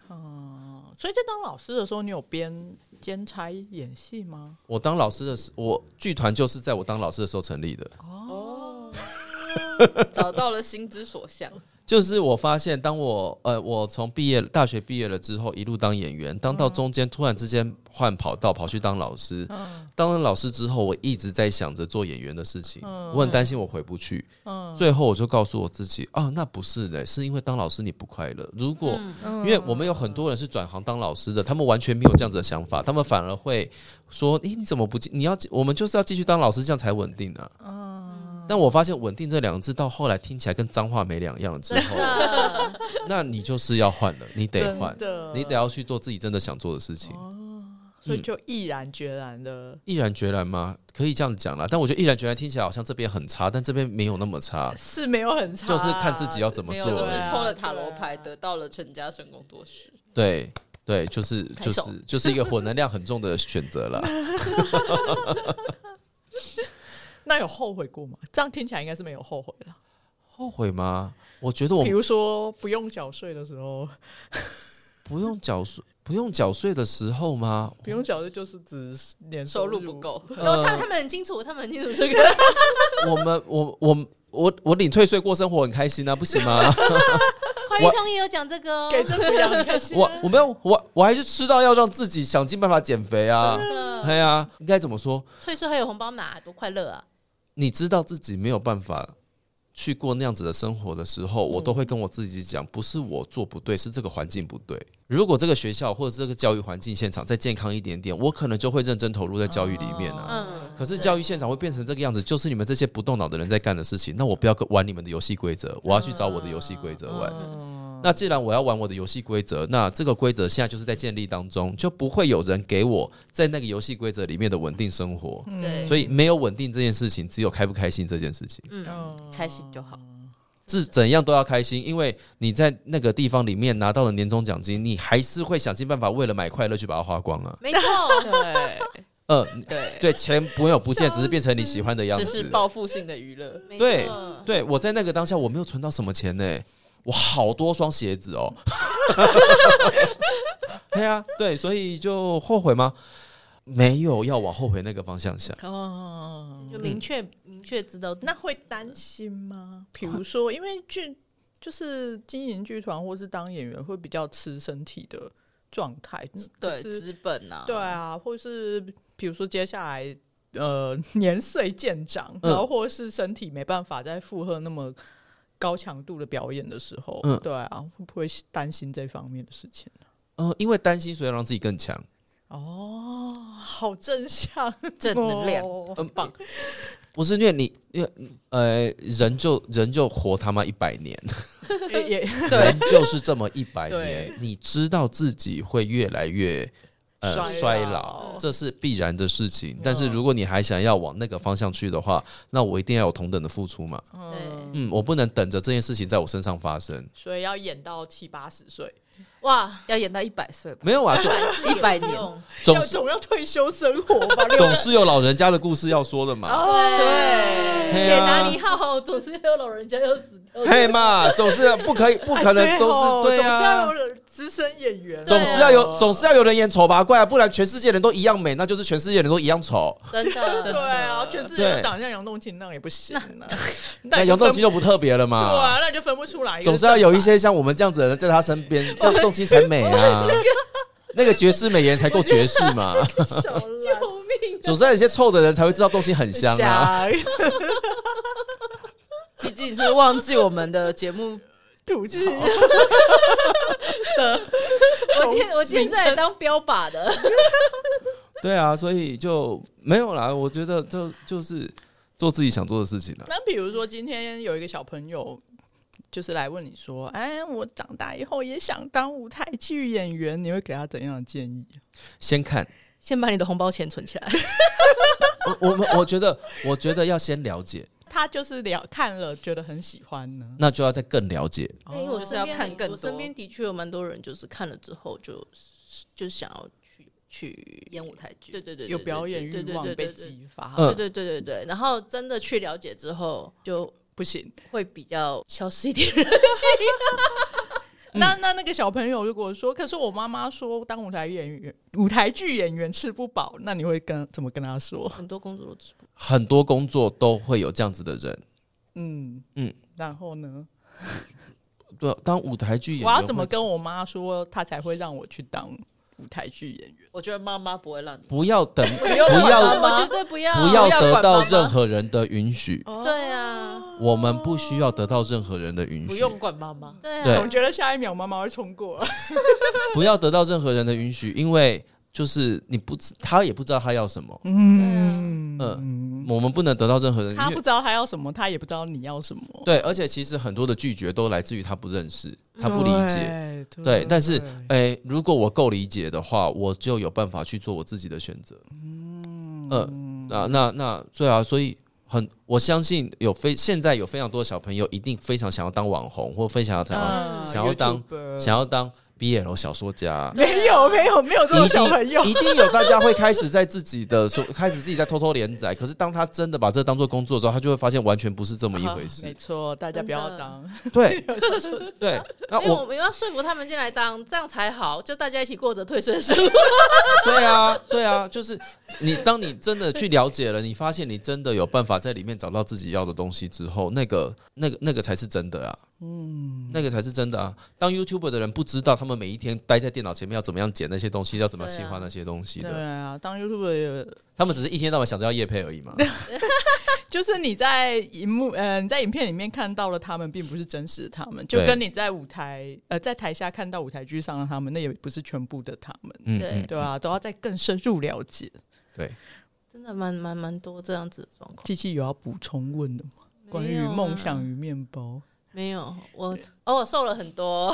Speaker 1: 哦所以在当老师的时候，你有边兼差演戏吗？
Speaker 3: 我当老师的时，我剧团就是在我当老师的时候成立的。
Speaker 2: 找到了心之所向。
Speaker 3: 就是我发现，当我呃，我从毕业大学毕业了之后，一路当演员，当到中间突然之间换跑道，跑去当老师。当了老师之后，我一直在想着做演员的事情，
Speaker 1: 嗯
Speaker 3: 我很担心我回不去。最后我就告诉我自己，哦，那不是的，是因为当老师你不快乐。如果
Speaker 1: 嗯
Speaker 3: 因为我们有很多人是转行当老师的，他们完全没有这样子的想法，他们反而会说：“诶，你怎么不进？你要我们就是要继续当老师，这样才稳定啊。”嗯，但我发现“稳定”这两个字到后来听起来跟脏话没两样了之 后，
Speaker 4: 那
Speaker 3: 那你就是要换了，你得换
Speaker 1: 真，的
Speaker 3: 你得嗯要去做自己真的想做的事情。
Speaker 1: 所以就毅然决然的，
Speaker 3: 毅然决然吗？可以这样讲啦，但我觉得毅然决然听起来好像这边很差，但这边没有那么差，
Speaker 1: 是没有很差，
Speaker 3: 就是看自己哦要怎么
Speaker 2: 没有，
Speaker 3: 做啊
Speaker 2: 就
Speaker 3: 而
Speaker 2: 是
Speaker 3: 已。
Speaker 2: 抽了塔罗牌，得到了陈家深宫多士。
Speaker 3: 对对，就是
Speaker 4: 拍
Speaker 3: 就
Speaker 4: 手
Speaker 3: 是就是一个混能量很重的选择了。
Speaker 1: 那有后悔过吗？这样听起来应该是没有后悔了。
Speaker 3: 后悔吗？我觉得我
Speaker 1: 比如说不用缴税的时候，
Speaker 3: 不用缴税，不用缴税的时候吗？
Speaker 1: 不用缴税就是指年
Speaker 2: 收入
Speaker 1: 入
Speaker 2: 不，够，
Speaker 4: 然后
Speaker 3: 嗯
Speaker 4: 他他们很清楚，他们很清楚这个
Speaker 3: 我们我我我我领退税过生活很开心啊，不行吗？
Speaker 4: 怀孕通也有讲这个哦，
Speaker 1: 给政府养很开心
Speaker 3: 我我没有我我还是吃到要让自己想尽办法减肥啊。
Speaker 4: 真的
Speaker 3: 哎呀，应该怎么说？
Speaker 4: 退税还有红包拿，多快乐啊！
Speaker 3: 你知道自己没有办法去过那样子的生活的时候，我都会跟我自己讲，不是我做不对，是这个环境不对。如果这个学校或者这个教育环境现场再健康一点点，我可能就会认真投入在教育里面啊。
Speaker 4: 嗯，
Speaker 3: 可是教育现场会变成这个样子，就是你们这些不动脑的人在干的事情。那我不要跟玩你们的游戏规则，我要去找我的游戏规则玩。那既然我要玩我的游戏规则，那这个规则现在就是在建立当中，就不会有人给我在那个游戏规则里面的稳定生活。
Speaker 4: 对，
Speaker 3: 所以没有稳定这件事情，只有开不开心这件事情。
Speaker 4: 嗯，开心就好。
Speaker 3: 是怎样都要开心，因为你在那个地方里面拿到了年终奖金，你还是会想尽办法为了买快乐去把它花光啊。
Speaker 4: 没错，
Speaker 2: 对
Speaker 3: 呃，
Speaker 2: 对，
Speaker 3: 对，钱没有不 见，只是变成你喜欢的样
Speaker 2: 这
Speaker 3: 子
Speaker 2: 是。报复性的娱乐。
Speaker 4: 没
Speaker 3: 对
Speaker 4: 错，
Speaker 3: 对，我在那个当下我没有存到什么钱呢、我好多双鞋子 哦。对啊，对，所以就后悔吗？没有，要往后悔那个方向想。
Speaker 1: 哦。
Speaker 4: 就明确明确知道
Speaker 1: 那会担心吗？比如说，因为剧就是经营剧团或是当演员会比较吃身体的状态，嗯
Speaker 2: 对，
Speaker 1: 就是
Speaker 2: 资本啊，
Speaker 1: 对啊，或是比如说接下来呃年岁渐长，然后或是身体没办法再负荷那么高强度的表演的时候，
Speaker 3: 嗯
Speaker 1: 对啊，会不会担心这方面的事情？
Speaker 3: 嗯、因为担心，所以要让自己更强。
Speaker 1: 哦，好正向，
Speaker 2: 正能量
Speaker 1: 哦
Speaker 3: 很棒。不是因为你，因为呃，人就人就活他妈一百 年，
Speaker 1: 也也
Speaker 3: 人就是这么一百
Speaker 2: 对
Speaker 3: 年，你知道自己会越来越呃
Speaker 1: 衰
Speaker 3: 衰
Speaker 1: 老嗯
Speaker 3: 老，这是必然的事情。但是如果你还想要往那个方向去的话，那我一定要有同等的付出嘛。
Speaker 1: 嗯，
Speaker 3: 嗯，我不能等着这件事情在我身上发生。
Speaker 1: 所以要演到七八十岁，
Speaker 4: 哇，
Speaker 2: 要演到一百岁吧，
Speaker 3: 没有 啊，总
Speaker 4: 是有
Speaker 2: 100年
Speaker 4: 用
Speaker 1: 要
Speaker 3: 总是
Speaker 1: 总要退休生活 吧？
Speaker 3: 总是有老人家的故事要说的
Speaker 1: 哦
Speaker 3: 嘛。
Speaker 4: 对，
Speaker 3: 嘿
Speaker 4: 铁
Speaker 3: 啊
Speaker 4: 达尼号总是有老人家要死掉的，
Speaker 3: 嘿嘛，总是不可以，不
Speaker 1: 哎
Speaker 3: 可能
Speaker 1: 最
Speaker 3: 都
Speaker 1: 后
Speaker 3: 是对
Speaker 1: 总是
Speaker 3: 啊
Speaker 1: 要。有资深演员，
Speaker 3: 总
Speaker 4: 对啊
Speaker 3: 是要有，总是要有人演丑八怪啊，不然全世界人都一样美，那就是全世界人都一样丑。
Speaker 4: 真
Speaker 1: 对
Speaker 4: 的，
Speaker 1: 啊，全世界都
Speaker 3: 对
Speaker 1: 长得像杨栋清那样也不行啊，
Speaker 3: 那
Speaker 1: 你就
Speaker 3: 杨栋
Speaker 1: 分
Speaker 3: 清就不特别了
Speaker 1: 对
Speaker 3: 嘛。
Speaker 1: 啊，那你就分不出来，
Speaker 3: 总是要有一些像我们这样子的人在他身边， 这样动清才美啊。那个绝世美颜才够绝世 嘛。
Speaker 1: 就
Speaker 4: 救命！
Speaker 3: 总是要有一些臭的人才会知道动清很香啊。
Speaker 2: 吉吉你是不是忘记我们的节目
Speaker 1: 吐槽，
Speaker 4: 我 今我今天是来当标靶的，
Speaker 3: 对啊，所以就没有啦。我觉得就就是做自己想做的事情了。啊
Speaker 1: 那比如说，今天有一个小朋友，就是来问你说：“哎，我长大以后也想当舞台剧演员，你会给他怎样的建议
Speaker 3: 先看
Speaker 4: 先把你的红包钱存起来。
Speaker 3: 我，我们我觉得我觉得要先了解，？”
Speaker 1: 他就是了看了觉得很喜欢呢。哦
Speaker 3: 那就要再更了解。
Speaker 4: 因为我
Speaker 2: 就是要
Speaker 4: 身边
Speaker 2: 看更
Speaker 4: 我
Speaker 2: 多
Speaker 4: 身边的确有蛮多人，就是看了之后就就想要去去
Speaker 2: 演舞台剧，
Speaker 4: 对对对，对
Speaker 1: 有表演欲望被。
Speaker 4: 对对对对对对对
Speaker 1: 激发，
Speaker 3: 嗯
Speaker 4: 对对对对对，然后真的去了解之后，就
Speaker 1: 不行。
Speaker 4: 会比较消失一点。
Speaker 3: 嗯
Speaker 1: 那嗯那那个小朋友如果说，可是我妈妈说当舞台演员、舞台剧演员吃不饱，那你会跟怎么跟他说？
Speaker 4: 很多工作都吃不
Speaker 3: 很多工作都会有这样子的人。
Speaker 1: 嗯嗯
Speaker 3: 嗯，
Speaker 1: 然后呢？
Speaker 3: 对，当舞台剧演员
Speaker 1: 我要怎么
Speaker 3: 会
Speaker 1: 跟我妈说，她才会让我去当舞台剧演员？
Speaker 2: 我觉得妈妈不会让你，
Speaker 3: 不要等，
Speaker 2: 不
Speaker 3: 不
Speaker 2: 要
Speaker 4: 我
Speaker 2: 管妈
Speaker 3: 要
Speaker 2: 妈
Speaker 4: 我绝对不要，
Speaker 3: 不
Speaker 2: 要
Speaker 3: 要得
Speaker 2: 管妈哦
Speaker 3: 到
Speaker 2: 妈
Speaker 3: 任何人的允许，
Speaker 4: 对啊，
Speaker 3: 我们不需要得到任何人的允
Speaker 2: 不
Speaker 3: 许，
Speaker 2: 用管妈 妈。
Speaker 4: 对
Speaker 3: 对
Speaker 4: 啊
Speaker 1: 总，觉得下一秒妈妈会冲过，
Speaker 3: 不要得到任何人的允许，因为就是你不知他也不知道他要什么，
Speaker 1: 嗯
Speaker 3: 我们不能得到任何人，
Speaker 1: 他
Speaker 3: 因
Speaker 1: 不
Speaker 3: 为
Speaker 1: 知道他要什么，他也不知道你要什么，
Speaker 3: 对，而且其实很多的拒绝都来自于他不认识，他不理解。
Speaker 1: 解，
Speaker 3: 对，但是，诶、如果我够理解的话，我就有办法去做我自己的选择。嗯，那那那，对啊，所以很，我相信有非现在有非常多的小朋友一定非常想要当网红，或非常想要、
Speaker 1: 嗯
Speaker 3: 想要当
Speaker 1: YouTuber
Speaker 3: 想要当 BL 小说家。
Speaker 1: 没有没有没有这种
Speaker 3: 一
Speaker 1: 小朋友
Speaker 3: 定，一定有大家会开始在自己的说，开始自己在偷偷连载。可是当他真的把这当做工作之后，他就会发现完全不是这么一回
Speaker 1: 啊没
Speaker 3: 事。
Speaker 1: 错，大家不要
Speaker 4: 真的
Speaker 1: 当，
Speaker 3: 对对，那
Speaker 4: 因为
Speaker 3: 我
Speaker 4: 我们要说服他们进来当，这样才好，就大家一起过着退税的生活。
Speaker 3: 对啊，对啊，就是你当你真的去了解了，你发现你真的有办法在里面找到自己要的东西之后，那个、那个、那个才是真的啊。嗯，那个才是真的啊。当 YouTuber 的人不知道他们每一天待在电脑前面要怎么样剪那些东西，要怎么样
Speaker 4: 对啊
Speaker 3: 计划那些东西
Speaker 1: 对
Speaker 3: 的，
Speaker 1: 啊，当 YouTube 也
Speaker 3: 他们只是一天到晚想着要夜配而已嘛。
Speaker 1: 就是你在荧幕，呃，你在影片里面看到了他们，并不是真实的他们，就
Speaker 3: 对
Speaker 1: 跟你在舞台，呃，在台下看到舞台剧上的他们，那也不是全部的他们，
Speaker 3: 嗯，
Speaker 4: 对
Speaker 3: 嗯
Speaker 1: 对啊，都要再更深入了解。
Speaker 3: 对。
Speaker 4: 真的蛮蛮蛮多这样子的状况。
Speaker 1: 机器有要补充问的吗？关于梦想与面包，
Speaker 4: 没有啊，没有我哦，我瘦了很多，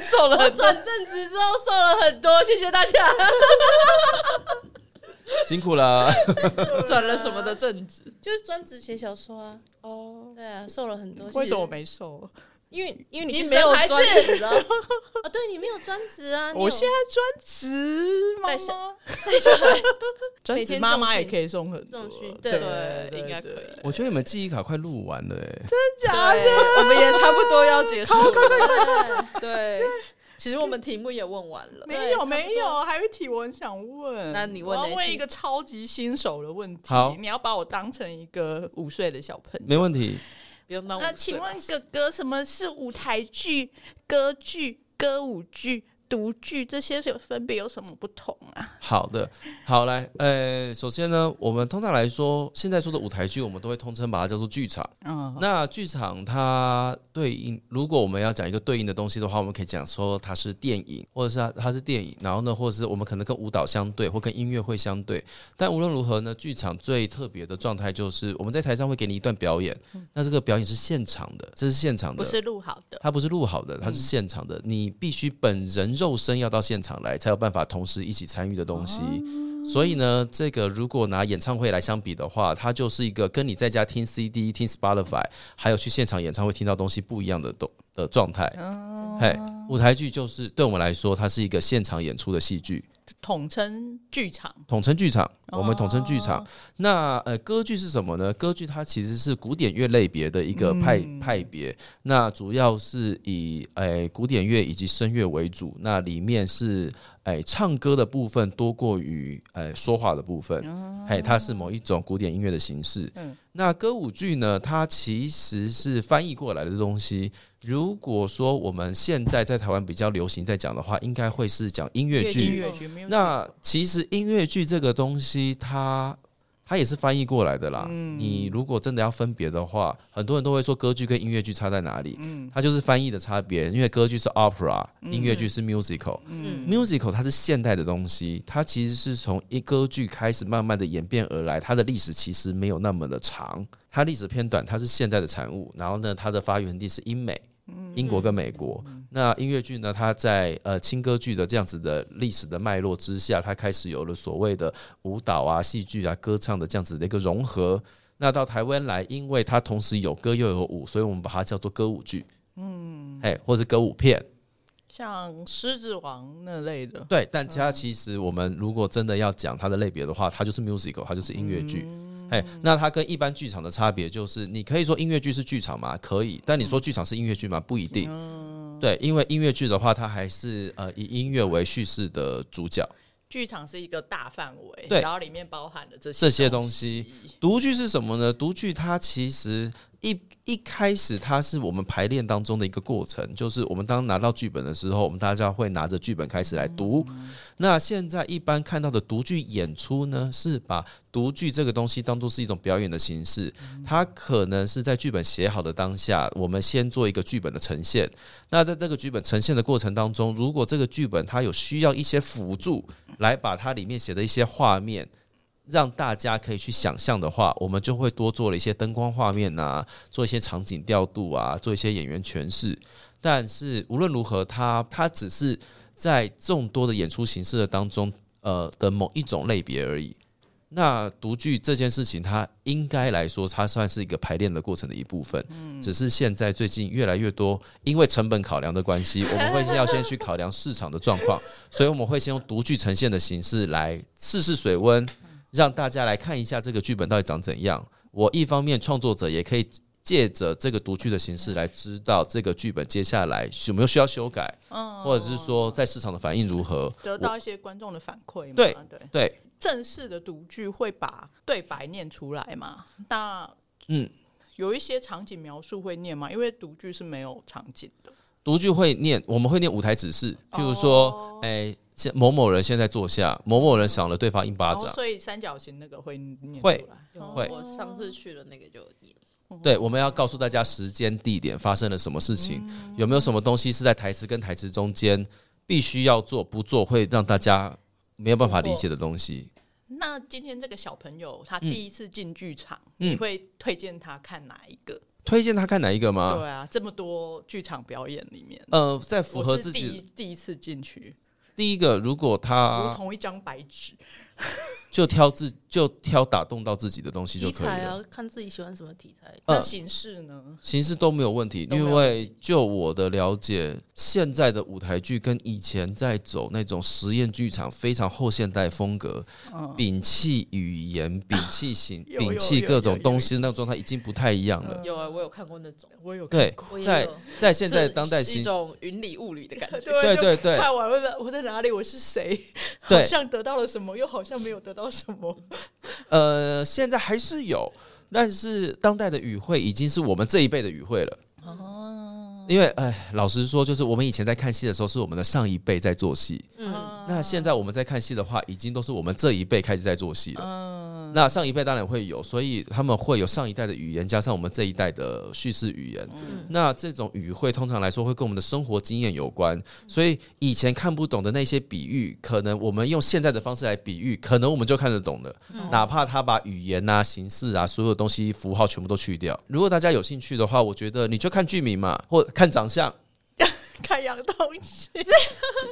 Speaker 2: 瘦了
Speaker 4: 我
Speaker 2: 很多
Speaker 4: 转正职之后瘦了很多，谢谢大家。
Speaker 3: 辛苦了。
Speaker 2: 转了什么的正 职
Speaker 4: 就是专职写小说啊，
Speaker 2: 哦，
Speaker 4: 对啊，瘦了很多。
Speaker 1: 为什么我
Speaker 4: 谢谢
Speaker 1: 没瘦？
Speaker 2: 因为因为
Speaker 4: 你
Speaker 2: 去
Speaker 4: 没有
Speaker 2: 生孩子
Speaker 4: 专职啊？啊，对你没有专职啊，你有
Speaker 1: 我现在专职妈
Speaker 4: 带小
Speaker 1: 妈，
Speaker 4: 带小孩
Speaker 1: 专
Speaker 4: 每
Speaker 1: 职
Speaker 4: 天
Speaker 1: 妈
Speaker 4: 重
Speaker 1: 妈也
Speaker 4: 训
Speaker 1: 可以送很多
Speaker 4: 重训，
Speaker 1: 对
Speaker 4: 对
Speaker 1: 对
Speaker 2: 应该
Speaker 1: 对
Speaker 2: 可以
Speaker 3: 我觉得你们记忆卡快录完了、欸，
Speaker 1: 假的
Speaker 2: 对，我们也差不多要结 束了。对，其实我们题目也问完了。
Speaker 1: 没有
Speaker 4: 差不多
Speaker 1: 没有，还有一题我很想问，
Speaker 2: 那你
Speaker 1: 我
Speaker 2: 问
Speaker 1: 要
Speaker 2: 哪一
Speaker 1: 问
Speaker 2: 题
Speaker 1: 一个超级新手的问题
Speaker 3: 好，
Speaker 1: 你要把我当成一个五岁的小朋友。
Speaker 3: 没问题。
Speaker 2: 不用当我
Speaker 1: 那
Speaker 2: 们
Speaker 1: 请问哥哥，什么是舞台剧、歌剧、歌舞剧、独剧这些有分别有什么不同啊？
Speaker 3: 好的，好来，呃，首先呢，我们通常来说，现在说的舞台剧，我们都会通称把它叫做剧场。
Speaker 1: 嗯，
Speaker 3: 那剧场它对应，如果我们要讲一个对应的东西的话，我们可以讲说它是电影，或者是它它是电影，然后呢，或者是我们可能跟舞蹈相对，或跟音乐会相对。但无论如何呢，剧场最特别的状态就是我们在台上会给你一段表演，那这个表演是现场的，这是现场的，
Speaker 1: 嗯不是录好的，
Speaker 3: 它不是录好的，它是现场的，你必须本人肉身要到现场来，才有办法同时一起参与的东西。所以呢，这个如果拿演唱会来相比的话，它就是一个跟你在家听 CD、听 Spotify，还有去现场演唱会听到东西不一样的东的状态。嘿，舞台剧就是对我们来说，它是一个现场演出的戏剧。
Speaker 1: 统称剧场。
Speaker 3: 统称剧场，我们统称剧场。那呃，歌剧是什么呢？歌剧它其实是古典乐类别的一个派、派别，那主要是以呃古典乐以及声乐为主。那里面是哎唱歌的部分多过于哎说话的部分，哎，它是某一种古典音乐的形式。那歌舞剧呢，它其实是翻译过来的东西。如果说我们现在在台湾比较流行在讲的话，应该会是讲音乐剧。
Speaker 1: 音乐剧没有
Speaker 3: 那其实音乐剧这个东西它，它也是翻译过来的啦。
Speaker 1: 嗯
Speaker 3: 你如果真的要分别的话，很多人都会说歌剧跟音乐剧差在哪里？
Speaker 1: 嗯
Speaker 3: 它就是翻译的差别，因为歌剧是 opera，、音乐剧是 musical。
Speaker 4: 嗯
Speaker 3: musical 它是现代的东西，它其实是从一歌剧开始慢慢的演变而来，它的历史其实没有那么的长，它历史偏短，它是现代的产物。然后呢，它的发源地是英美。
Speaker 1: 嗯
Speaker 3: 英国跟美国，那音乐剧呢？它在呃轻歌剧的这样子的呃历史的脉络之下，它开始有了所谓的舞蹈啊、戏剧啊、歌唱的这样子的一个融合。那到台湾来，因为它同时有歌又有舞，所以我们把它叫做歌舞剧，嗯，哎，或是歌舞片。
Speaker 1: 像《狮子王》那类的，
Speaker 3: 对，但它其实我们如果真的要讲它的类别的话，它就是 musical，它就是音乐剧。哎，那它跟一般剧场的差别就是，你可以说音乐剧是剧场嘛，可以，但你说剧场是音乐剧吗？不一定。对，因为音乐剧的话，它还是呃以音乐为叙事的主角。
Speaker 1: 剧场是一个大范围，
Speaker 3: 对
Speaker 1: 然后里面包含了这些
Speaker 3: 这些
Speaker 1: 东
Speaker 3: 东西独剧是什么呢？独剧它其实一一开始它是我们排练当中的一个过程，就是我们当拿到剧本的时候，我们大家会拿着剧本开始来读。那现在一般看到的读剧演出呢，是把读剧这个东西当做是一种表演的形式，它可能是在剧本写好的当下，我们先做一个剧本的呈现。那在这个剧本呈现的过程当中，如果这个剧本它有需要一些辅助，来把它里面写的一些画面。让大家可以去想象的话，我们就会多做了一些灯光画面啊，做一些场景调度啊，做一些演员诠释。但是无论如何，它它只是在众多的演出形式的当中，呃的某一种类别而已。那独剧这件事情，它应该来说，它算是一个排练的过程的一部分。
Speaker 1: 嗯
Speaker 3: 只是现在最近越来越多，因为成本考量的关系，我们会先要先去考量市场的状况，所以我们会先用独剧呈现的形式来试试水温，让大家来看一下这个剧本到底长怎样。我一方面创作者也可以借着这个独剧的形式来知道这个剧本接下来有没有需要修改，或者是说在市场的反应如何。
Speaker 1: 嗯得到一些观众的反馈嘛。
Speaker 3: 对
Speaker 1: 对，
Speaker 3: 对，
Speaker 1: 正式的读剧会把对白念出来嘛？那
Speaker 3: 嗯，
Speaker 1: 有一些场景描述会念吗？因为读剧是没有场景的。
Speaker 3: 独剧会念，我们会念舞台指示，
Speaker 1: 哦
Speaker 3: 譬如说，哎、现某某人现在坐下，某某人赏了对方一巴
Speaker 1: 然后
Speaker 3: 掌。
Speaker 1: 哦所以三角形那个会念
Speaker 3: 会
Speaker 1: 出来。哦
Speaker 3: 会
Speaker 2: 我上次去的那个就演，
Speaker 3: 对，我们要告诉大家时间、地点发生了什么事情，
Speaker 1: 嗯
Speaker 3: 有没有什么东西是在台词跟台词中间必须要做，不做会让大家没有办法理解的东西。
Speaker 1: 哦那今天这个小朋友他
Speaker 3: 嗯
Speaker 1: 第一次进剧场，
Speaker 3: 嗯
Speaker 1: 你会推荐他看哪一个？
Speaker 3: 推荐他看哪一个吗？
Speaker 1: 对啊，这么多剧场表演里面，
Speaker 3: 呃，在符合
Speaker 1: 我是
Speaker 3: 自
Speaker 1: 第一
Speaker 3: 己
Speaker 1: 第一次进去，
Speaker 3: 第一个，如果
Speaker 1: 如
Speaker 3: 他
Speaker 1: 同一张白纸。
Speaker 3: 嗯就挑自就挑打动到自己的东西就
Speaker 4: 题
Speaker 3: 可以
Speaker 4: 材
Speaker 3: 了。
Speaker 4: 啊，看自己喜欢什么题材。
Speaker 1: 那
Speaker 3: 嗯
Speaker 1: 形式呢？
Speaker 3: 形式都没有问题，
Speaker 1: 都没有
Speaker 3: 因
Speaker 1: 问
Speaker 3: 为就我的了解，现在的舞台剧跟以前在走那种实验剧场非常后现代风格，摒弃语言、摒弃形、
Speaker 1: 嗯 有有
Speaker 3: 摒弃
Speaker 1: 有
Speaker 3: 各
Speaker 1: 有
Speaker 3: 种
Speaker 1: 有
Speaker 3: 东西的那种状态已经不太一样了。
Speaker 2: 有啊、我有看过那种，
Speaker 1: 我有
Speaker 3: 对，
Speaker 4: 我也
Speaker 3: 在
Speaker 4: 有
Speaker 3: 在现在的当代
Speaker 2: 这是一
Speaker 3: 形
Speaker 2: 种云里雾里的感觉。
Speaker 1: 对
Speaker 3: 对对对
Speaker 1: 看完了我在哪里？我是谁？
Speaker 3: 对
Speaker 1: 好像得到了什么，又好像没有得到什么。
Speaker 3: 呃，现在还是有，但是当代的语汇已经是我们这一辈的语汇了。哦，因为哎，老实说，就是我们以前在看戏的时候，是我们的上一辈在做戏。
Speaker 4: 嗯，
Speaker 3: 那现在我们在看戏的话，已经都是我们这一辈开始在做戏了。那上一辈当然会有，所以他们会有上一代的语言，加上我们这一代的叙事语言。那这种语汇通常来说会跟我们的生活经验有关，所以以前看不懂的那些比喻，可能我们用现在的方式来比喻，可能我们就看得懂了。哪怕他把语言啊、形式啊、所有东西符号全部都去掉。如果大家有兴趣的话，我觉得你就看剧名嘛，或看长相。
Speaker 1: 看洋东西，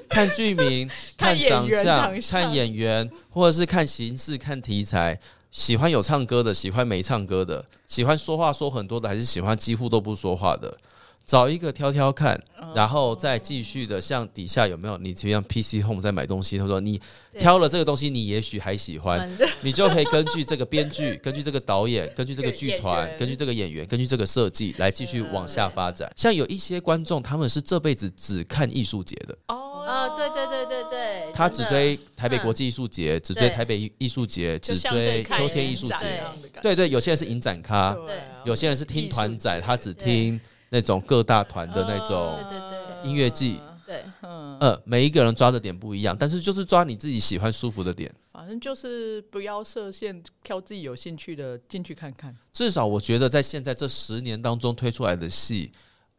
Speaker 3: 看 剧名、
Speaker 1: 看演
Speaker 3: 长
Speaker 1: 员
Speaker 3: 相、
Speaker 1: 长相
Speaker 3: 看演员，或者是看形式、看题材。喜欢有唱歌的，喜欢没唱歌的，喜欢说话说很多的，还是喜欢几乎都不说话的，找一个挑挑看，
Speaker 1: 哦
Speaker 3: 然后再继续的像底下有没有你就像 PC Home 在买东西，他说你
Speaker 4: 对
Speaker 3: 挑了这个东西，你也许还喜
Speaker 1: 嗯
Speaker 3: 欢，
Speaker 4: 反正
Speaker 3: 你就可以根据这个编剧、根据这个导演、根据这个剧团
Speaker 1: 演、员嗯
Speaker 3: 根据这个演员、根据这个设计来继续往下发展。像有一些观众，他们是这辈子只看艺术节的。
Speaker 1: 哦
Speaker 4: 啊，对对对对对，
Speaker 3: 他只
Speaker 4: 真的啊
Speaker 3: 追台北国际艺术节，只追
Speaker 4: 对
Speaker 3: 台北艺术节，
Speaker 1: 嗯就
Speaker 3: 只
Speaker 1: 像是
Speaker 3: 追
Speaker 1: 看
Speaker 3: 秋天艺术
Speaker 1: 影展
Speaker 3: 节
Speaker 1: 那。样的感觉
Speaker 3: 对对，有些人是影展咖，
Speaker 1: 对啊
Speaker 3: 有些人是听团仔，
Speaker 1: 艺术节
Speaker 3: 他只听那种各大团的那
Speaker 1: 呃
Speaker 4: 对
Speaker 3: 种。
Speaker 4: 对对
Speaker 3: 音乐季
Speaker 4: 对，
Speaker 1: 嗯，
Speaker 3: 呃，每一个人抓的点不一样，但是就是抓你自己喜欢舒服的点。
Speaker 1: 反正就是不要设限，挑自己有兴趣的进去看看。
Speaker 3: 至少我觉得在现在这十年当中推出来的戏，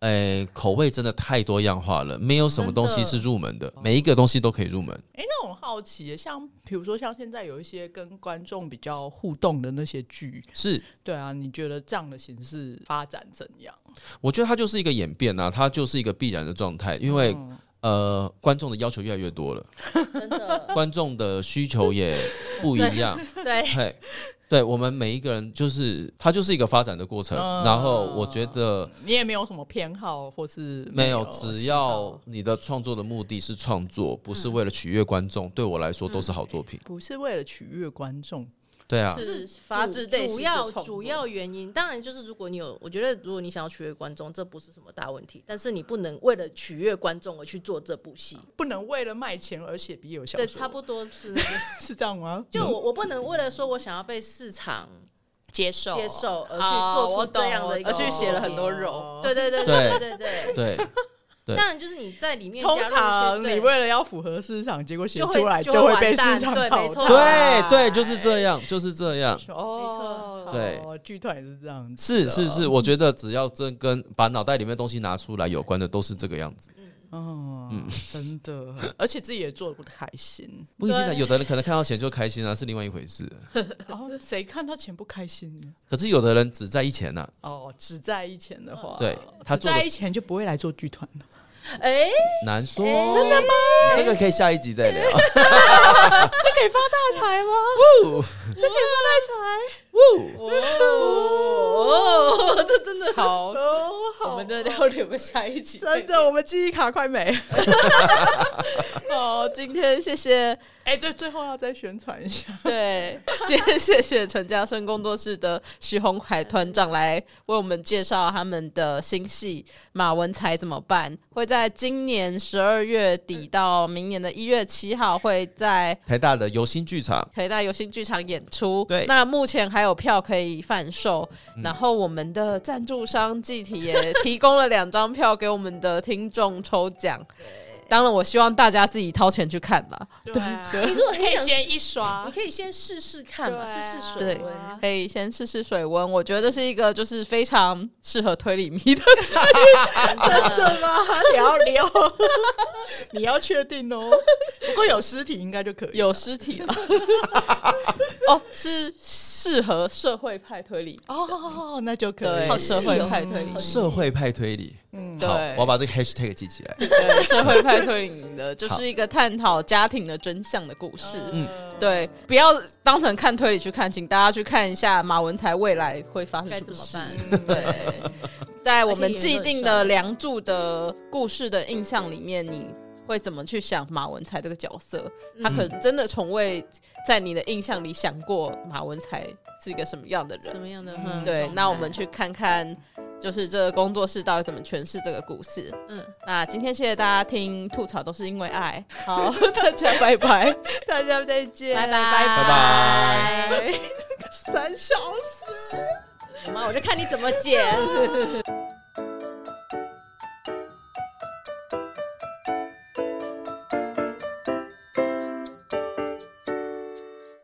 Speaker 3: 诶、口味真的太多样化了，没有什么东西是入门的，每一个东西都可以入门。
Speaker 1: 哎、那我很好奇耶，像比如说像现在有一些跟观众比较互动的那些剧，
Speaker 3: 是，
Speaker 1: 对啊，你觉得这样的形式发展怎样？
Speaker 3: 我觉得它就是一个演变啊，它就是一个必然的状态，因为、
Speaker 1: 嗯
Speaker 3: 呃，观众的要求越来越多了。
Speaker 4: 真的
Speaker 3: 观众的需求也不一样，
Speaker 4: 对，
Speaker 3: 嘿，对我们每一个人就是它就是一个发展的过程。
Speaker 1: 嗯
Speaker 3: 然后我觉得
Speaker 1: 你也没有什么偏好，或是
Speaker 3: 没有
Speaker 1: 有，，
Speaker 3: 只要你的创作的目的是创作，不是为了取悦观众，对我来说都是好作品。
Speaker 1: 不是为了取悦观众，
Speaker 3: 对啊，
Speaker 2: 是发自
Speaker 4: 主
Speaker 2: 内心
Speaker 4: 主
Speaker 2: 的
Speaker 4: 要
Speaker 2: 创作
Speaker 4: 主要原因，当然就是如果你有，我觉得如果你想要取悦观众，这不是什么大问题，但是你不能为了取悦观众而去做这部戏，
Speaker 1: 不能为了卖钱而写笔友小说，
Speaker 4: 对，差不多是那个。
Speaker 1: 是这样吗？
Speaker 4: 就我我不能为了说我想要被市场
Speaker 1: 嗯
Speaker 2: 接受
Speaker 4: 接受而去
Speaker 2: 啊
Speaker 4: 做出
Speaker 2: 我懂
Speaker 4: 这样的一个
Speaker 2: 而去写了很多
Speaker 1: 哦
Speaker 2: 肉，
Speaker 4: 对对对对对对
Speaker 3: 对，对
Speaker 4: 当然就是你在里面
Speaker 1: 通
Speaker 4: 加入一些
Speaker 1: 常
Speaker 4: 对
Speaker 1: 你为了要符合市场，结果写
Speaker 4: 就会
Speaker 1: 出来
Speaker 4: 就会
Speaker 1: 会被
Speaker 4: 完
Speaker 1: 市
Speaker 4: 蛋
Speaker 1: 场
Speaker 4: 对
Speaker 1: 淘
Speaker 4: 没错
Speaker 1: 汰
Speaker 3: 对对，就是这样，就是这样。
Speaker 1: 哦，
Speaker 3: 没
Speaker 1: 错，剧团也是这样子，
Speaker 3: 是是是，，我觉得只要真跟把脑袋里面的东西拿出来有关的，都是这个样子。
Speaker 1: 哦，
Speaker 4: 嗯
Speaker 1: 真的，而且自己也做的不开心，
Speaker 3: 不一定的，啊
Speaker 4: 对
Speaker 3: 有的人可能看到钱就开心啊，是另外一回事。
Speaker 1: 然后哦谁看到钱不开心呢？
Speaker 3: 可是有的人只在意钱啊呐，
Speaker 1: 哦，只在意钱的话，
Speaker 3: 对他
Speaker 1: 只
Speaker 3: 做
Speaker 1: 在
Speaker 3: 的
Speaker 1: 意钱就不会来做剧团了。
Speaker 4: 哎
Speaker 3: 难说，
Speaker 4: 真的吗？哎
Speaker 3: 这个可以下一集再聊。
Speaker 1: 这可以发大财吗？这可以 发
Speaker 4: 哦，这真的
Speaker 2: 好
Speaker 1: 大财哦，
Speaker 4: 我
Speaker 1: 好
Speaker 4: 们，真的要留个下一 集。
Speaker 1: 真的，我们记忆卡快没了。
Speaker 2: 好，今天谢谢，
Speaker 1: 哎，对，最后要再宣传一下，
Speaker 2: 对，今天谢谢陈嘉生工作室的徐红海团长来为我们介绍他们的新戏《马文才怎么办》，会在今年十二月底到明年的一月七号会在。
Speaker 3: 台大的游心剧场，
Speaker 2: 台大游戏剧场演出，
Speaker 3: 对
Speaker 2: 那目前还有票可以贩售，然后我们的赞助商集体也提供了两张票给我们的听众抽奖。当然，我希望大家自己掏钱去看啦，
Speaker 1: 对啊
Speaker 4: 你 如果可以
Speaker 1: 先一刷
Speaker 4: 你，可以先试试看嘛，
Speaker 1: 对
Speaker 4: 试
Speaker 1: 啊
Speaker 4: 试水
Speaker 2: 对
Speaker 4: 温。
Speaker 2: 可以先试试水温。我觉得这是一个就是非常适合推理迷的，
Speaker 1: 真的 吗？ 聊聊，你要确定哦。不过有尸体应该就可以了。
Speaker 2: 有尸体了。 哦，是适合社会派推理，
Speaker 1: 哦，那就可以。嗯
Speaker 2: 对
Speaker 4: 好，
Speaker 2: 社
Speaker 4: 细
Speaker 2: 会
Speaker 4: 哦
Speaker 2: 派推理
Speaker 4: 好，细
Speaker 3: 社会派推理。
Speaker 2: 对
Speaker 3: 好，我要把这个 hashtag 记起来。
Speaker 2: 对，社会派推理的，就是一个探讨家庭的真相的故事。嗯，对，不要当成看推理去看，请大家去看一下马文才未来会发生
Speaker 4: 该
Speaker 2: 什
Speaker 4: 怎么
Speaker 2: 事。
Speaker 4: 办？
Speaker 2: 对，在我们既定的梁祝的故事的印象里面，你会怎么去想马文才这个角色？他可能真的从未在你的印象里想过马文才是一个什么样的人
Speaker 4: 什。么样的？
Speaker 1: 嗯
Speaker 2: 对，那我们
Speaker 4: 去
Speaker 2: 去看看，就是这个工作室到底怎么诠释这个故事。
Speaker 4: 嗯，
Speaker 2: 那今天谢谢大家听吐槽，都是因为爱。好，大家拜拜。
Speaker 1: 大家再见，
Speaker 4: 拜拜
Speaker 3: 拜
Speaker 1: 拜。三小时。
Speaker 4: 妈，我就看你怎么剪。